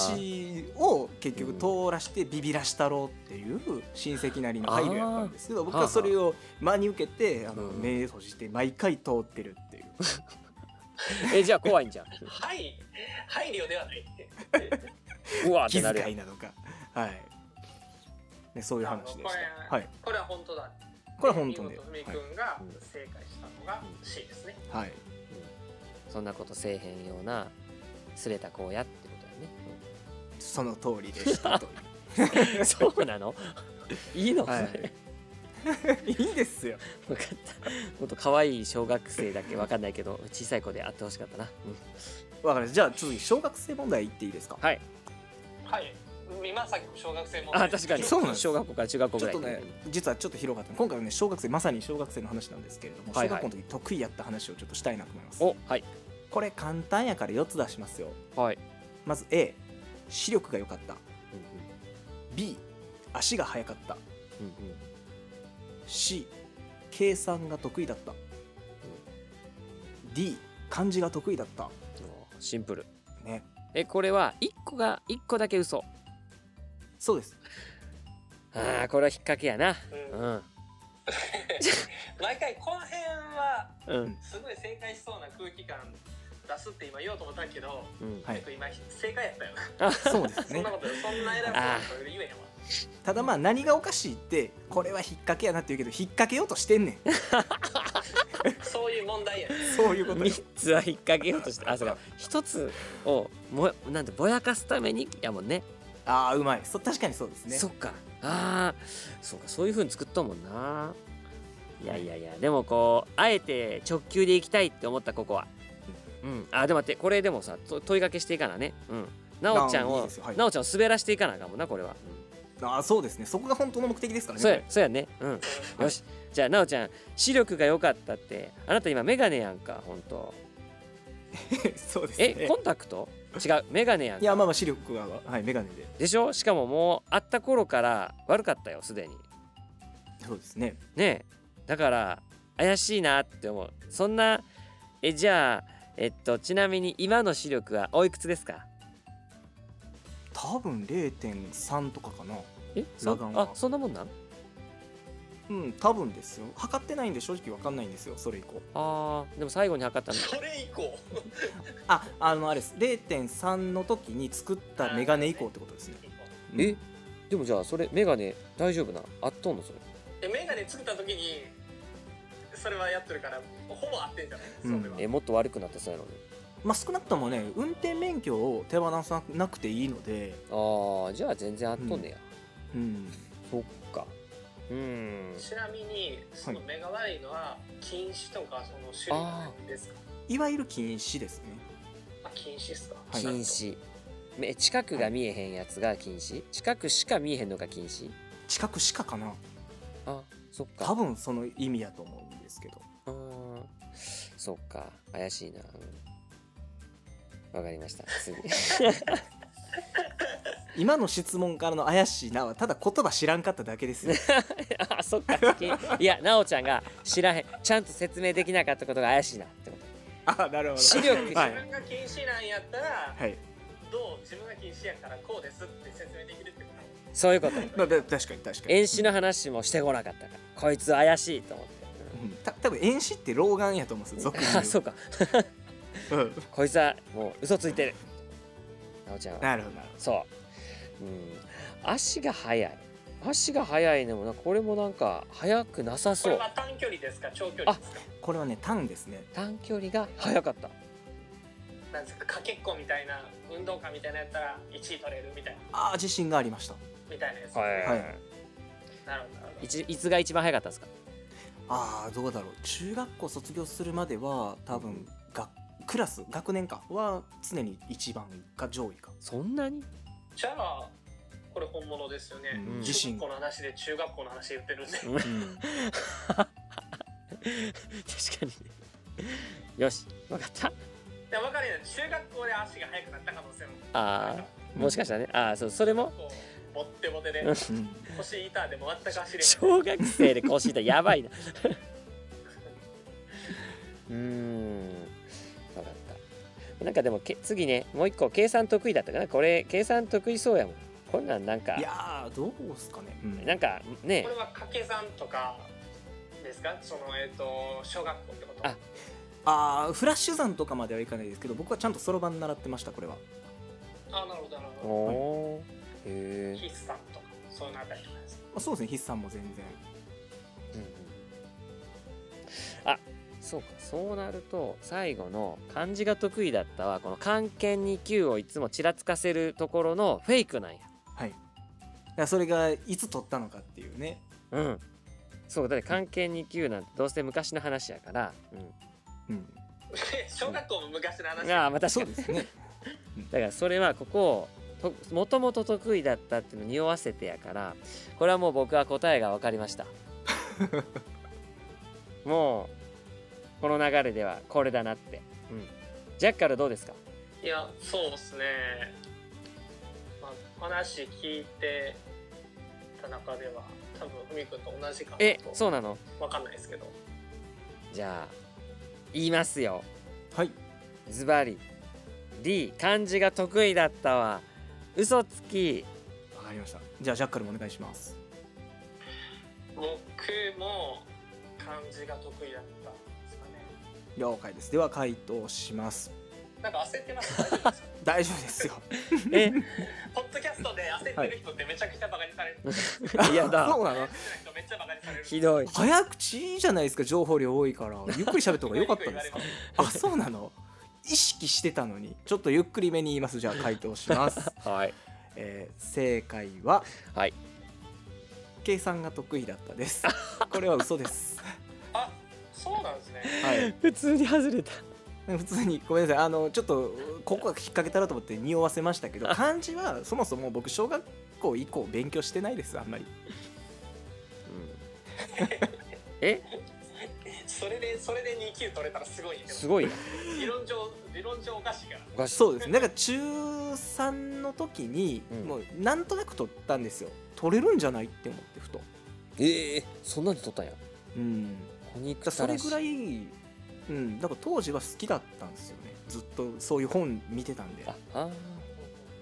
を結局通らしてビビらしたろうっていう親戚なりの配慮やったんですけど僕はそれを真に受けてあの
うん
目閉じて毎回通ってるっていう
えじゃあ 怖いんじゃん
はい、配慮ではない。
うわーっ
気
てなる
遣いなのかはいねそういう話でし
あ
た
の
はい
これは本当だ。
これは本当
見
で
事文君が正解したのが C ですね。
はい
そんなことせえへんようなすれた子やってこと
その通りでしたという
やねそうなのいいの、
は
それ
いいいんですよ
分かったもっと可愛い小学生だけ分かんないけど小さい子であってほしかったな、
わかりましたじゃあ次小学生問題いっていいですか
はい
はい。今さっきも小学生も。
あ確かに
そうなんです
小学校から中学校
ちょ
ぐ
っ
らい
とね実はちょっと広がった今回はね小学生まさに小学生の話なんですけれども
はい
小
はい
学校の時得意やった話をちょっとしたいなと思います
おはい
これ簡単やから4つ出しますよ
はい、
まず A 視力が良かった
うん
B 足が速かった
うんうんうん
C 計算が得意だった D 漢字が得意だった
おーシンプル
ね
えこれは1個が1個だけ嘘
そうです
ああこれは引っ掛けやな
うん
うん
毎回この辺は
うん
すごい正解しそうな空気感出すって今言おうと思ったけど、
うん
はい
今正解やったよな。
そうです
そん
ね
なことそんな選ぶこと言えへんわ。
ただまあ何がおかしいってこれは引っ掛けやなって言うけど引っ掛けようとしてんねん
そういう問題やね。
そういうことよ
3つは引っ掛けようとしてあそうか1つをもなんてぼやかすためにやもんね
ああうまいそ確かにそうですね
そっかあーそうかそういう風に作ったもんないやいやいやでもこうあえて直球でいきたいって思ったここはうんあでも待ってこれでもさと問いかけしていかなねうんなおちゃん
いい
を
ですよはい
なおちゃんを滑らしていかなあかんもんなこれは、
ああそうですねそこが本当の目的ですからね
そうやそうやねうん
はい
よしじゃあなおちゃん視力が良かったってあなた今メガネやんかほんと
これ そうです
え
ね
コンタクト違うメガネやん
い
か
やまあまあ視力ははい眼鏡で
でしょしかももう会った頃から悪かったよすでに
そうですね
ねえだから怪しいなって思うそんなえじゃあえっとちなみに今の視力はおいくつですか
多分0.3とかかな
え
そ
あそんなもんなん
うん多分ですよ測ってないんで正直わかんないんですよそれ以降
あーでも最後に測ったの
それ以 降。
ああのあれです0.3の時に作ったメガネ以降ってことですね、うん
えでもじゃあそれメガネ大丈夫なあっとんのそれ
えメガネ作った時にそれはやってるからほぼ合ってんじゃないそれは、
うん
えもっと悪くなってそうやのに
まあ少なくともね運転免許を手放さなくていいので
ああじゃあ全然あっとんねや、
うん
そっかうーん
ちなみにその目が悪いのは近視とかその種類がないんですか
いわゆる禁止ですね
あ近視っすか、
はい
近視め近くが見えへんやつが近視近くしか見えへんのが近視
近くしかかな
あそっか
多分その意味やと思うんですけど
うーんそっか怪しいなうんわかりました 次
今の質問からの怪しいなはただ言葉知らんかっただけですよ
あそっか好きいやなおちゃんが知らへんちゃんと説明できなかったことが怪しいなってこ と
あなるほど
視力
はい
自分が近視なんやったら、
はい
どう自分が近視やからこうですって説明できるってこと
そういうこと
まあ、だ確かに確かに
遠視の話もしてこなかったからこいつ怪しいと思って
うんた多分遠視って老眼やと思うんですよ俗に
あそう
言
か
う、うん、
こいつはもう嘘ついてるなおちゃんは
なるほどなる
そううん足が速い足が速いのもなこれもなんか速くなさ
こ
そ
れ
う
は短距離ですか長距離ですか
ほどこれはね単ですね
短距離が速かった
なんですかかけっこみたいな運動会みたいなやったら1位取れるみたいな
ああ自信がありました
みたいなやつ、
は
なるほどなるほ
い
ど
ついつが一番早かったですか
ああどうだろう中学校卒業するまでは多分がクラス学年かは常に一番か上位か、
そんなに
じゃあこれ本物ですよね、
うん自
中
信
学校の話で中学校の話言ってるんで
うん、
確かによし分かった
いや、わかるよ。中学校で足が速くなった可能性も。
あーもしかしたらねああそうそれも
こう、ボッテボテで、
うん
腰板でも全く走れる。
小学 生で腰痛いやばいなうーんなんかでもけ次ねもう一個計算得意だったかなこれ計算得意そうやもんこんなんなんか
いやーどうっすかね、うん
なんかね
これは掛け算とかですかそのえっ、と小学校ってこと
あ
あーフラッシュ山とかまではいかないですけど僕はちゃんとそろばん習ってましたこれは
あなるほどなる
お
ほ
おーへえ
ど筆算とかそういうのあたりとかですか
まあ、そうですね筆算も全然
うんうんあそうかそうなると最後の漢字が得意だったはこの「漢検2級」をいつもちらつかせるところのフェイクなんや
はいだからそれがいつ取ったのかっていうね
うんそうだって漢検2級なんてどうせ昔の話やから、う
うん
小学校も昔の話
ん、ああまあ確
そ
か
う
に
ですね
だからそれはここをもともと得意だったっていうのを匂わせてやからこれはもう僕は答えが分かりましたもうこの流れではこれだなって、うん、ジャッカルどうですか
いやそうですね、まあ、話聞いてた中では多分ふみくんと同じか
え
な
そ
と
うなの
わかんないですけど
じゃあ言いますよ
はい
ズバリ D 漢字が得意だったわ嘘つき
わかりましたじゃあジャッカルもお願いします
僕も漢字が得意だったんですかね
了解ですでは回答します
なんか焦ってます大丈夫で すか
大丈夫 ですよ
え
ポッドキャストで焦ってる人ってめちゃくちゃバカにされる、
いや だ
そうなの
人めっちゃバカにされる
ひどい
早口じゃないですか情報量多いからゆっくり喋った方が良か ったんですかあそうなの意識してたのにちょっとゆっくりめに言いますじゃあ回答します、
はい
えー正解は
はい
計算が得意だった ですこれは嘘です
あそうなんですね
はい
普通に外れた
普通にごめんなさいあのちょっとここが引っ掛けたらと思って匂わせましたけど漢字はそもそも僕小学校以降勉強してないですあんまり
え
それでそれで2級取れたらすごいんです
すごいな
理論上理論上おかしいから
おかしい
そうですねだから中3の時に
うん
もうなんとなく取ったんですよ取れるんじゃないって思ってふと
ええそんなに取ったんや
うん
お肉
だからそれぐら
い
いうんだから当時は好きだったんですよねずっとそういう本見てたんで
あ、あ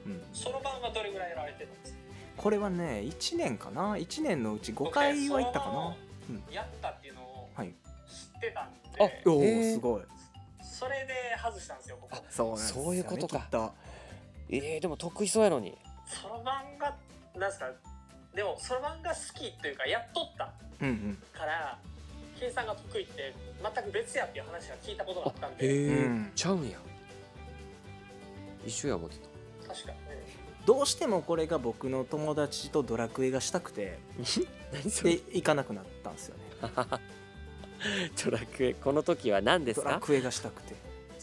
うん、
その晩はどれぐらいやられてたんですか
これはね1年かな1年のうち5回は行ったかな
僕ねそのやったっていうのを
はい
知ってたんで、
あ
おお
へー
すごい
それで外したんですよ僕
あ
そうなんですよね
そういうことか
きっと
ええでも得意そうやのに
そろばんがなんですかでもそろばんが好きっていうかやっとった
うんうん
から計算が得意って全く別やっていう話は聞いたことがあったん
へ
で
え、
うん
ちゃうんや一緒や思ってた
確かにね
どうしてもこれが僕の友達とドラクエがしたくて
何そ
で
れ
行かなくなったんですよね
ドラクエこの時は何です
ドラ
か
クエがしたくて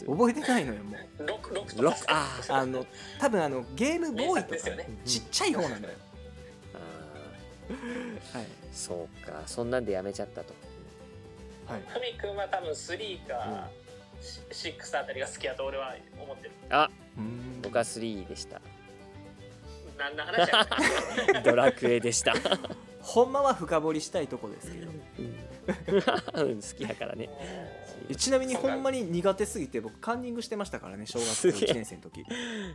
覚えてないのよ もう
六六と
ロ
か
ックあー
あの多分あのゲームボーイと
名作です
か、
よね
ちっちゃい方なのよ、
あ
はい
ーそうかそんなんでやめちゃったと
はい、
ふみくんは多分3か6あたりが好きやと俺は思ってる
あ
うん
僕は3でした
何の話やねん
ドラクエでした、
ほんまは深掘りしたいとこですけど
うんうん好 きやからね
ちなみにほんまに苦手すぎて僕カンニングしてましたからね小学校
すげえ
1年生の時い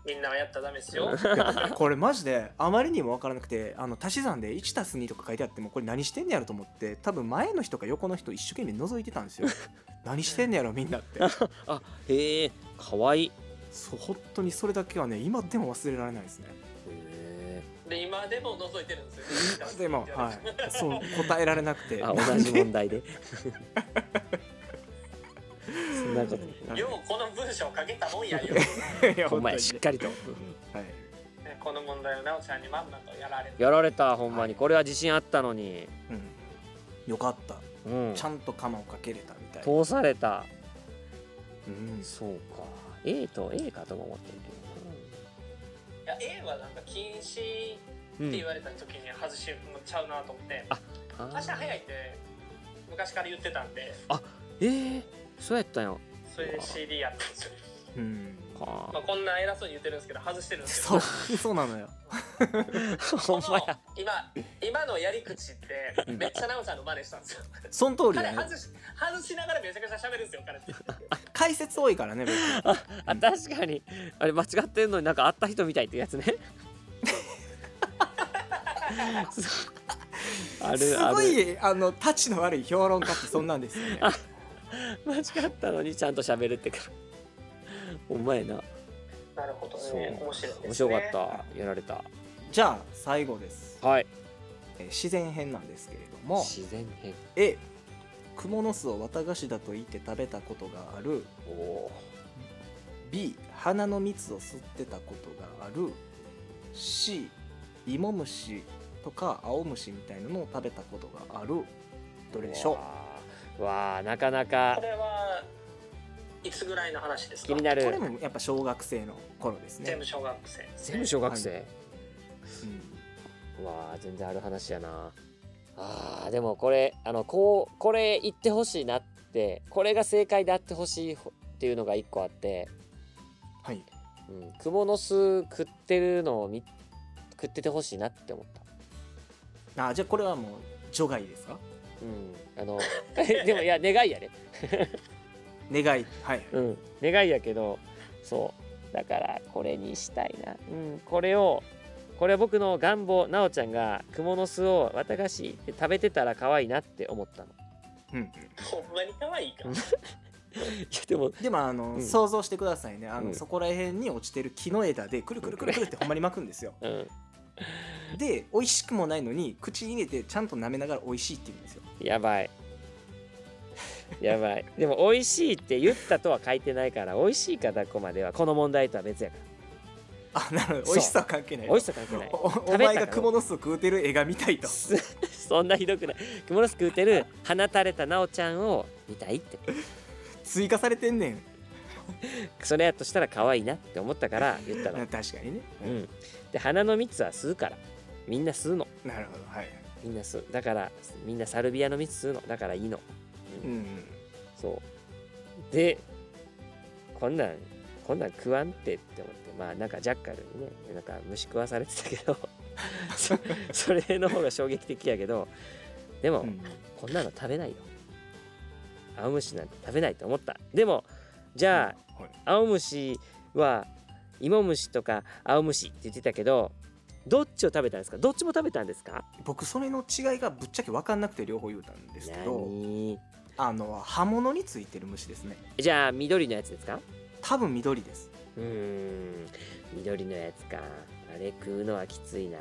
みんなはやったらダメですよ
やこれマジであまりにも分からなくてあの足し算で 1+2 とか書いてあってもこれ何してんねやろと思って多分前の人か横の人一生懸命覗いてたんですよ 何してんねやろみんなって
あへえかわいい
そう本当にそれだけはね今でも忘れられないですね
へ
で今でも覗いてるんですよ
でも、はい、 そう答えられなくて
えあ同じ問題でそんなこと
ようこの文章書けたもんやよ
い や本
お
当に
前しっかりと
はい、
この問題をなおちゃんにまんまとやられて
やられたほんまにこれは自信あったのに
うん、よかった
うん
ちゃんと鎌をかけれたみたいな、
通された
うん、
そうか A と A かとも思ってる
いや A はなんか禁止
けどな
って言われた時に外しもちゃうなと思って
うんあ
足早いって昔から言ってたんで
えー、そうやったんや
それで CD やったんですよ
うん
は
まあ、こんな偉そうに言ってるんですけど外してるんですけど
そうそうなのよ
あほ
こ
ん
の
まや
今今のやり口ってめっちゃ奈緒ちゃんの真似したんですよ
その通り
彼
だ ね
外し外しながらめちゃくちゃ喋るんですよ彼って
解説多いからね別に
あ確かにあれ間違ってんのになんか会った人みたいってやつねそうある
す
あ
ご
る
いあのタチの悪い評論家ってそんなんですよ ね
間違ったのにちゃんと喋るってかお前な
なるほど
そう
ね面白いですね
面白かったやられた
じゃあ最後です、
はい
えー自然編なんですけれども
自然変
A クモの巣を綿菓子だと言って食べたことがある
おお
B 花の蜜を吸ってたことがある C 芋虫とか青虫みたいなのを食べたことがあるどれでしょ
うわあなかなか
これはいつぐらいの話ですか
気にな
う
る
これもやっぱ小学生の頃ですね
全部、小学生ですね
全部小学生、
うん
うわあ全然ある話やなあーでもこれあのこうこれ言ってほしいなってこれが正解であってほしいほっていうのが一個あって、
はい
うん、クモの巣食ってるのを見食っててほしいなって思った
あじゃあこれはもう除外ですか
うんあの でもいや願いやね
願いはい
うん願いやけどそうだからこれにしたいなうんこれをこれは僕の願望なおちゃんがクモの巣を綿菓子って食べてたら可愛いなって思ったの
うん
ほんまに可 愛いから
いやでも
でもあの、
うん
想像してくださいねあの、
うん
そこら辺に落ちてる木の枝でくるくるくるくるってほんまに巻くんですよ
うん
で美味しくもないのに口に入れてちゃんと舐めながら美味しいって言うんですよ
やばい。やばい。でも、美味しいって言ったとは書いてないから、美味しいかだこまでは、この問題とは別やか
あなるほど
そう
美味しさは関係ない
ら。美味しさ関係ない。
おお
べたから
前が蜘蛛の巣を食うてる絵が見たいと
す そんなひどくない。クモの巣食うてる、放たれたなおちゃんを見たいって。
追加されてんねん
それやとしたら可愛いなって思ったから言った
あ
の。
確かにね、
うん。で、花の蜜は吸うから。みんな吸うの。
なるほどはい
みんな吸う。だから、みんなサルビアの蜜吸うの。だからいいの。
うん
そう。で、こんなん、こんなん食わんてって思って、まあなんかジャッカルにね、なんか虫食わされてたけど、 そそれの方が衝撃的やけど、でも、
うん
こんなの食べないよ。青虫なんて食べないと思った。でも、じゃあ、
はい
青虫は、芋虫とか青虫って言ってたけど、どっちを食べたんですかどっちも食べたんですか
僕それの違いがぶっちゃけ分かんなくて両方言うたんですけど
何
あの刃物についてる虫ですね
じゃあ、緑のやつですか
多分緑です
うーん緑のやつかあれ食うのはきついな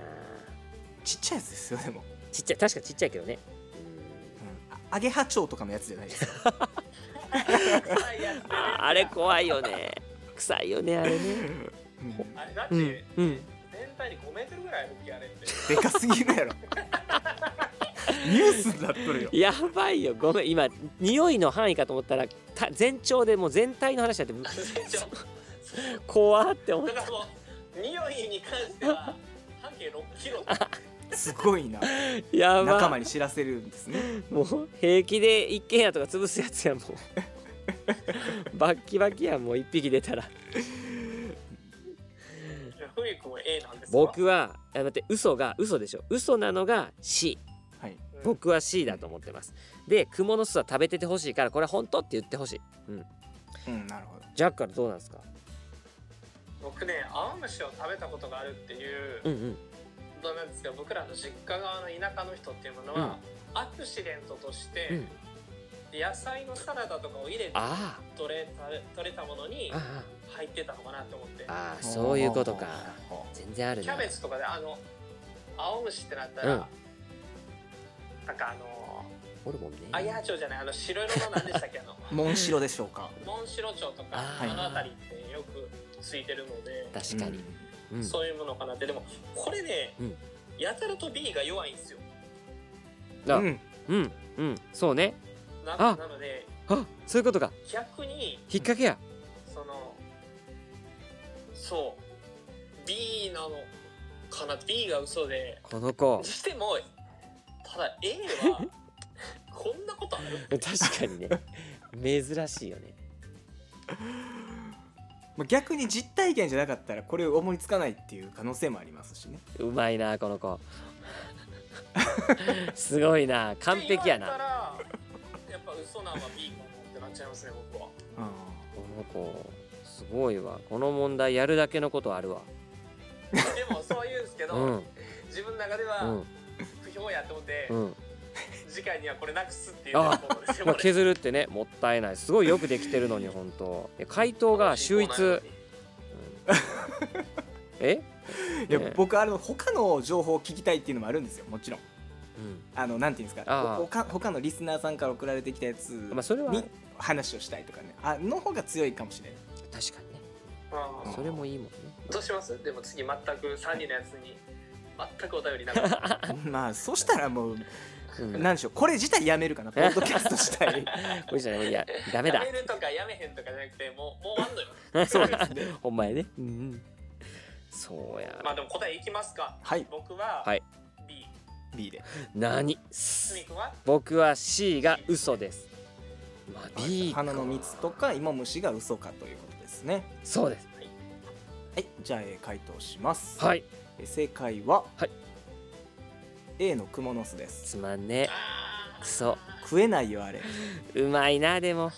ちっちゃいやつですよでも、
ちっちゃい確かちっちゃいけどね
うんあアゲハチョウとかのやつじゃないです
可愛いやつ
うーんああれ怖いよね臭いよねあれね
うん
あれだって、
うんうん
全体に5メートルぐらいあるっけあれ って
でかすぎるやろニュースになっとるよ
やばいよごめん今匂いの範囲かと思ったらた全長でもう全体の話だって怖って思っ
だからもう匂いに関しては半径6キロって
すごいな
たやば
仲間に知らせるんですね
もう平気で一軒家とか潰すやつや もうバッキバキやもう一匹出たら
ふみくんは A なんですか
僕はあ待って嘘が嘘でしょ嘘なのが C
はい
うん
僕は C だと思ってます。で、クモの巣は食べててほしいから、これは本当って言ってほしい。
うんなるほど
ジャッカルどうなんですか
僕ねアオムシを食べたことがあるっていう
うんうん。
ことなんですが僕らの実家側の田舎の人っていうものは、アクシデントとして、
うん
野菜のサラダとかを入れて
あ
取れた取れたものに
あ、あ
入ってたのかなと思って
あ、ああ、そういうことか。
ほ
全然ある
キャ
な。
ベツとかであの青虫ってなったら、
うん
なんかあの
ホルモンね。
アゲハチョウじゃないあの白色の何でしたっけ あの
うモンシロでしょうか
モンシロチョウとか
あ
あ
ー
の辺りってよくついてるので、
確かに。うん。
そういうものかなってでもこれね、
うん
やたらと B が弱いんですよ
う
あ
ん、うん
うん。うん。そうね。
な
あ
なので
あそういうことか。
逆に
引っ掛けや。
そのそう B なのかな B が嘘で
この子
に。してもただ A はこんなことある
確かにね。珍しいよね。
まあ逆に実体験じゃなかったらこれ思いつかないっていう可能性もありますしね
うまいなこの子 すごいな完璧やな
って言われたらやっぱ嘘なんは B かなってなっちゃいますね僕は
あ
この子すごいわこの問題やるだけのことあるわ
でもそう言うんですけど、
うん
自分の中で
う
は
ん
不評やと思って、
うん
次回にはこれなくすっていうところですよ
まあ
これ
削るってねもったいないすごいよくできてるのに本当いや回答が秀逸、うんえ、
いや
ね
僕あの他の情報を聞きたいっていうのもあるんですよもちろん
う
あのなんていうんです
あ
か
あ
ほ他他のリスナーさんから送られてきたやつ
ん、まあそれは
に
確か
話をしたいとかねあの方が強いかもし れない
にね
うん
それもいいもんね
どうしますでも次全く3人のやつに全くお便りなかった
まあそしたらもう
うん
何でしょうこれ自体やめるかなポッドキャスト自体
これじゃないいやダメだ
やめるとかやめへんとかじゃなくてもうもう終わんのよ
そうですね
ほんまやねうんうんそうや
まあでも答えいきますか
はい
僕は
はい
B
B で
何
すみくんは
僕は C が嘘ですまあ B か
花の蜜とか芋虫が嘘かということですね
そうです
はいじゃあ、えー回答します、
はい
えー正解は、
はい
A のクモの巣です
つまんね
あー
くそ
食えないよあれ
えうまいなでも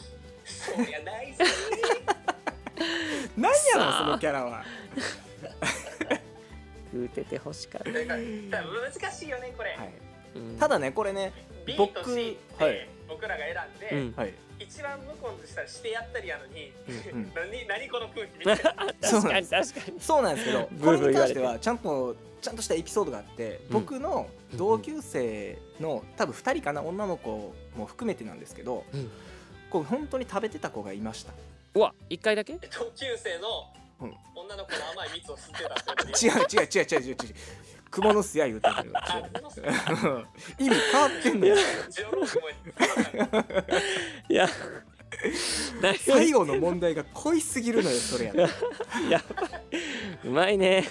そうやないっすね
何やろ
さあ
そのキャラは
食うててほしかった、
だから難しいよねこれ、
はい
うん
ただねこれね
B
僕
と C って、
はい
僕らが
う
選ん
ん
で、
はい
一番向こうとしたらしてやったりやのに、
うんうん
何何この 空気みたいな
そう
確
なん
か
で
に
す
確かに
そうなんですけど
ブーブー
これに関して
言われ
はちゃんとちゃんとしたエピソードがあって、
うん
僕の同級生の多分2人かな女の子も含めてなんですけど、
うん
こう本当に食べてた子がいました
うわ一回だけ
同級生の
うん
女の子の甘い蜜を吸ってたってこと
違う違う違う違う違う違うクモの巣や言うて る
あこの人は
違う意味変わってんのよ
ジオローグも
いや何
最後の問題が濃いすぎるのよそれや った
やばいうまいね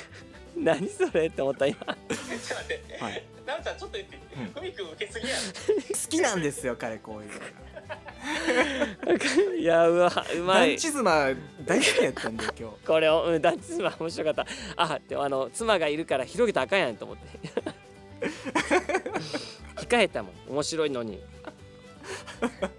何それって思った今
ちょっと待って
はい、
なおちゃんちょっと言って
うん
ふみくん受けすぎやろ
好きなんですよ彼こういうのが
いやうわうま
団
い
地妻大好きやったんで今日
これをうんダンスマン面白かったあでもあの妻がいるから広げたらあかんやんと思って 控えたもん面白いのに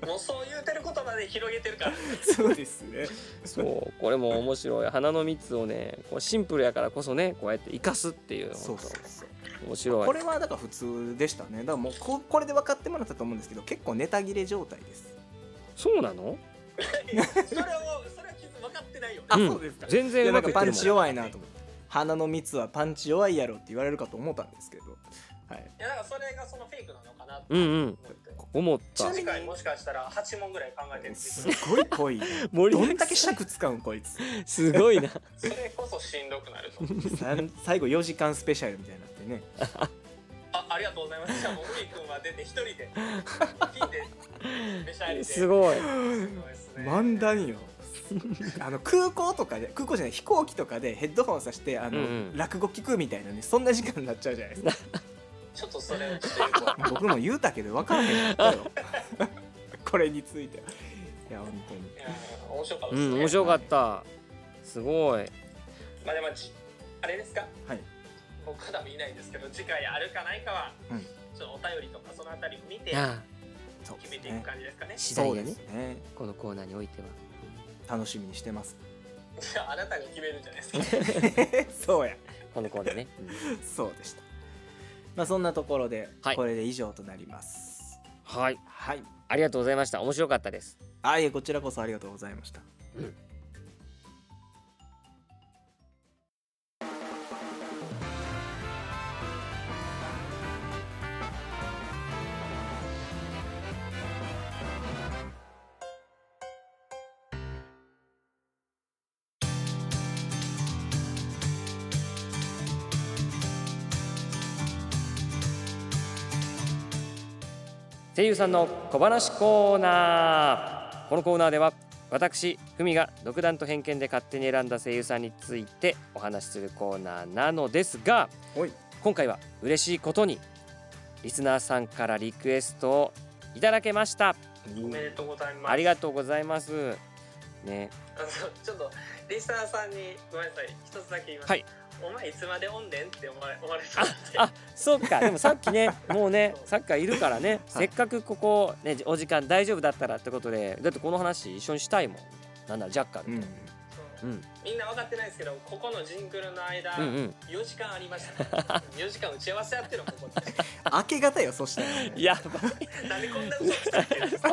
もうそう言うてることまで広げてるから
そうですね
そうこれも面白い花の蜜をねこうシンプルやからこそねこうやって生かすっていう
そ
本
うそうそう
当面白い
これはだから普通でしたねだからもうここれで分かってもらったと思うんですけど結構ネタ切れ状態です
そうなの
それをそれは傷分かってないよね
あ
うん
そうですか
全
い
然
や
う
な
ま
ん
く
か
いっ
パ
てる
ン
も
チ弱いなと思って花の蜜はパンチ弱いやろって言われるかと思ったんですけど、はい、
いやだからそれがそのフェイクなのかなって
うんう
思っ
ん
て
ん思った
次回もしかしたら八問ぐらい考えてるって
す
いう
ごい濃い
盛
どん
り
だ
だ
け
け
尺使うんこいつ
すごいな
それこそしんどくなると思う
さん最後4時間スペシャルみたいになってね
あありがとうございますじゃあもうふみくんは出て一人でピンで召し上げて
すごい
漫談よあの空港とかで空港じゃない飛行機とかでヘッドホンさしてあの、
うんうん
落語聞くみたいなねそんな時間になっちゃうじゃないですか
ちょっとそれをちょっとよく わかんない
僕も言うたけど分からへんかったよ これについてはいや本当に
いや面白かっ
う
たです
ん
ね
面白かったすごい
まあでもじあれですか
はい
僕は多分いないですけど次回あるかないかは、
うん
ちょっとお便りとかそのあたり見て
ああ
そう
決
です
めていく
ね
感じですかね
次
そ
第
う
で
で
ね
すね
このコーナーにおいては
楽しみにしてます
じ ゃああなたが決めるんじゃないですか
そうや
このコー ナーね、うん
そうでしたまあそんなところで、
はい
これで以上となります
はい
はい
ありがとうございました面白かったです
あいえこちらこそありがとうございました
声優さんの小話コーナーこのコーナーでは私ふみが独断と偏見で勝手に選んだ声優さんについてお話しするコーナーなのですが
おい
今回は嬉しいことにリスナーさんからリクエストをいただけました
おめでとうございます
ありがとうございますね
あのちょっとリスナーさんにごめんなさい一つだけ言います、
はい
お前いつまでおんねんって思われ思われそうなんで
あそっかでもさっきねもうね
そう
サッカーいるからね、
はい
せっかくここ、ね、お時間大丈夫だったらってことでだってこの話一緒にしたいもんなんならジャッカ
う
ル
ん
と、
そう
うん、
みんな分かってないですけどここのジングルの間、
うんうん
4時間ありましたから4時間打ち合わせやってるのここで
明け方よそしたらね
やば
なんでこんな嘘つってるんですか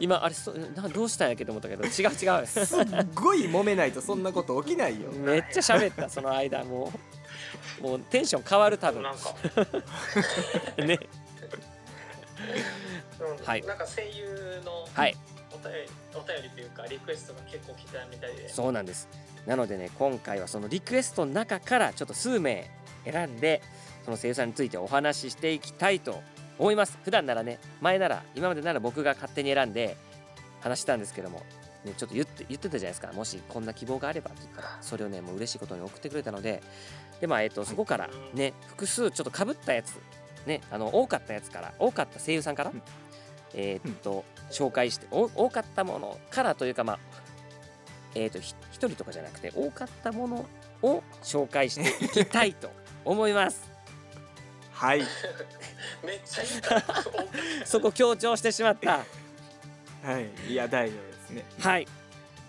今あれそなどうしたんやっけと思ったけど違う違う
すっごい揉めないとそんなこと起きないよ
めっちゃ喋ったその間もうもうテンション変わる 多分
なんか、
ね
うん
はい
なんか声優の
はい
お便りお便りというかリクエストが結構来たみたいで
そうなんですなのでね今回はそのリクエストの中からちょっと数名選んでその声優さんについてお話ししていきたいと思います普段ならね前なら今までなら僕が勝手に選んで話したんですけども、ね、ちょっと言って言ってたじゃないですかもしこんな希望があればって言ったらそれをねもう嬉しいことに送ってくれたのででまあえっ、とそこからね複数ちょっとかぶったやつねあの多かったやつから多かった声優さんから、
うん
えーっと紹介してお多かったものからというかまあえーっとひ一人とかじゃなくて多かったものを紹介していきたいと思 います。
はい
めっちゃいいから
そこ強調してしまった。
はいいや大丈夫ですね
はい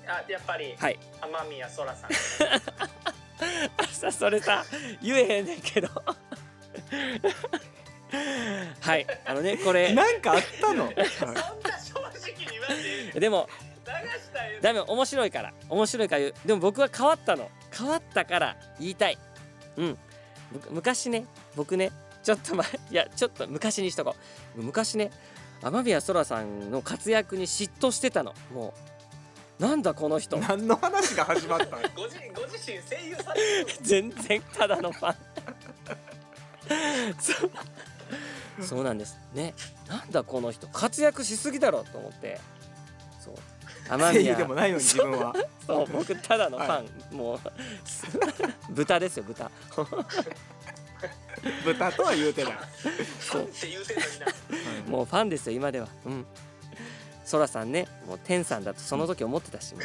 あやっぱり
はい。
天宮そらさん
さそれさ言えへんねんけど。 はいあのねこれ
なんかあったの
そんな正直に言わんでいい流
でも
したよ
ダメ面白いから面白いから言うでも僕は変わったの変わったから言いたいうんむ昔ね僕ねちょっと前いやちょっと昔にしとこう昔ね天宮そらさんの活躍に嫉妬してたのもうなんだこの人
何の話が始まったの
ご自ご自身声優されてる
全然ただのファンそうそうなんですねなんだこの人活躍しすぎだろと思ってそう天
声優でも ないのに自分は
そう僕ただのファン、
は
もう 豚ですよ豚
豚とは言うてない、
ファンって言うてんのにな
うん
もうファンですよ今ではうんそらさんねもう天さんだとその時思ってたしもう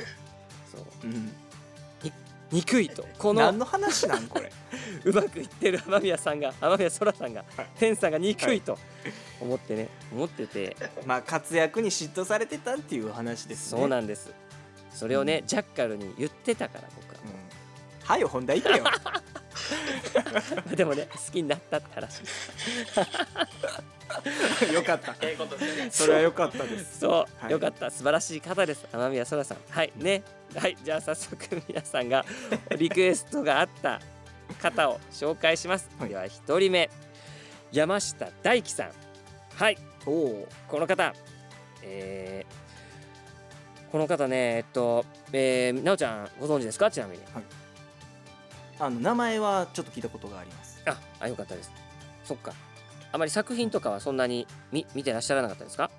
そう
うん
憎いとこの
何の話なんこれ
うまくいってる天宮さんが天宮そらさんが、
はい
天さんが憎いと思ってね思ってて
まあ活躍に嫉妬されてたっていう話ですね、
そうんなんですそれをね、ジャッカルに言ってたから僕は
うん、はい本題行けよ
まあ でもね好きになったって話
よかった
ええことですよね
それは良かったです
そう、
はい
よかった素晴らしい方です天宮そらさんはいねはいじゃあ早速皆さんがリクエストがあった方を紹介します、
はい
では一人目山下大輝さんはい
おお
この方えーこの方ねえっと、えー、なおちゃんご存知ですかちなみに
あの名前はちょっと聞いたことがあります
ああよかったですそっかあまり作品とかはそんなに見見てらっしゃらなかったですか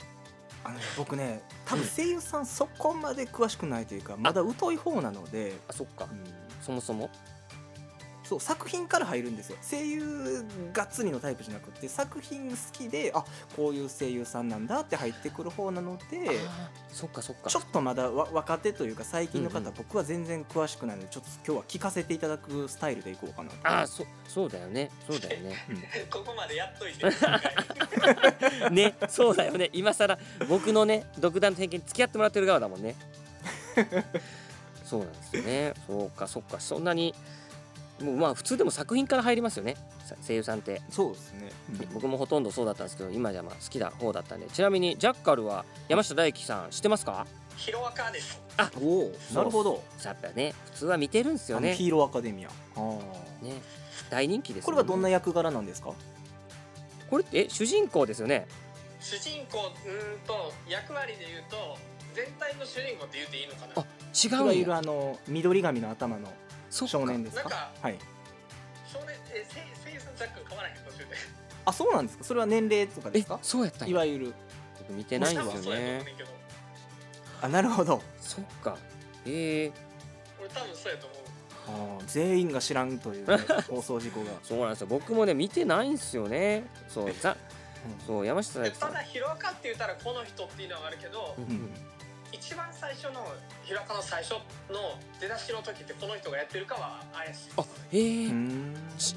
あのね僕ね多分声優さんそこまで詳しくないというかまだ疎い方なので、
あそっか
うん
そもそも
そう作品から入るんですよ声優がっつりのタイプじゃなくて作品好きであこういう声優さんなんだって入ってくる方なので
あーそっかそっか
ちょっとまだわ若手というか最近の方、
うんうん
僕は全然詳しくないのでちょっと今日は聞かせていただくスタイルでいこうかなと
ああそそうだよねそうだよね
ここまでやっといて一回
ねそうだよね今更僕のね独断と偏見に付き合ってもらってる側だもんねそうなんですよねそうかそうかそんなにもうまあ普通でも作品から入りますよねさ声優さんって
そうですね、
僕もほとんどそうだったんですけど今じゃまあ好きな方だったんでちなみにジャッカルは山下大輝さん知ってますか
ヒロアカです
おおなるほど、
やっぱね普通は見てるんですよ
あの
ね
ヒーローアカデミアあー
ね大人気です
こ
よ
れ
ね
はどんな役柄なんですか
これってえ主人公ですよね
主人公うーんと役割で言うと全体の主人公って言っていいのか
あ
な
違
いうわ
ん
ゆる
や
あの緑髪の頭の
そっか
少年です
なん
か
か
はい
少年え声声優さんざっくり変わらへん途中で
あそうなんですかそれは年齢とかで
え
すか
そうやったん
い
や
わゆる
僕見てないんです
多分そ
よ
うやと
ね
思うねんけど
あなるほど
そっか。ええ
俺多分そうやと思う
あー全員が知らん という、ね、放送事故が
そうなんですよ。僕もね見てないんですよね。そうざ
う
そう山下大
で
輝さ
た
ん
だ。ヒロアカって言ったらこの人っていうのはあるけど
うん
うん
一番最初の平仮の最初の出だしの時ってこの人がやってるかは怪しいです
あえ
うー
ー、
ん
ち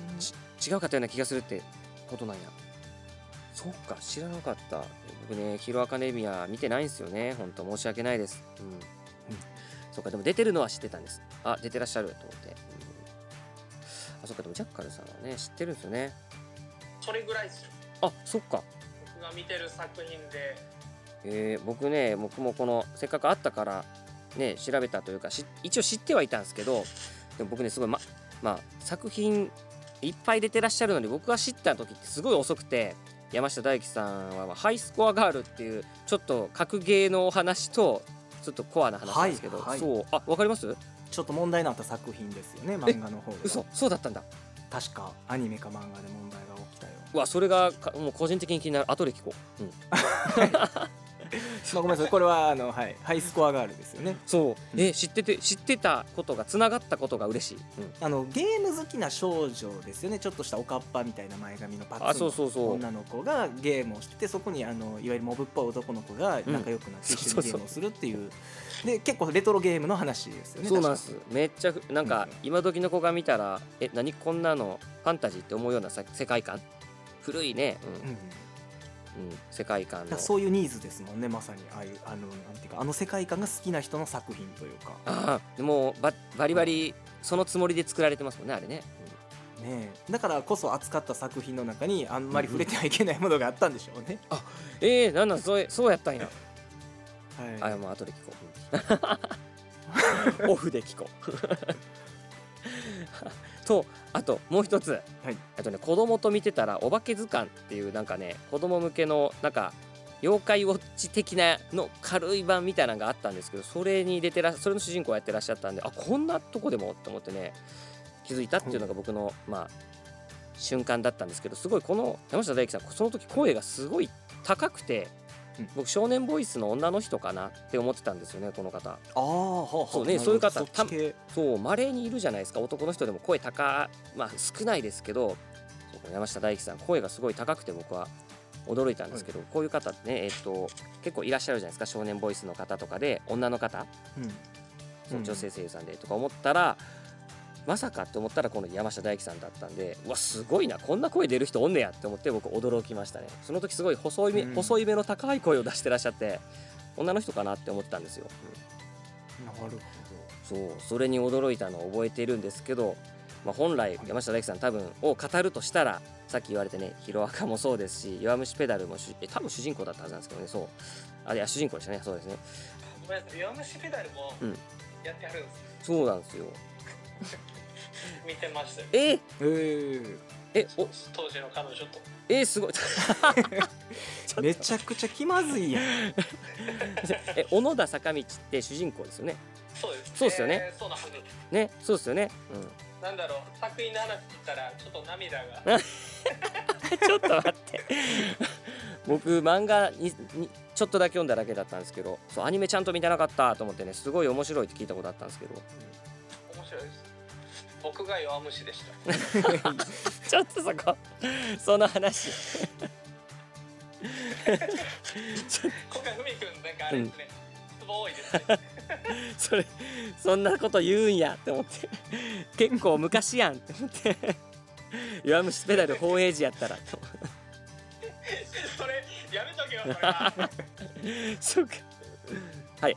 ち違うかったような気がするってことなんやそっか知らなかった僕ねヒロアカデミア見てないんですよねほんと申し訳ないですうん、そっかでも出てるのは知ってたんですあ出てらっしゃると思って、うんあそっかでもジャッカルさんはね知ってるんですよね
それぐらいですよ
あそっか
僕が見てる作品で
えー僕ね僕もこのせっかくあったからね調べたというかし一応知ってはいたんですけどでも僕ねすごいままあ作品いっぱい出てらっしゃるのに僕が知った時ってすごい遅くて山下大輝さんは、まあハイスコアガール」っていうちょっと格ゲーのお話とちょっとコアな話なんですけど、
はいはい
そうあわかります
ちょっと問題になった作品ですよね漫画の方では
嘘そうだったんだ
確かアニメか漫画で問題が起きたよ
うわそれがかもう個人的に気になる後で聞こう、うん、
まあごめんなさいこれはあの、はい、ハイスコアガールですよね
そうえ知ってて知ってたことがつながったことが嬉しい、うん
あのゲーム好きな少女ですよねちょっとしたおかっぱみたいな前髪のパ
あ
ッツ
そう
ン
そうそう
女の子がゲームをしててそこにあのいわゆるモブっぽい男の子が仲良くなって
うん
一緒
そ
に
うそう
ゲ
そう
ームをするっていう、で結構レトロゲームの話ですよね
そうなんで
確
すめっちゃふなんか
うん
今時の子が見たら「え何こんなのファンタジー」って思うようなさ世界観古いね、
かうん、だ
うんうん、世界観
か
の
らそういうニーズですもんねまさにああいうあのなんていうかあの世界観が好きな人の作品というか
ああもうババリバリそのつもりで作られてますもんねあれね、
ねえだからこそ扱った作品の中にあんまり触れてはいけないものがあったんでしょうね、
うんえー、なんなんそうそうやったんや
はい
あもう後で聞こ ううん オフで聞こうとあともう一つ、
はい
あとね子供と見てたら「お化け図鑑」っていうなんかね子供向けのなんか妖怪ウォッチ的なの軽い版みたいなのがあったんですけどそれに出てらそれの主人公やってらっしゃったんであこんなとこでもと思ってね気づいたっていうのが僕の、まあ瞬間だったんですけどすごいこの山下大輝さんその時声がすごい高くて、
うん
僕少年ボイスの女の人かなって思ってたんですよねこの方
ああはあはあ
そうね
なるほど
そういう方
そっち系
そうまれにいるじゃないですか男の人でも声高まあ少ないですけどそうこの山下大輝さん声がすごい高くて僕は驚いたんですけど、こういう方ってねえっと結構いらっしゃるじゃないですか少年ボイスの方とかで女の方そ
うん
の女性声優さんでとか思ったら、まさかって思ったらこの山下大輝さんだったんでうわすごいなこんな声出る人おんねやって思って僕驚きましたねその時すごい細い目、
うん
細い目の高い声を出してらっしゃって女の人かなって思ったんですよ、
なるほ ど
そうそれに驚いたのを覚えているんですけど、まあ、本来山下大輝さん多分を語るとしたらさっき言われてね「ヒロアカ」もそうですし「弱虫ペダルも主」え多分主人公だったはずなんですけどねそうあいや主人公でしたねそうですね
ごめんなさい弱虫ペダルも
うん
やってはるんです、
そうなんですよ
見てましたよ
えー、
ええ
えお
当時の彼女と
えー、すごい ょっと
めちゃくちゃ気まずいやん
え小野田坂道って主人公ですよね
そうです
そうですよね
えーそうなはず
ねそうですよね、
なんだろう作品の話聞いたらちょっと涙が
うん、ちょっと待って 僕漫画ににちょっとだけ読んだだけだったんですけどそうアニメちゃんと見てなかったと思ってねすごい面白いって聞いたことあったんですけど
面白いです僕が弱虫でした
ちょっとそこその話
今回ふみくんなんかあれですね、質問多い ですね
それそんなこと言うんやって思って結構昔やんって思って弱虫ペダル放映時やったらと
それやめとけよそれ は
そうかはい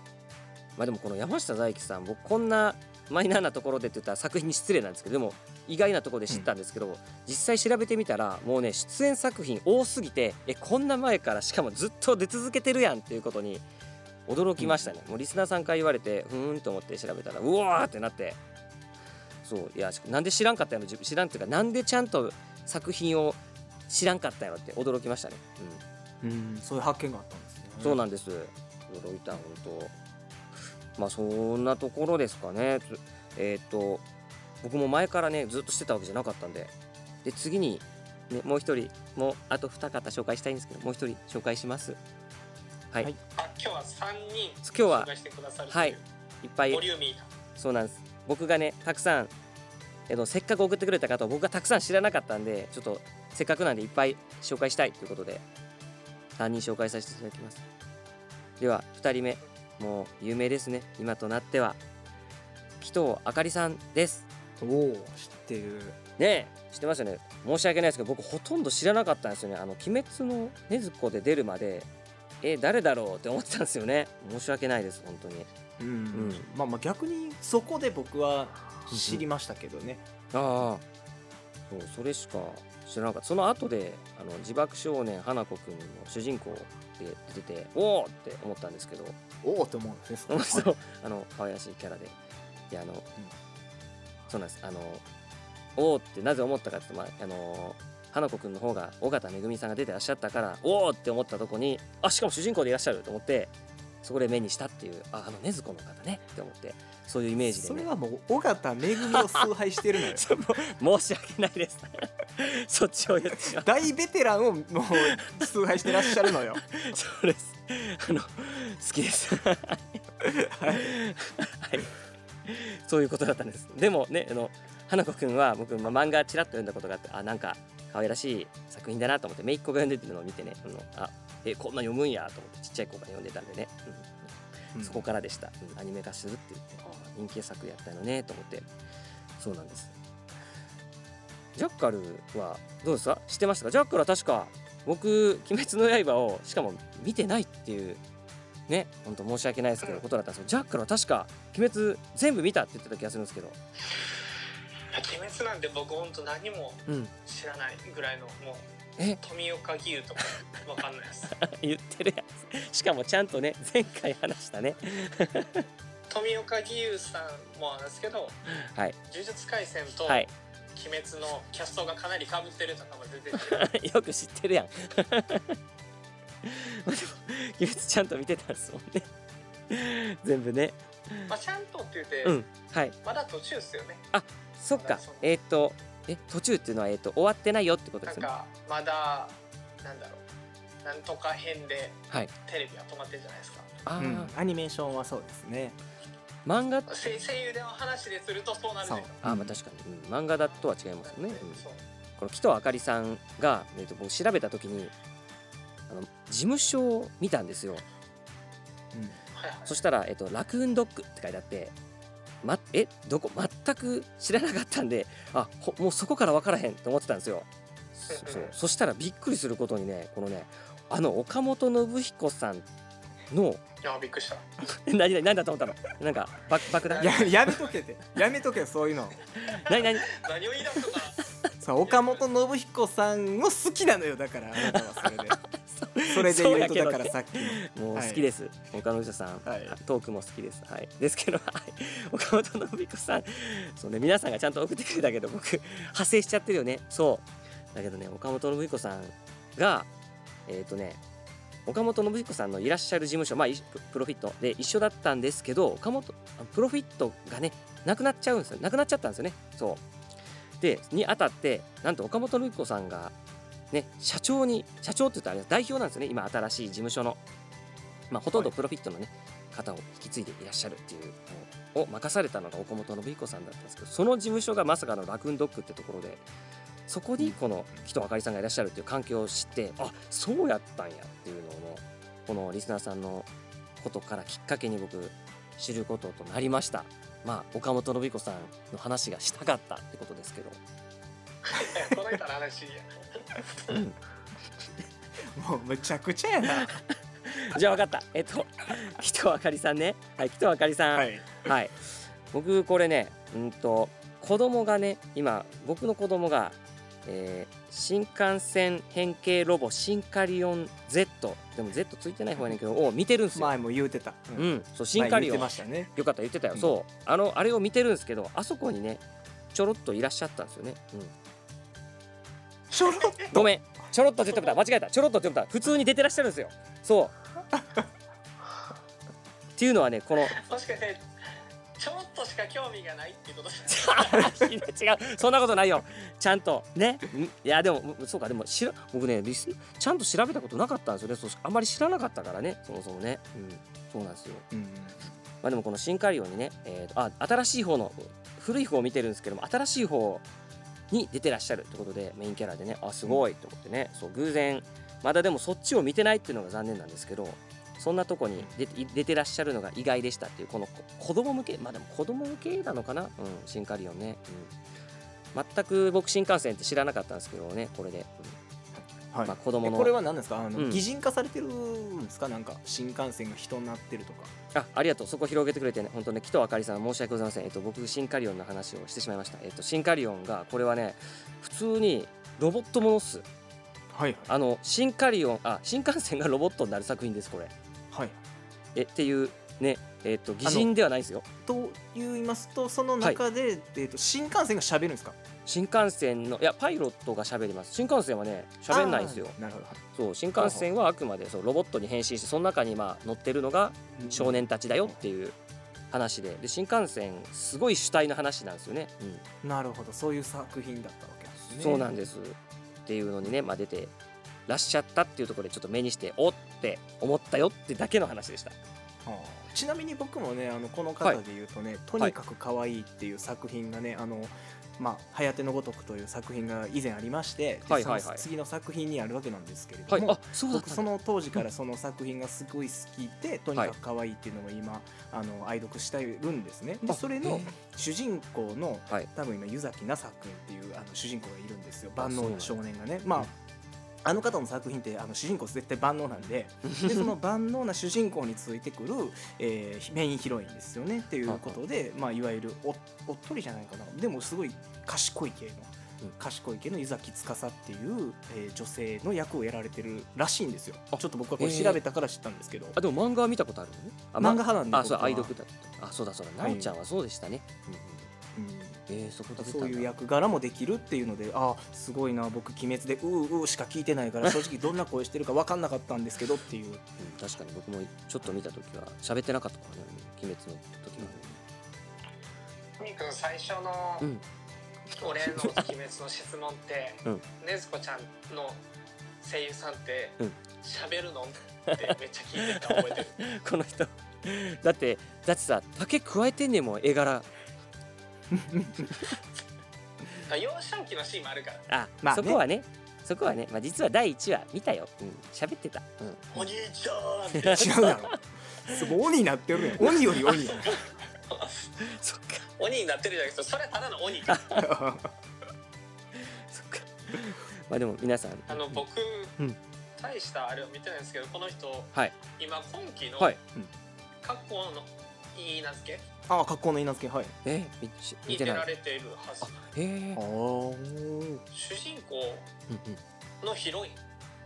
まあでもこの山下大輝さん僕こんなマイナーなところでって言ったら作品に失礼なんですけどでも意外なところで知ったんですけど、実際調べてみたらもうね出演作品多すぎてえこんな前からしかもずっと出続けてるやんっていうことに驚きましたね、もうリスナーさんから言われてふーんと思って調べたらうわーってなってそういやなんで知らんかったんやろ自分知らんっていうかなんでちゃんと作品を知らんかったんやろって驚きましたね、うん、
うんそういう発見があったんですね
そうなんです。驚いた本当。まあそんなところですかね。つえーっ、と僕も前からねずっとしてたわけじゃなかったんで。で次に、ね、もう一人もうあと二方紹介したいんですけどもう一人紹介します。はい。
はい
あ今日は三人
今日
紹
は
介してくださる
はいいっぱ
という
い
ボリューミーな
そうなんです。僕がねたくさんえっとせっかく送ってくれた方を僕がたくさん知らなかったんでちょっとせっかくなんでいっぱい紹介したいということで3人紹介させていただきます。では2人目もう有名ですね今となっては紀藤あかりさんです
おお知ってる
ねえ知ってますよね申し訳ないですけど僕ほとんど知らなかったんですよねあの「鬼滅の禰豆子」で出るまでえ誰だろうって思ってたんですよね申し訳ないです本当に
うん、
ん
まあまあ逆にそこで僕は知りましたけどね、
ああそうそれしか知らなかったその後であの自爆少年花子くんの主人公で出てておおって思ったんですけど
おおと思うんですねそこは
そうあの可愛らしいキャラでであの、そうなんですあのおおってなぜ思ったかっていうと、まあ、あの花子くんの方が尾形めぐみさんが出てらっしゃったからおおって思ったとこにあしかも主人公でいらっしゃると思ってそこで目にしたっていうああの禰豆子の方ねって思ってそういうイメージで、ね、
それはもう尾形めぐみを崇拝してるのよ
ちょも申し訳ないです そっちを言ってしまっ た
大ベテランをもう崇拝してらっしゃるのよ
そうですあの好きですはい、そういうことだったんですでもねあの花子くんは僕、まあ、漫画ちらっと読んだことがあってあなんか可愛らしい作品だなと思って姪っ子が読んでるのを見てねあのあえこんな読むんやと思ってちっちゃい子が読んでたんでね、うんそこからでした、うんアニメ化するって言ってああ人気作やったのねと思ってそうなんですジャッカルはどうですか知ってましたかジャッカルは確か僕「鬼滅の刃」をしかも見てないっていうね本当申し訳ないですけどことだったんですけどジャッカルは確か「鬼滅」全部見たって言ってた気がするんですけど
鬼滅なんて僕本当何も
うん
知らないぐらいのもう
え
富岡義勇とかわかんないです
言ってるやつしかもちゃんとね前回話したね
富岡義勇さんもなんですけど
はい
呪術廻戦と
は
鬼
い
滅のキャストがかなり被ってるとかも出 てて、
よく知ってるやん まあでも鬼滅ちゃんと見てたんですもんね全部ね
まあちゃんとって言って、
うんはい
まだ途中ですよね
そっか
そう
えっ、とえ途中っていうのは、えっと終わってないよってことで
なん
すね
かまだなんだろうなんとか編で
はい
テレビは止まってるじゃないですか
ああ、
うんアニメーションはそうですね
漫画
声声優での話でするとそうなるんですよ
あまあ確かに、うん漫画だとは違いますよね、うん
そう
この紀藤あかりさんが、えー、と僕調べた時にあの事務所を見たんですよ
うん
はいはい
そしたら、えーと「ラクーンドッグ」って書いてあって、ま、えどこ全く知らなかったんであほもうそこから分からへんと思ってたんですよそそうそしたらびっくりすることにねこのねあの岡本信彦さんの
いやびっくりした
何何何だと思ったのなんか爆爆弾
い
ややめとけってやめとけそういうの
何何
何を言い出すのか
さ岡本信彦さんを好きなのよだからあなたはそれで それで
そう
言
や
うと
けど
だからさっき
もう好
はい
きです、岡本さん、
はい
トークも好きです、はい、ですけど、はい、岡本信彦さんそう、ね、皆さんがちゃんと送ってくれたけど僕派生しちゃってるよねそうだけどね岡本信彦さんがえっ、とね岡本信彦さんのいらっしゃる事務所、まあ、いププロフィットで一緒だったんですけど岡本あプロフィットがねなくなっちゃうんですよなくなっちゃったんですよねそうでにあたってなんと岡本信彦さんがね社長に社長って言ったらあれです代表なんですよね今新しい事務所のまあ、ほとんどプロフィットのね、方を引き継いでいらっしゃるっていうのを任されたのが岡本信彦さんだったんですけどその事務所がまさかのラクーンドッグってところでそこにこの紀藤あかりさんがいらっしゃるっていう環境を知ってあそうやったんやっていうのをねこのリスナーさんのことからきっかけに僕知ることとなりました。まあ、岡本信彦さんの話がしたかったってことですけど
この人の話いいや
もうむちゃくちゃやな
じゃあ分かったえっと 紀藤あかりさんねはい紀藤あかりさん、
はい
はい、僕これね、うんと子供がね、今僕の子供が、えー新幹線変形ロボシンカリオン Z でも Z ついてない方やねんけど、を見てるんですよ。
前も言うてた
う
うん
ん、そうシンカ
前
リ
言う
オ
て
ン。
ましたね
よかった言ってたよ。
うん
そう、あのあれを見てるんですけど、あそこにね、ちょろっといらっしゃったんですよね。うん、
ちょろっと
ごめん、ちょろっとって言ってもた、間違えた、ちょろっとって言ってもた、普通に出てらっしゃるんですよ。 そう。っていうのはね、この
もしかしてちょっとしか興味がないっていうことです ね
違うそんなことないよちゃんとねんいやでもそうかでも知ら僕ねリスちゃんと調べたことなかったんですよねそうあんまり知らなかったからねそもそもね、うん、そうなんですよ
うん
まあでもこの新カリオにね、えーとあ新しい方の古い方を見てるんですけども新しい方に出てらっしゃるってことでメインキャラでねあすごいと思ってねそう偶然まだでもそっちを見てないっていうのが残念なんですけどそんなとこに出て出てらっしゃるのが意外でしたっていうこのこ子供向けまあでも子供向けなのかな、うん、シンカリオンね、うん、全く僕新幹線って知らなかったんですけどねこれで、うん
はい
まあ、子供
え
の
これは何ですかあの、
うん
擬人化されてるんですかなんか新幹線が人になってるとか
あありがとうそこ広げてくれてね本当ね紀藤あかりさん申し訳ございません、えっと、僕シンカリオンの話をしてしまいました、えっと、シンカリオンがこれはね普通にロボットものっす
はい
あのシンカリオンあ新幹線がロボットになる作品ですこれ
はい
えっていうねえっと擬人ではないですよ
と言いますとその中で、えー、と新幹線が喋るんですか
新幹線のいやパイロットが喋ります新幹線はね喋んないんですよ
あーなるほど
そう新幹線はあくまでそうロボットに変身してその中にまあ乗ってるのが少年たちだよっていう話でで新幹線すごい主体の話なんですよね、うん、
なるほどそういう作品だったわけなんですね
そうなん
で
ですっていうのにね、まあ、出てらっしゃったっていうところでちょっと目にしておって思ったよってだけの話でした
ちなみに僕もねあのこの方で言うとね、とにかく可愛いっていう作品がね、あのまあ「はてのごとく」という作品が以前ありまして、で
はいはいはい
その次の作品にあるわけなんですけれ
は
ど
い
も、
あそうだっ
僕
た
そ
んだ
の当時からその作品がすごい好きでとにかく可愛いっていうのを今、あの愛読しているんですねで
あ
それ
え
の
ー
主人公の、
はい
多分今湯崎那さ君っていうあの主人公がいるんですよ万
そ
能
うなん
な
だ
少年がねまあ、あの方の作品ってあの主人公絶対万能なん ででその万能な主人公についてくる、えーメインヒロインですよねっていうことで、まあ、いわゆるおおっとりじゃないかなでもすごい賢い系の
うん
賢い系の湯崎司っていう、えー女性の役をやられてるらしいんですよ
あ
ちょっと僕はこれ調べたから知ったんですけど、
あでも漫画は見たことあるのねあ
漫画
ま
派なんで
あそう
僕は
愛読だったあそうだそうだ
は
ないおちゃんはそうでしたね、
うん
うんうんえー、そこで出たん
そ
だ
ういう役柄もできるっていうのであすごいな僕「鬼滅」で「うーうー」しか聞いてない から正直どんな声してるか分かんなかったんですけどっていう
うん確かに僕もちょっと見た時は喋ってなかったからね鬼滅の時はね
ふみくん最初の
うん
俺への鬼滅の質問って
うん
禰豆子ちゃんの声優さんって
うん
喋るのってめっちゃ聞いてた覚え てる
この人だってだってさ竹加えてんねんもん絵柄
あ幼少期のシーンもあるから
あ、
まあね
そこはねそこはね、まあ、実は第1話見たよ、うん、喋ってた、うん、
「お兄ちゃん!」って
違うやろすごい鬼になってるやん鬼より鬼や ん
そっか
鬼になってるじゃなくてそれただの 鬼か
そっか まあでも皆さん
あの僕、
うん
大したあれを見てないんですけどこの人
はい
今今期の
はい
過去のいい名付け
ああ格好の稲助はい
え見し見
に
て
出
な
ら
い
れているはず
あへえ
あ、あ
主人公
うん
のヒロイ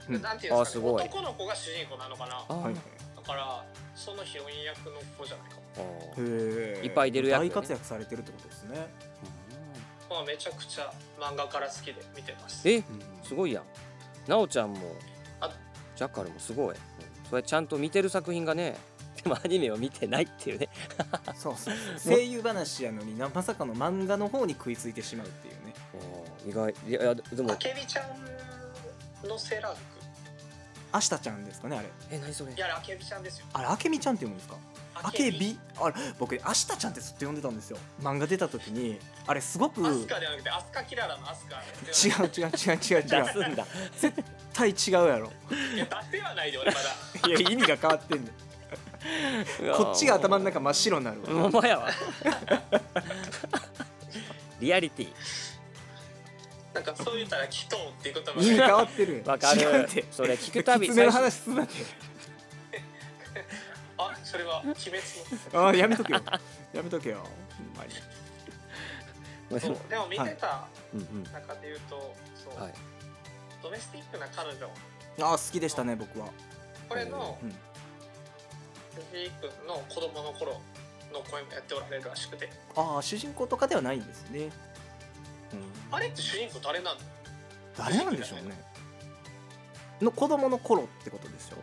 ン、
うん
なんていうんですか
あ
ね
すごい
男の子が主人公なのかな
うん、あ、
はい
あ
だからそのヒロイン役の子じゃないか
ー
へえ
いっぱい出る役ね
大活躍されてるってことですね、
まあめちゃくちゃ漫画から好きで見てます
え
うん
すごいやんなおちゃんも
あ
ジャッカルもすごい、うん、それちゃんと見てる作品がね でもアニメを見てないっていうね
そうそうそう声優話やのになまさかの漫画の方に食いついてしまうっていうね
あー意外いやいやでも
あけびちゃんのセーラー服
あしたちゃんですかねあれ
え何それ
いやあれあけびちゃんですよ
あれあけみちゃんって読むんですかあけ
び
びあれ僕あしたちゃんってずっと呼んでたんですよ漫画出た時にあれすごく違う
ア
違う
スカではなくてアスカキララのアスカ
違う違う違う
出すんだ
対違うやろ
ういや出せはないで俺まだ
いや意味が変わってんねん こっちが頭の中真っ白にな るわ
ほんまやわリアリティ
なんかそう言ったら祈祷っていう言葉
意味
が
変わってる
わかる
違うって
それ聞くたび
狐の話すんなって
あそれは鬼滅
あーやめとけよ やめとけよほんまに
最
の
初
そうでも見てた
うんうん
中で言うと、そう、
はい
ドメスティックな彼女
あー好きでしたね僕は、
これの
うん、
藤井君の子供の頃の声もやっておられるらしくて
ああ主人公とかではないんですね、
あれって主人公誰なの
誰なんでしょうねの子供の頃ってことでしょ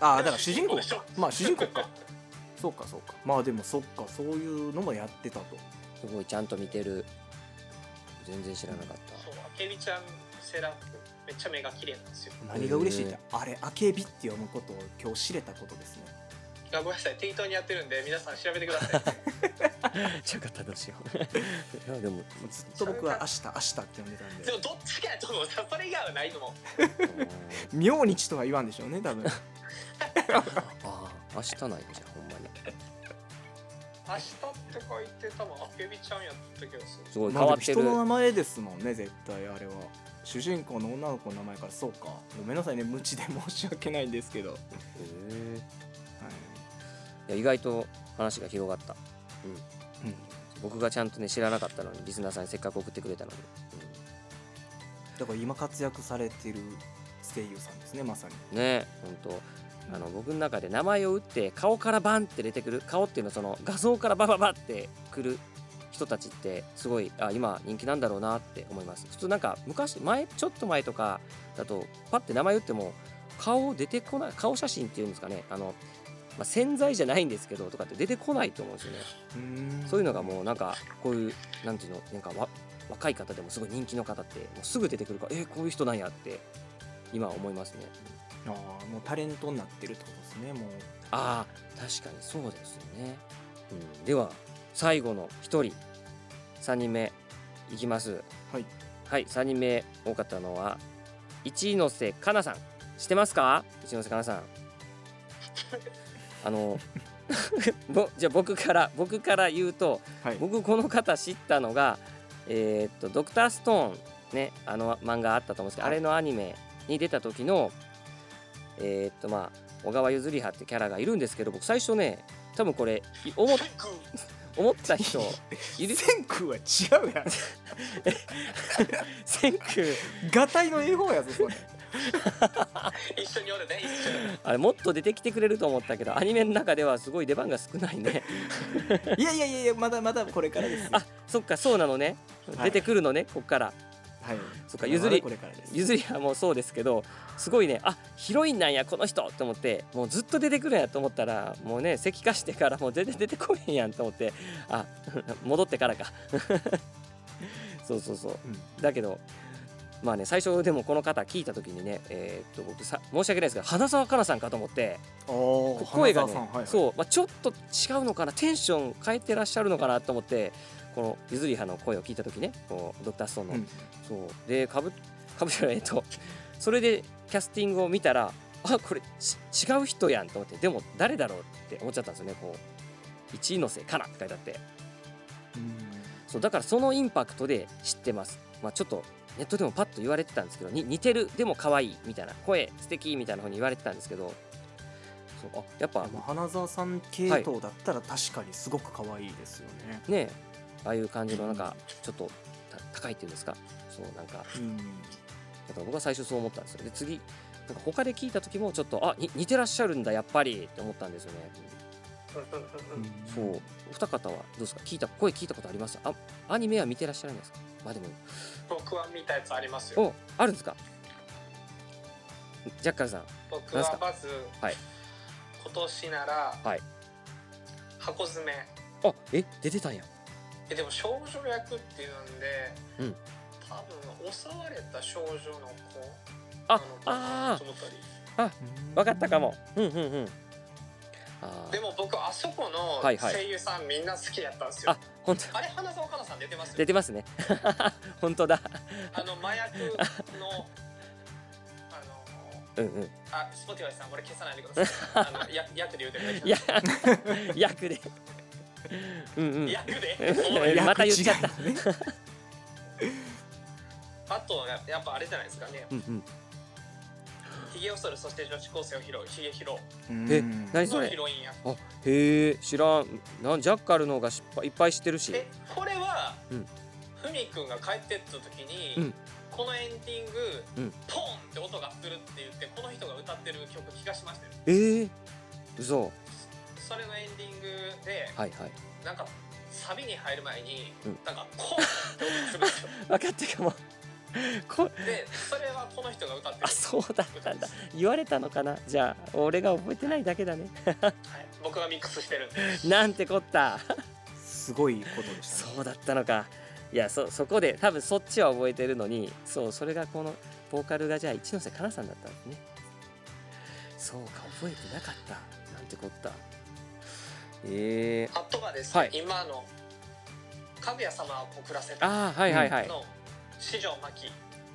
ああだから主人公
でしょ
かまあ主人公かそうかそうかまあでもそっかそういうのもやってたと
すごいちゃんと見てる全然知らなかっ
そうあけびちゃんセーラー服めっちゃ目が綺麗なんですよ
何が嬉しいってあれあけびって読むことを今日知れたことですね
あごめんなさい適当にやってるんで皆さん調べてください
ちゃかったどうしよういやでも
もう ずっと僕は明日明日って呼んで たん
で
で
もどっちかやと思うそれ以外はないと思う
明日とは言わんでしょうね多 分
ああ明日ないじゃんほんまに
明日って書いて多分あけびちゃんやった気がする
すごい
まあでも
変わって
人
る、
の名前ですもんね絶対あれは主人公の女の子の名前からそうかごめんなさいね無知で申し訳ないんですけど、はい、
へえいや意外と話が広がった
うん
僕がちゃんとね知らなかったのにリスナーさんにせっかく送ってくれたのに、
だから今活躍されてる声優さんですねまさに
うん、ね本当あの僕の中で名前を打って顔からバンって出てくる顔っていうのはその画像からバババってくる人たちってすごいあ今人気なんだろうなって思います普通なんか昔前ちょっと前とかだとパッて名前打っても顔出てこない顔写真っていうんですかねあの、まあ、潜在じゃないんですけどとかって出てこないと思うんですよね
うーん
そういうのがもうなんかこういうなんていうのなんかわ若い方でもすごい人気の方ってもうすぐ出てくるからえーこういう人なんやって今思いますね
ああもうタレントになってるってことですねもう
ああ確かにそうですよね、うん、では最後の1人3人目いきます
はい
はい3人目多かったのは一ノ瀬かなさん知ってますか一ノ瀬かなさんあの ぼじゃあ僕から僕から言うと
はい
僕この方知ったのが「えーっとドクターストーンねあの漫画あったと思うんですけど、
はい
あれのアニメに出た時のえーっとまあ小川譲り葉ってキャラがいるんですけど僕最初ね多分これい思っ
セク
思った人いる
千空は違うやん
千空
ガタイの絵本やぞそれ
一緒におるね一緒に
あれもっと出てきてくれると思ったけどアニメの中ではすごい出番が少ないね
いやいやいやいやまだまだこれからですよ
あそっかそうなのね、
はい
出てくるのねこっから
はい
そっ
ま
か
だ
譲り
これからです
ゆずりはもうそうですけどすごいねあヒロインなんやこの人と思ってもうずっと出てくるんやと思ったらもうね石化してからもう全然出てこへんやんと思ってあ 戻ってから かそうそうそう
うん
だけどまあね最初でもこの方聞いた時にねえーっと僕さ申し訳ないですけど花澤香菜さんかと思って
お
こ
ー
声が
花
ね、
澤さんはいはい
そう、まあ、ちょっと違うのかなテンション変えてらっしゃるのかなと思ってこのゆずりはの声を聞いた時ねこうドクターストーンの、
うん
そうでかぶかぶじゃないえっと それでキャスティングを見たらあこれち違う人やんと思ってでも誰だろうって思っちゃったんですよねこう一ノ瀬かなって書いてあって
うん
そうだからそのインパクトで知ってます、まあ、ちょっとネットでもパッと言われてたんですけどに似てるでも可愛いみたいな声素敵みたいな風に言われてたんですけどそうあやっぱ
まあ花澤さん系統だったら確かにすごく可愛いですよね、
ねああいう感じのなんかちょっとた高いっていうんですかそうなんか
うん
だから僕は最初そう思ったんですよで次なんか他で聞いた時もちょっとあに似てらっしゃるんだやっぱりって思ったんですよねそうお二方はどうですか聞いた声聞いたことありますあアニメは見てらっしゃらないですかまあでも
僕は見たやつありますよ
おあるんですかジャッカルさん
僕
なんす
は
か
まず、
はい
今年なら、
はい
箱詰め
あえ出てたんや
えでも少女役っていうんで、
うん
多分襲われた少女の子
あ
なのかな
あ
と思ったり
うん
分かったかもうんうんうんあ
でも僕あそこの
はいはい
声優さんみんな好きやったんです
ー
よ、
あ本当
あれ花澤香菜さん出てます
出てますね 本当だ
あの麻薬のあの
うんうん
あスポティファイさんこれ消さないでくださいあ のや役で言うてく
いや
だ
役でうんう
さ
ん
い役 で
うんまた言っちゃった
役違う ね
あとややっぱあれじゃないですかね
うんうん
ひげを剃るそして女子高生を拾うひげ拾う
え
うん
何そ
の
れ
ヒロインや
あへえ知らんなんジャッカルの方が失敗いっぱいしてるし
えこれは
うん
ふみくんが帰ってった時に、
うん
このエンディング、
うん
ポンって音がするって言ってこの人が歌ってる曲聞かしましたよ
えー、嘘
それのエンディングで、
はいはい
なんかサビに入る前に、
うん
なんかコンって音がするんです よ
分かってかもこ
でそれはこの人が歌ってる
あそうだったんだ言われたのかなじゃあ俺が覚えてないだけだね
はい、僕がミックスしてるんで
なんてこった
すごいことでしたね
そうだったのかいやそそこで多分そっちは覚えてるのにそうそれがこのボーカルがじゃあ一ノ瀬かなさんだったんですねそうか覚えてなかったなんてこったええ
あとはですね、
はい
今の「かぐや様を告らせた」の
ああはいはいはい、
四条真希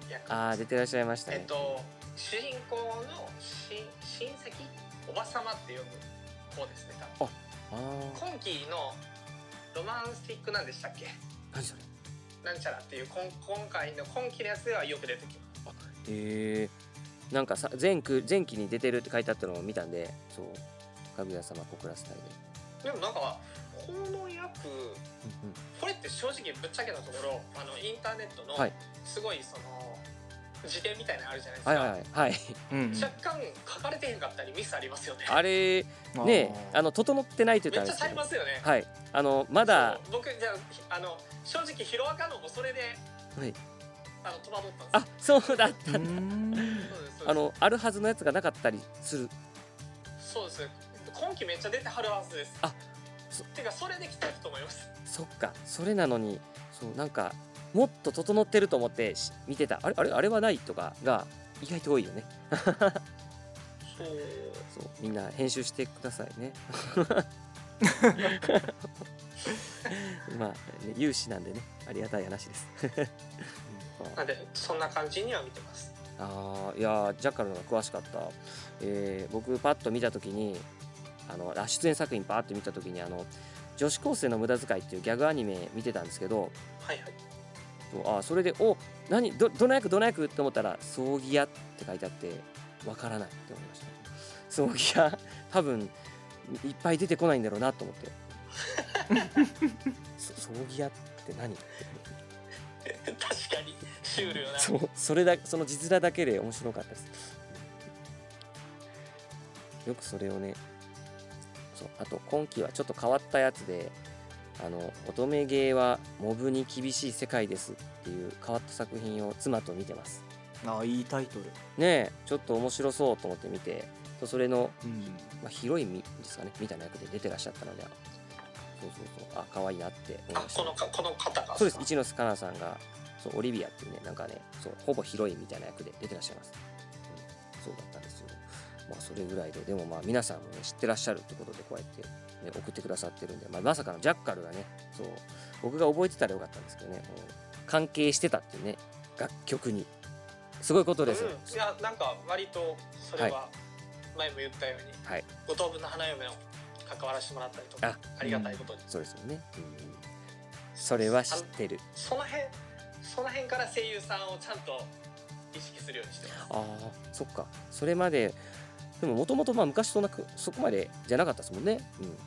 役、
ああ出てらっしゃいました
え
ね
っ、と主人公のし親戚おば様って呼ぶ方ですね多分
ああ
今期のロマンスティックなんでしたっけ
何それ
なんちゃらっていう今今回の今期のやつではよく出てきます
ええなんかさ前区前期に出てるって書いてあったのを見たんでそうかぐや様告らせたいで、
でもなんかこの役これって正直ぶっちゃけなところあのインターネットの
はい
すごいその辞典みたいなのあるじゃないですか、
はいはいはいはい
うん
若干書かれてへんかったりミスありますよね
あれ
うん
ね
あー
あの整ってないと
め
い
っ
うと
ち
あれですけど
ゃされますよね
はいあのまだ
そう僕じゃあひあの正直ヒロアカのもそれで、
はい
あの戸惑ったん
あ
で
そうだった
うーん
すそうですそうです
あのあるはずのやつがなかったりする
そうです今期めっちゃ出てはるはずです
あそ
てかそれで来たと思います
そっかそれなのにそうなんかもっと整ってると思ってし見てたあれあれあれはないとかが意外と多いよね
そう
そうみんな編集してください ねまあ、ね、有志なんでねありがたい話です
なんでそんな感じには見てます
あーいやージャッカルの方が詳しかった、えー僕パッと見た時にあのあ出演作品パーって見た時にあの「女子高生の無駄遣い」っていうギャグアニメ見てたんですけど
はい はい
そうあーそれで「お何どどの役どの役?」って思ったら「葬儀屋」って書いてあってわからないって思いました葬儀屋多分いっぱい出てこないんだろうなと思ってそ葬儀屋って何
確かにシュールよな
そうそれだその字面だけで面白かったですよくそれをねそうあと今期はちょっと変わったやつで「あの乙女芸はモブに厳しい世界です」っていう変わった作品を妻と見てます
あーいいタイトル
ねえちょっと面白そうと思って見てそうそれの、
うん
まあ、ヒロインみですかねみたいな役で出てらっしゃったのでそうそうそうあ可愛いなって思い
あ
まし
こ
た
のかこの方が
そうです一ノ瀬カナさんがそうオリビアっていうねなんかねそうほぼヒロインみたいな役で出てらっしゃいます、うんそうだったんですよまあそれぐらいででもまあ皆さんもね知ってらっしゃるってことでこうやって、ね、送ってくださってるんで、まあ、まさかのジャッカルがねそう僕が覚えてたらよかったんですけどね、うん関係してたっていうね楽曲にすごいことですよ、
うん、いやなんか割とそれは前も言ったように、
はい
五等分の花嫁を関わらせてもらったりと
あ
かありがたいことに、
そうですよね、うんうんそれは知ってる
その辺その辺から声優さんをちゃんと意識するようにしてます
ああそっかそれまででももともとまあ昔となくそこまでじゃなかったですもんね、うん、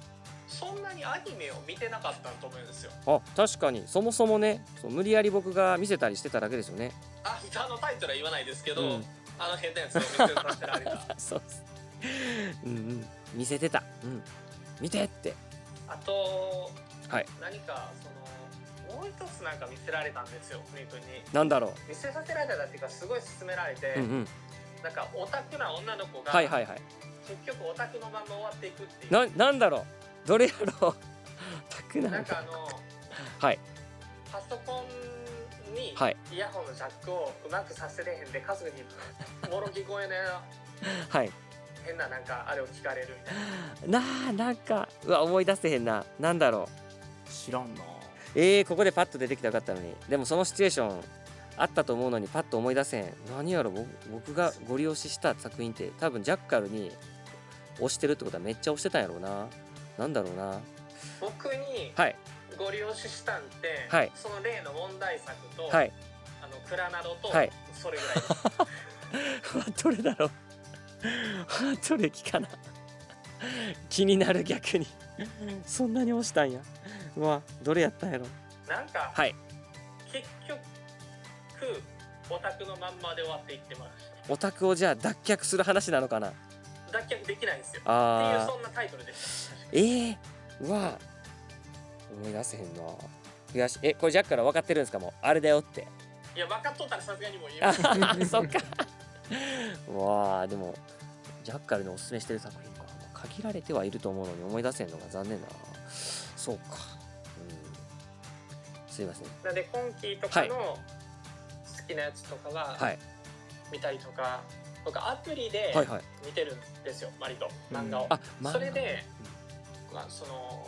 そんなにアニメを見てなかったと思うんですよ
あ確かにそもそもねそう無理やり僕が見せたりしてただけですよね
あ歌のタイトルは言わないですけど、
うん
あの変なやつを見せるさせら れた
そうですうんうん見せてたうん見てって
あと、
はい
何かそのもう一つなんか見せられたんですよふみくんに
なんだろ
見せさせられたっていうかすごい勧められて、
ううんうん
なんかオタクな女の子が、
はいはいはい
結局オタクのまま終わっていくっていう
ななんだろうどれやろう たくな
なん
ん
かあ
だ
の
はい
パソコンに
はい
イヤホンのジャックをうまくさせれへんで家族にもろぎ声の
はい
変ななんかあれを聞かれるみた いな
なあなんかうわ思い出せへんななんだろう
知らんな
えー、ここでパッと出てきたらよかったのにでもそのシチュエーションあったと思うのにパッと思い出せへん何やろ僕僕がご利用しした作品って多分ジャッカルに押してるってことはめっちゃ押してたんやろうななんだろうな
僕に
はい
ご利用ししたんって、
はい
その例の問題作と、
はい
あのクラナドと、
はい
それぐらいで す
どれだろう どれ聞かな気になる逆にそんなに押したんやうわどれやったんやろ
なんか、
はい
結局オタクのまんまで終わっていってます
オタクをじゃあ脱却する話なのかな
脱却できないんですよっていう
あー
そんなタイトルです
えー、うわ思い出せへんな悔しいえこれジャッカルは分かってるんですかもうあれだよ って
いや分かっとったらさすがにもう言い
あ
ます
ははそっかうわあでもジャッカルのおすすめしてる作品かまあ限られてはいると思うのに思い出せんのが残念だなそうかうんすいません
なんで今期とかの好きなやつとか
は
はい見たりとか、僕アプリで
はいはい
見てるんですよ、割と漫画を、
あ、まあ
それでまあ、その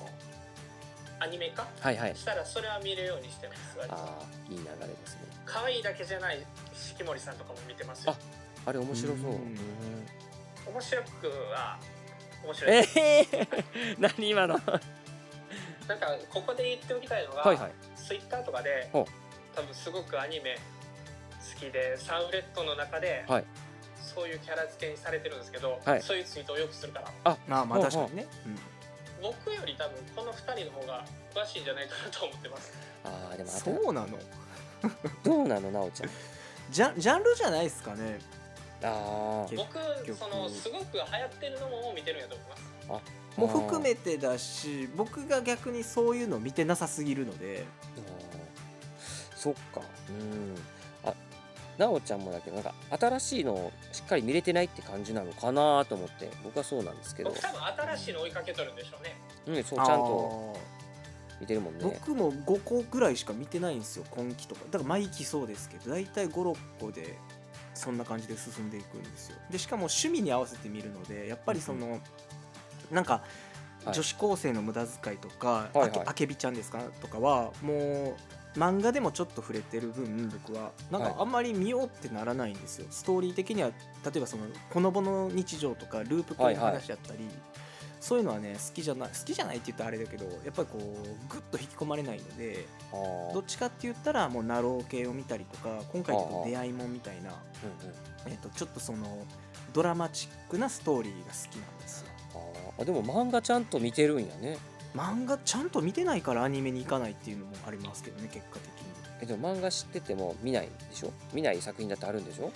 アニメ化
はいはい
したらそれは見るようにしてます割と
ああいい流れですね
可愛いだけじゃない四季森さんとかも見てますよ
あれ面白そ
うん
う
面白くは面白い
え
で
え
す、
ー、 何 今のは
なんかここで言っておきたいのが、
いはい
ツイッターとかで
ほ
多分すごくアニメ好きでサウレットの中で、
はい
そういうキャラ付けにされてるんですけど、
はい
そういうツイートをよくするから
まあまあ
ほう
確
ほう
かにね、うん
僕より多分この2人の方が詳しいんじゃないかなと思ってます
ああでもあと
そうなの
どうなのなおちゃん
ジャンジャンルじゃないですかね
ああ
結
僕
局
そのすごく流行ってるのも見てるんやと思います
もう含めてだし僕が逆にそういうの見てなさすぎるので
あーそっかうんあなおちゃんもだけどなんか新しいのをしっかり見れてないって感じなのかなと思って僕はそうなんですけど
僕多分新しいの追いかけとるんでしょうね
うんそうち
あ
ゃ
ー
んと見てるもんね
僕も5個ぐらいしか見てないんですよ今期とかだから毎期そうですけど大体56個でそんな感じで進んでいくんですよでしかも趣味に合わせて見るのでやっぱりその、なんか
はい
女子高生の無駄遣いとか、
はいはい
あけあけびちゃんですかとかはもう漫画でもちょっと触れてる分僕はなん
はい
かあんまり見ようってならないんですよ、ストーリー的には例えばそのほのぼの日常とかループ系の話だったり、そういうのはね好きじゃない好きじゃないって言ったらあれだけどやっぱりこうグッと引き込まれないので
あー
どっちかって言ったらもうナロー系を見たりとか今回ちょっ
あ
と
あ
出会いもんみたいな、
うんうん
えっとちょっとそのドラマチックなストーリーが好きなんですよ
あーあでも漫画ちゃんと見てるんやね
漫画ちゃんと見てないからアニメに行かないっていうのもありますけどね結果的に、
えでも漫画知ってても見ないでしょ見ない作品だってあるんでしょ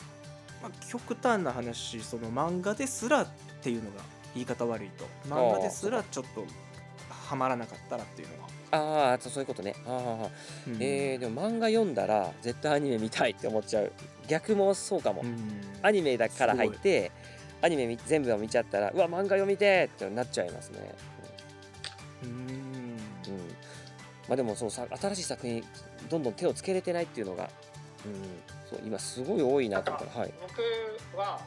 まあ、極端な話その漫画ですらっていうのが言い方悪いと漫画ですらちょっとハマらなかったらっていうのは、
ああそういうことねあーはーはー
うん
えー、でも漫画読んだら絶対アニメ見たいって思っちゃう逆もそうかも、
うん
アニメだから入ってアニメみ全部を見ちゃったらうわ漫画読みてーってなっちゃいますね、
うん
うんうんまあ、でもそうさ新しい作品どんどん手をつけれてないっていうのが、うん、そう今すごい多いなと思ったらはい
僕は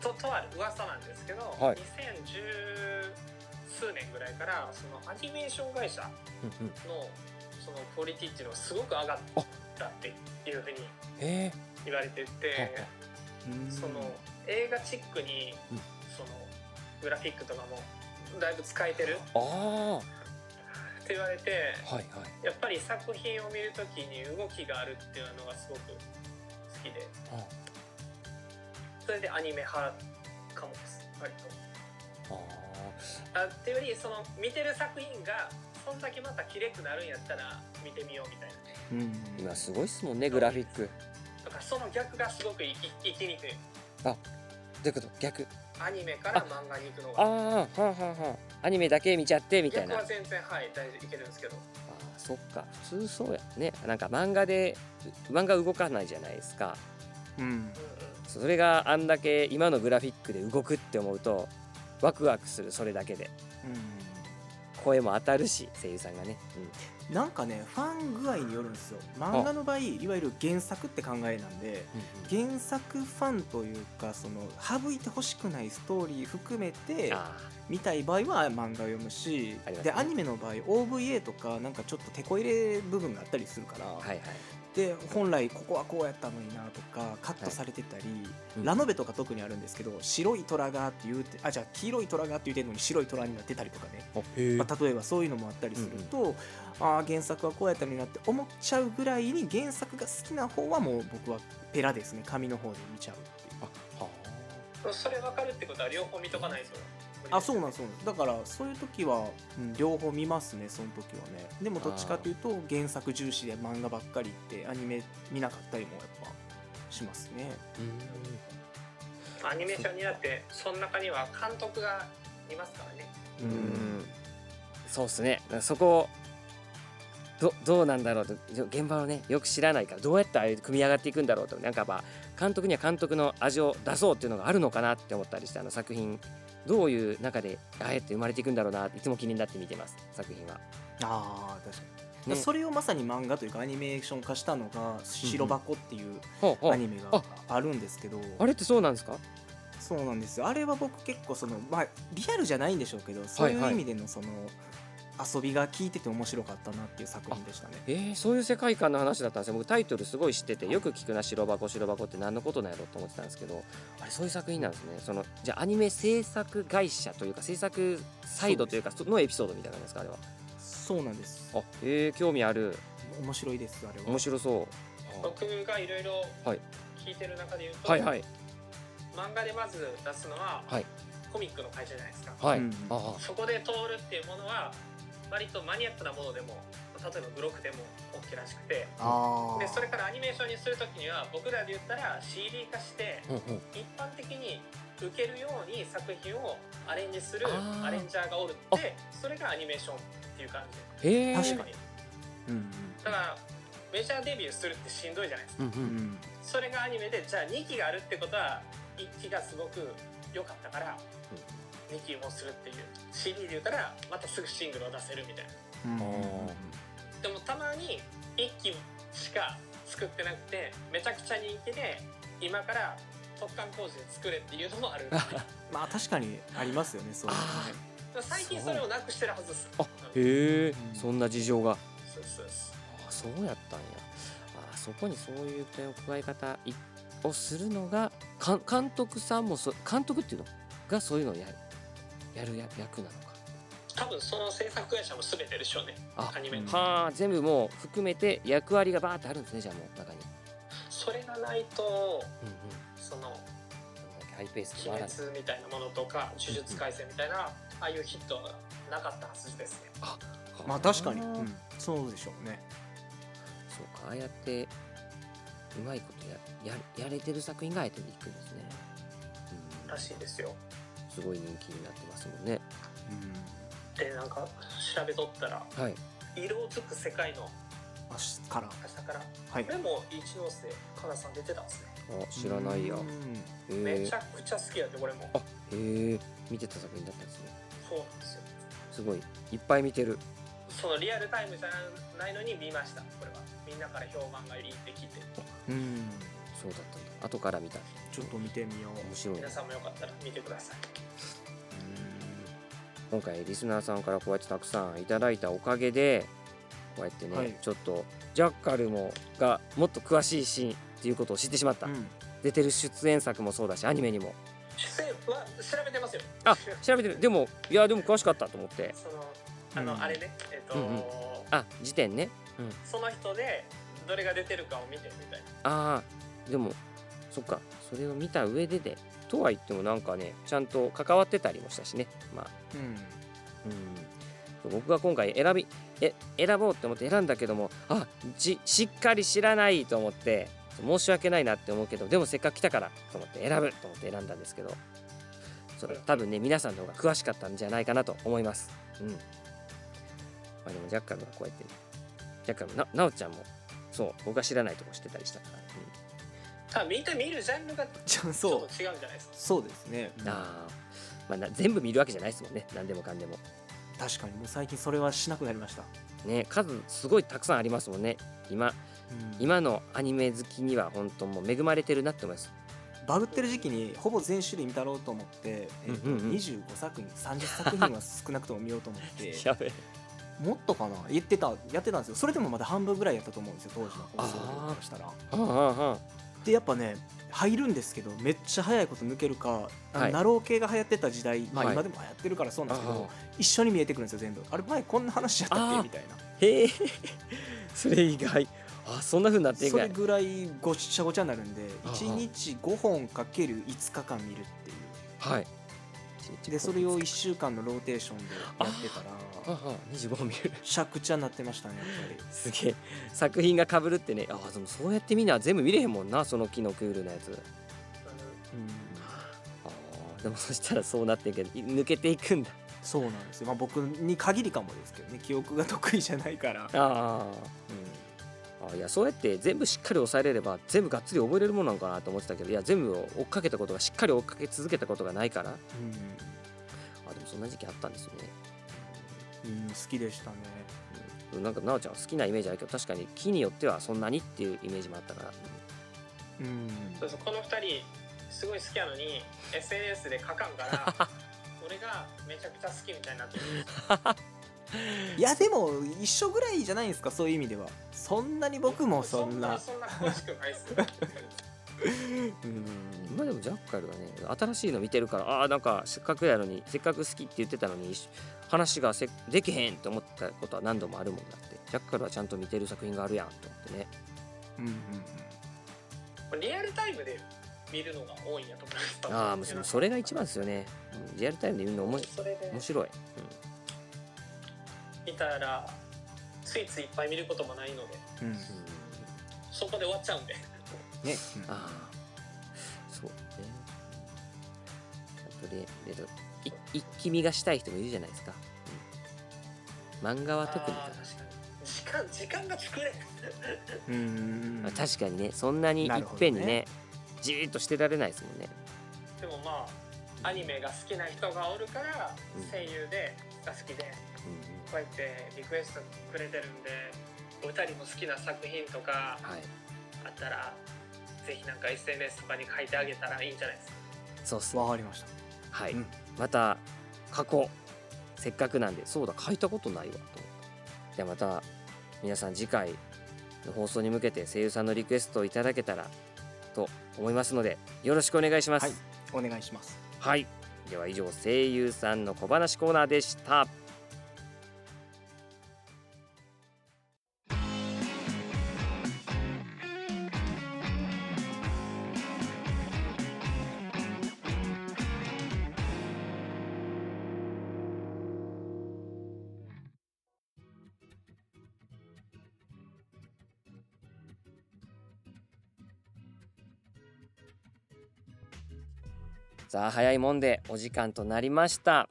ととある噂なんですけど、
はい
2010数年ぐらいからそのアニメーション会社
うんうん
のそのクオリティっていうのがすごく上がったっていうふうに
え
言われてて、
うん
その映画チックに
うん
そのグラフィックとかもだいぶ使えてる
ー、あ
って言われて
あはいはい
やっぱり作品を見るときに動きがあるっていうのがすごく好きで
あ
それでアニメ派かもです割と。
あ
あっていうよりその見てる作品がそんだけまた綺麗くなるんやったら見てみようみたいな
うん
ー今すごいっすもんねグラフィック
とかその逆がすごくいい生きにくい
ということ逆
アニメから漫画に行くの
あー
が
はあはあはあアニメだけ見ちゃってみたい
逆
な
は全然はい大丈夫いけるんですけど
あーそっか普通そうやねなんか漫画で漫画動かないじゃないですか
うん
うんうん
それがあんだけ今のグラフィックで動くって思うとワクワクするそれだけで
うん
声も当たるし声優さんがね、
なんかねファン具合によるんですよ漫画の場合いわゆる原作って考えなんで原作ファンというかその省いてほしくないストーリー含めて
あ
見たい場合は漫画を読むし、
あります
で
ね
アニメの場合 OVA とかなんかちょっと手こ入れ部分があったりするから、
あはいはい
で本来ここはこうやったのになとかカットされてたり、
うん
ラノベとか特にあるんですけど白い虎がって言うてあじゃあ黄色い虎がって言うてるのに白い虎になってたりとかねまあ、例えばそういうのもあったりすると、ああ原作はこうやったのになって思っちゃうぐらいに原作が好きな方はもう僕はペラですね紙の方で見ちゃうっていう
は
それ分かるってことは両方見とかないと
あそうなんそうなんだからそういう時は、うん両方見ますねその時はねでもどっちかというと原作重視で漫画ばっかりってアニメ見なかったりもやっぱしますね
アニメーションになってその中には監督がいますからね
うんそうっすねだからそこをどどうなんだろうとじょ現場をねよく知らないからどうやってああいう組み上がっていくんだろうとなんかまあ監督には監督の味を出そうっていうのがあるのかなって思ったりしてあの作品どういう中でああやって生まれていくんだろうないつも気になって見てます作品は。
あー確かに、
ね
それをまさに漫画というかアニメーション化したのが「白箱」っていう
ほうほう
アニメがあるんですけど、
あれってそうなんですか
そそうなんですよあれは僕結構そのまあリアルじゃないんでしょうけどそういう意味でのその遊びが効いてて面白かったなっていう作品でしたね。
えー、そういう世界観の話だったんですよ僕タイトルすごい知っててよく聞くな白箱白箱って何のことなんやろと思ってたんですけどあれそういう作品なんですねそのじゃあアニメ制作会社というか制作サイドというかそのエピソードみたいなんですかあれは
そうなんです
あえー、興味ある
面白いですあれは
面白そう
僕がいろいろ
はい
聞いてる中で言うと、
はいはい
漫画でまず出すのは、
はい
コミックの会社じゃないですか、
はい、
うん
ああ
そこで通るっていうものは割とマニアックなものでも例えばブロックでも OK らしくて
あ
でそれからアニメーションにする時には僕らで言ったら CD 化して
うんうん
一般的に受けるように作品をアレンジする
あー
アレンジャーがおるってそれがアニメーションっていう感じ
へえ
確かにうん
だからメジャーデビューするってしんどいじゃないですか
うんう
うん
ん
それがアニメでじゃあ2期があるってことは1期がすごく良かったから2期もするっていう CD で言ったらまたすぐシングルを出せるみたいな
うんうん
あ
でもたまに1期しか作ってなくてめちゃくちゃ人気で今から突貫工事で作れっていうのも ある
まあ確かにありますよねそういう
あ
最近それをなくしてるはずです
あへえ
うん
そんな事情が
そうそうそう
あそうやったんやあそこにそういう手の加え方いをするのがかん監督さんもそ監督っていうのがそういうのをやるやるや役なのか
多分その制作会社も全てでしょうね
あ
アニメの
はあ全部もう含めて役割がバーってあるんですねじゃあもう中に、
それがないと
うんうん、
その
ハイペースで終わ
鬼
らない
滅みたいなものとか呪術廻戦みたいなああいうヒットはなかったはずですね
まあ確かに、
あ
う
ー
ん、そうでしょうね
そうかああやってうまいことやややれてる作品があえていくんですね、うん
らしいですよ
すごい人気になってますもんね
うん
でなんか調べとったら
はい
色づく世界の
明日から
明日から
はい
これも一ノ瀬かなさん出てたんですね、
あ知らないや
うん
へー
めちゃくちゃ好きやってこれも
あへえ見てた作品だったんですね
そうなんですよ
すごいいっぱい見てる
そのリアルタイムじゃないのに見ましたこれはみんなから評判がいいって聞いて
うん
そうだったんだ後から見た
ちょっと見てみよう
面白いね
皆さんもよかったら見てください
今回リスナーさんからこうやってたくさんいただいたおかげでこうやってね、
はい
ちょっとジャッカルもがもっと詳しいシーンっていうことを知ってしまった、
うん
出てる出演作もそうだしアニメにも
出演は調べてますよ
あ調べてるでもいやでも詳しかったと思って
そのあの、
うん
あれねえっ、と、
うんうんあ時点ね
その人でどれが出てるかを見てみたいな
ああでもそっかそれを見た上ででとは言ってもなんかねちゃんと関わってたりもしたしねまあ
うん
うん、僕が今回選びえ選ぼうって思って選んだけどもあじしっかり知らないと思って申し訳ないなって思うけどでもせっかく来たからと思って選ぶと思って選んだんですけどそれ多分ね皆さんの方が詳しかったんじゃないかなと思います。うんまあ、でもジャッカルがこうやってねジャッカルもななおちゃんもそう僕が知らないとこ知ってたりしたから、うん
ただ見て見るジャンルが
じゃあ
ちょっ
そ
と
う
違うんじゃないですか
そうですねうん
あーまあ、な全部見るわけじゃないですもんね何でもかんでも。
確かにもう最近それはしなくなりました
ね数すごいたくさんありますもんね今
うん
今のアニメ好きには本当もう恵まれてるなって思います
バグってる時期にほぼ全種類見たろうと思って、えっと
うんうんうん
25作品30作品は少なくとも見ようと思っ て
べ
もっとかな言ってたやってたんですよそれでもまだ半分ぐらいやったと思うんですよ当時の放送
あー
からしたら
はんはんはん
でやっぱね入るんですけどめっちゃ早いこと抜けるか、あの
はい
ナロー系が流行ってた時代、ま
は
あ、
い
今でも流行ってるからそうなんですけど、
ああ
一緒に見えてくるんですよ全部あれ前こんな話やったっ
ああ
けみたいな
へえ それ意外あそんな風になっていく
そ
んや
れぐらいごっちゃごちゃになるんで
ああ
1日5本かける5日間見るっていう
はい
でそれを1
一
週間のローテーションでやってた
は
ら
んはん25見る
めちゃくちゃになってましたねやっぱり
すげえ作品が被るってねあでもそうやってみんな全部見れへんもんなその木のクールなやつ
う
うん
あーでもそしたらそうなってんけどい抜けていくんだ
そうなんですよ、まあ、僕に限りかもですけどね記憶が得意じゃないから
ああ、うん、あいやそうやって全部しっかり抑えれれば全部がっつり覚えれるものなのかなと思ってたけどいや全部を追っかけたことがしっかり追っかけ続けたことがないからあでもそんな時期あったんですよね。
うん、うん好きでしたね
うんなんか奈緒ちゃんは好きなイメージあるけど確かに木によってはそんなにっていうイメージもあったから、
うん
そうそうこの2人すごい好きなのに SNS で書かんから 俺がめちゃくちゃ好きみたいになってる
いやでも一緒ぐらいじゃないですかそういう意味ではそんなに僕もそんな
そんな詳しくないっす よ
うん
まあでもジャッカルだね新しいの見てるからああーなんかせっかくやのにせっかく好きって言ってたのに一緒話がせできへんと思ったことは何度もあるもんだってジャッカルはちゃんと見てる作品があるやんと思ってね
うんうん
リアルタイムで見るのが多いんやと思います
ああもうそれが一番ですよねうんリアルタイムで見るのおもい
それで
面白い、
見たらついついいっぱい見ることもないので
うんうん
うんうん
そこで終わっちゃうんで
ね
ああそうねあとででとい一気見がしたい人もいるじゃないですか、うん漫画は特にか
あー確かに時間時間が作れん
うんうん
なあ確かにねそんなにいっ
なるほどね
ぺんにねじーっとしてられないですもんね
でもまあアニメが好きな人がおるから
うん
声優でが好きで
うんうん
こうやってリクエストくれてるんでお二人も好きな作品とか
はい
あったらぜひなんか SNS とかに書いてあげたらいいんじゃないですか
そうっすね
わかりました
はい、
うん
また過去せっかくなんでそうだ書いたことないわと思ってじゃあまた皆さん次回の放送に向けて声優さんのリクエストをいただけたらと思いますのでよろしくお願いします
はいお願いします
はい、では以上声優さんの小話コーナーでしたさあ早いもんでお時間となりました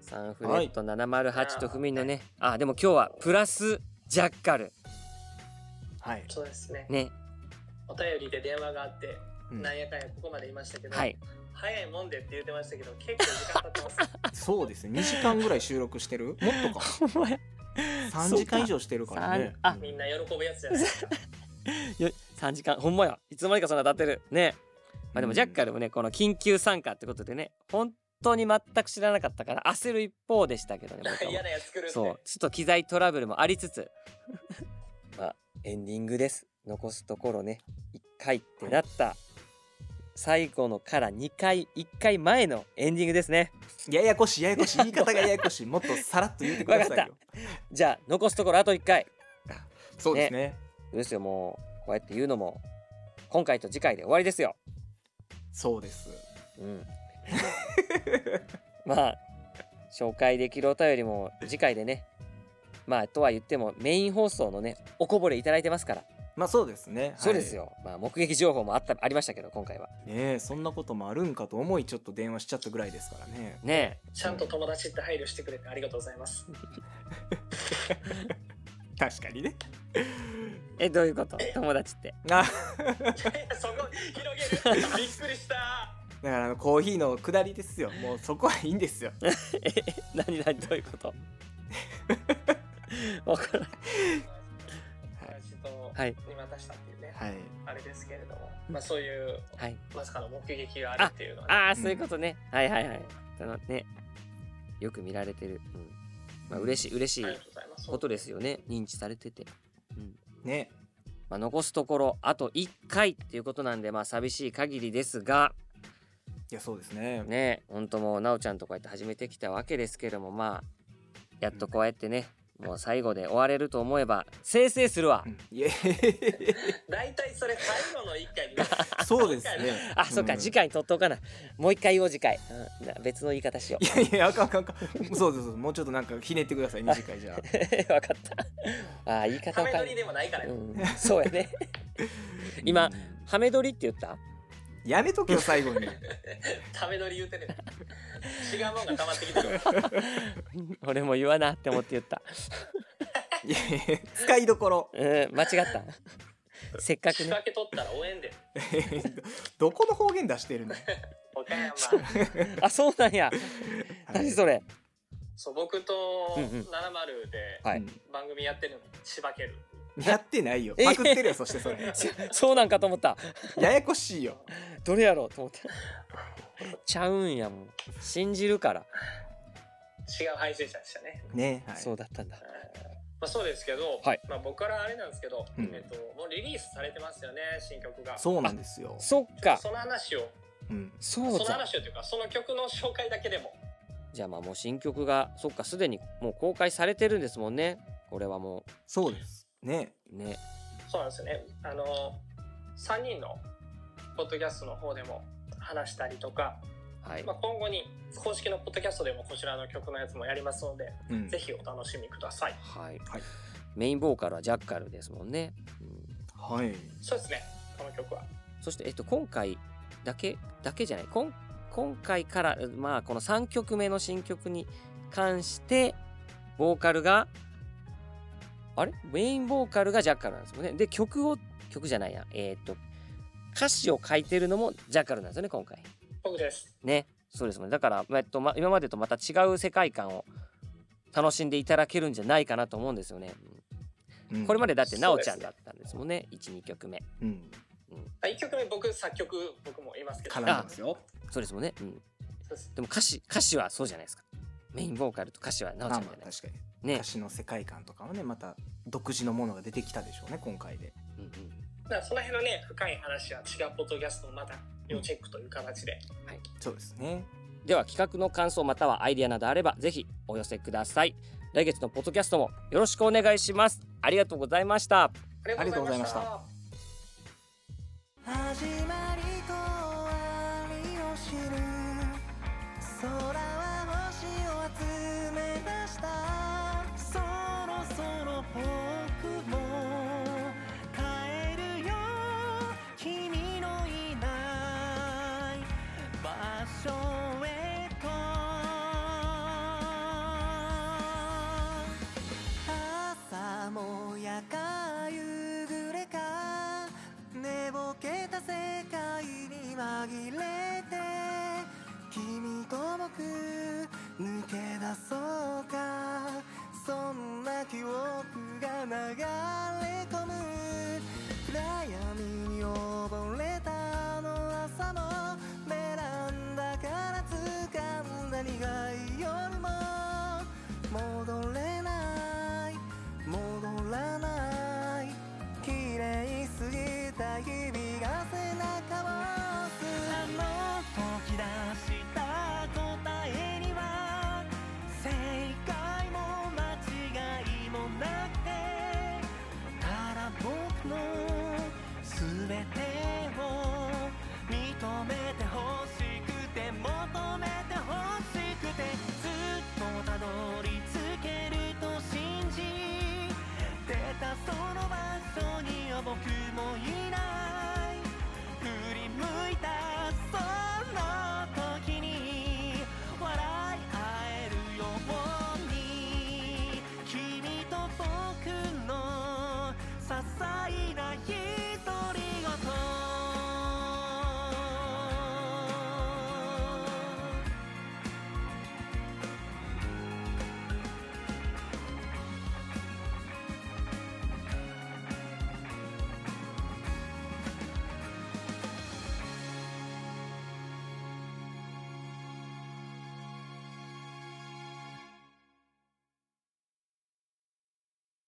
サンフレット708とふみんのね、あでも今日はプラスジャッカル
はい
そうですね
ね
お便りで電話があって、
うん
なんやかんやここまで言いましたけど、
はい
早いもんでって言ってましたけど結構時間経ってます
そうですね2時間ぐらい収録 してるもっとか
お前
3時間以上してるからね
そうかあ
みんな喜ぶやつじゃないですか
3時間ほん まやいつの間にかそんな経ってるねまあでもジャッカルもねこの緊急参加ってことでね本当に全く知らなかったから焦る一方でしたけどね僕は
嫌な やつ来るんで
そうちょっと機材トラブルもありつつ まあエンディングです残すところね1回ってなった最後のから2回1回前のエンディングですね
ややこしいややこしい言い方がややこしいもっとさらっと言ってください
わか
よ
じゃあ残すところあと1回
そうですね
どうですよもうこうやって言うのも今回と次回で終わりですよ
そうです
うん まあ紹介できるお便りも次回でねまあとは言ってもメイン放送のねおこぼれいただいてますから
まあそうですね
そうですよ、まあ目撃情報もあったありましたけど今回は
はいねえそんなこともあるんかと思いちょっと電話しちゃったぐらいですからね
ねえ
ちゃんと友達って配慮してくれてありがとうございます
確かにね
えどういうこと友達って
あ
そこ広げるびっくりした
だからあのコーヒーの下りですよもうそこはいいんですよ
え 何何どういうこと わからん
はい
ちょっと
はい
見渡したっていうね、
はい
あれですけれども、まあ、そういう
はい
まさかの目撃があるっていうのはね、
ああそういうことね、はいはいはいそのねよく見られてる、うんまあ嬉しい嬉しい
ありがとうございます
ことですよね認知されてて、うん
ね
まあ、残すところあと1回っていうことなんでまあ寂しい限りですが
いやそうですね
ね本当もうなおちゃんとこうやって始めてきたわけですけどもまあやっとこうやってね、もう最後で終われると思えばせいせいするわ、
うんいえ
大体それ最後の一回 にね
そうですね
あ、そっか、
うん
次回に取っとかな。もう一回言おう、次回。うんな別の言い方しよ
いやいやあかんあかんあかんそうそうそうもうちょっとなんかひねってください短いじゃあ
う。わかった。あー、言い方
た
を
め
変
撮り
え
でもないから
う
ね、
ん、そ うやね。 今
うん
ハメ撮りって言った
やめとけよ最 後に
ため撮り言うてね違うもんが溜まってき てる
俺も言わなって思って言った。
いやいや使いどころ
うん、間違った。せっかく
仕
ね。
掛け取ったら応援で
どこの方言出してるの
岡山
あ、そうなんや。何 それ。
そう僕と
うんうん
70で
はい。
番組やってるの千葉県
やってないよ
え
パクってるよそしてそれ
そうなんかと思った
ややこしいよ
どれやろうと思ったちゃうんやもん信じるから、
違う配信者でしたね。
ねはい
そうだったんだ
まあ、そうですけど、
はい
まあ、僕からあれなんですけど、
うん
えっと、もうリリースされてますよね、新曲が。
そうなんですよ
そっか
その話を、
うん
そ
そうの
だ
話をというか、その曲の紹介だけでも。
じゃあまあもう新曲がそっかすでにもう公開されてるんですもんねこれはも
そうですね
うね
そうなんですよね。あの、3人のポッドキャストの方でも話したりとか、
はい
まあ、今後に公式のポッドキャストでもこちらの曲のやつもやりますので、
うん
ぜひお楽しみください。
はい、
はい
メインボーカルはジャッカルですもんね、うん
はい
そうですね、この曲は。
そしてえっと今回だけだけじゃないこん今回からまあこの3曲目の新曲に関してボーカルがあれメインボーカルがジャッカルなんですもんねで曲を曲じゃないやえっと歌詞を書いてるのもジャッカルなんですよね今回
僕です。
ねそうですもんねだから、えっとま、今までとまた違う世界観を楽しんでいただけるんじゃないかなと思うんですよね、
うん
これまでだって
そう
なおち
です
ゃんだったんですもんね12曲目
うん
あ1曲目僕作曲僕もいますけど
絡んでますよ
そうですもんね、うん、
そうです
でも歌詞歌詞はそうじゃないですかメインボーカルと歌詞はなおち
まあ
ゃんじ
ま
ゃ
あ
ないです
確かに
かね
歌、詞の世界観とかはねまた独自のものが出てきたでしょうね今回で
うんうん
だからその辺のね深い話は違うポッドキャストのまた要チェックという形で
そうですね
では企画の感想またはアイディアなどあればぜひお寄せください来月のポッドキャストもよろしくお願いしますありがとうございました
ありがとうございまし
ありがとうございま
た。
始まりと終わりを知る空は星を集め出したそろそろ僕も帰るよ君のいない場所へと朝もやか夕暮れか寝ぼけた世界に紛れて君と僕抜け出そうかそんな記憶が流れ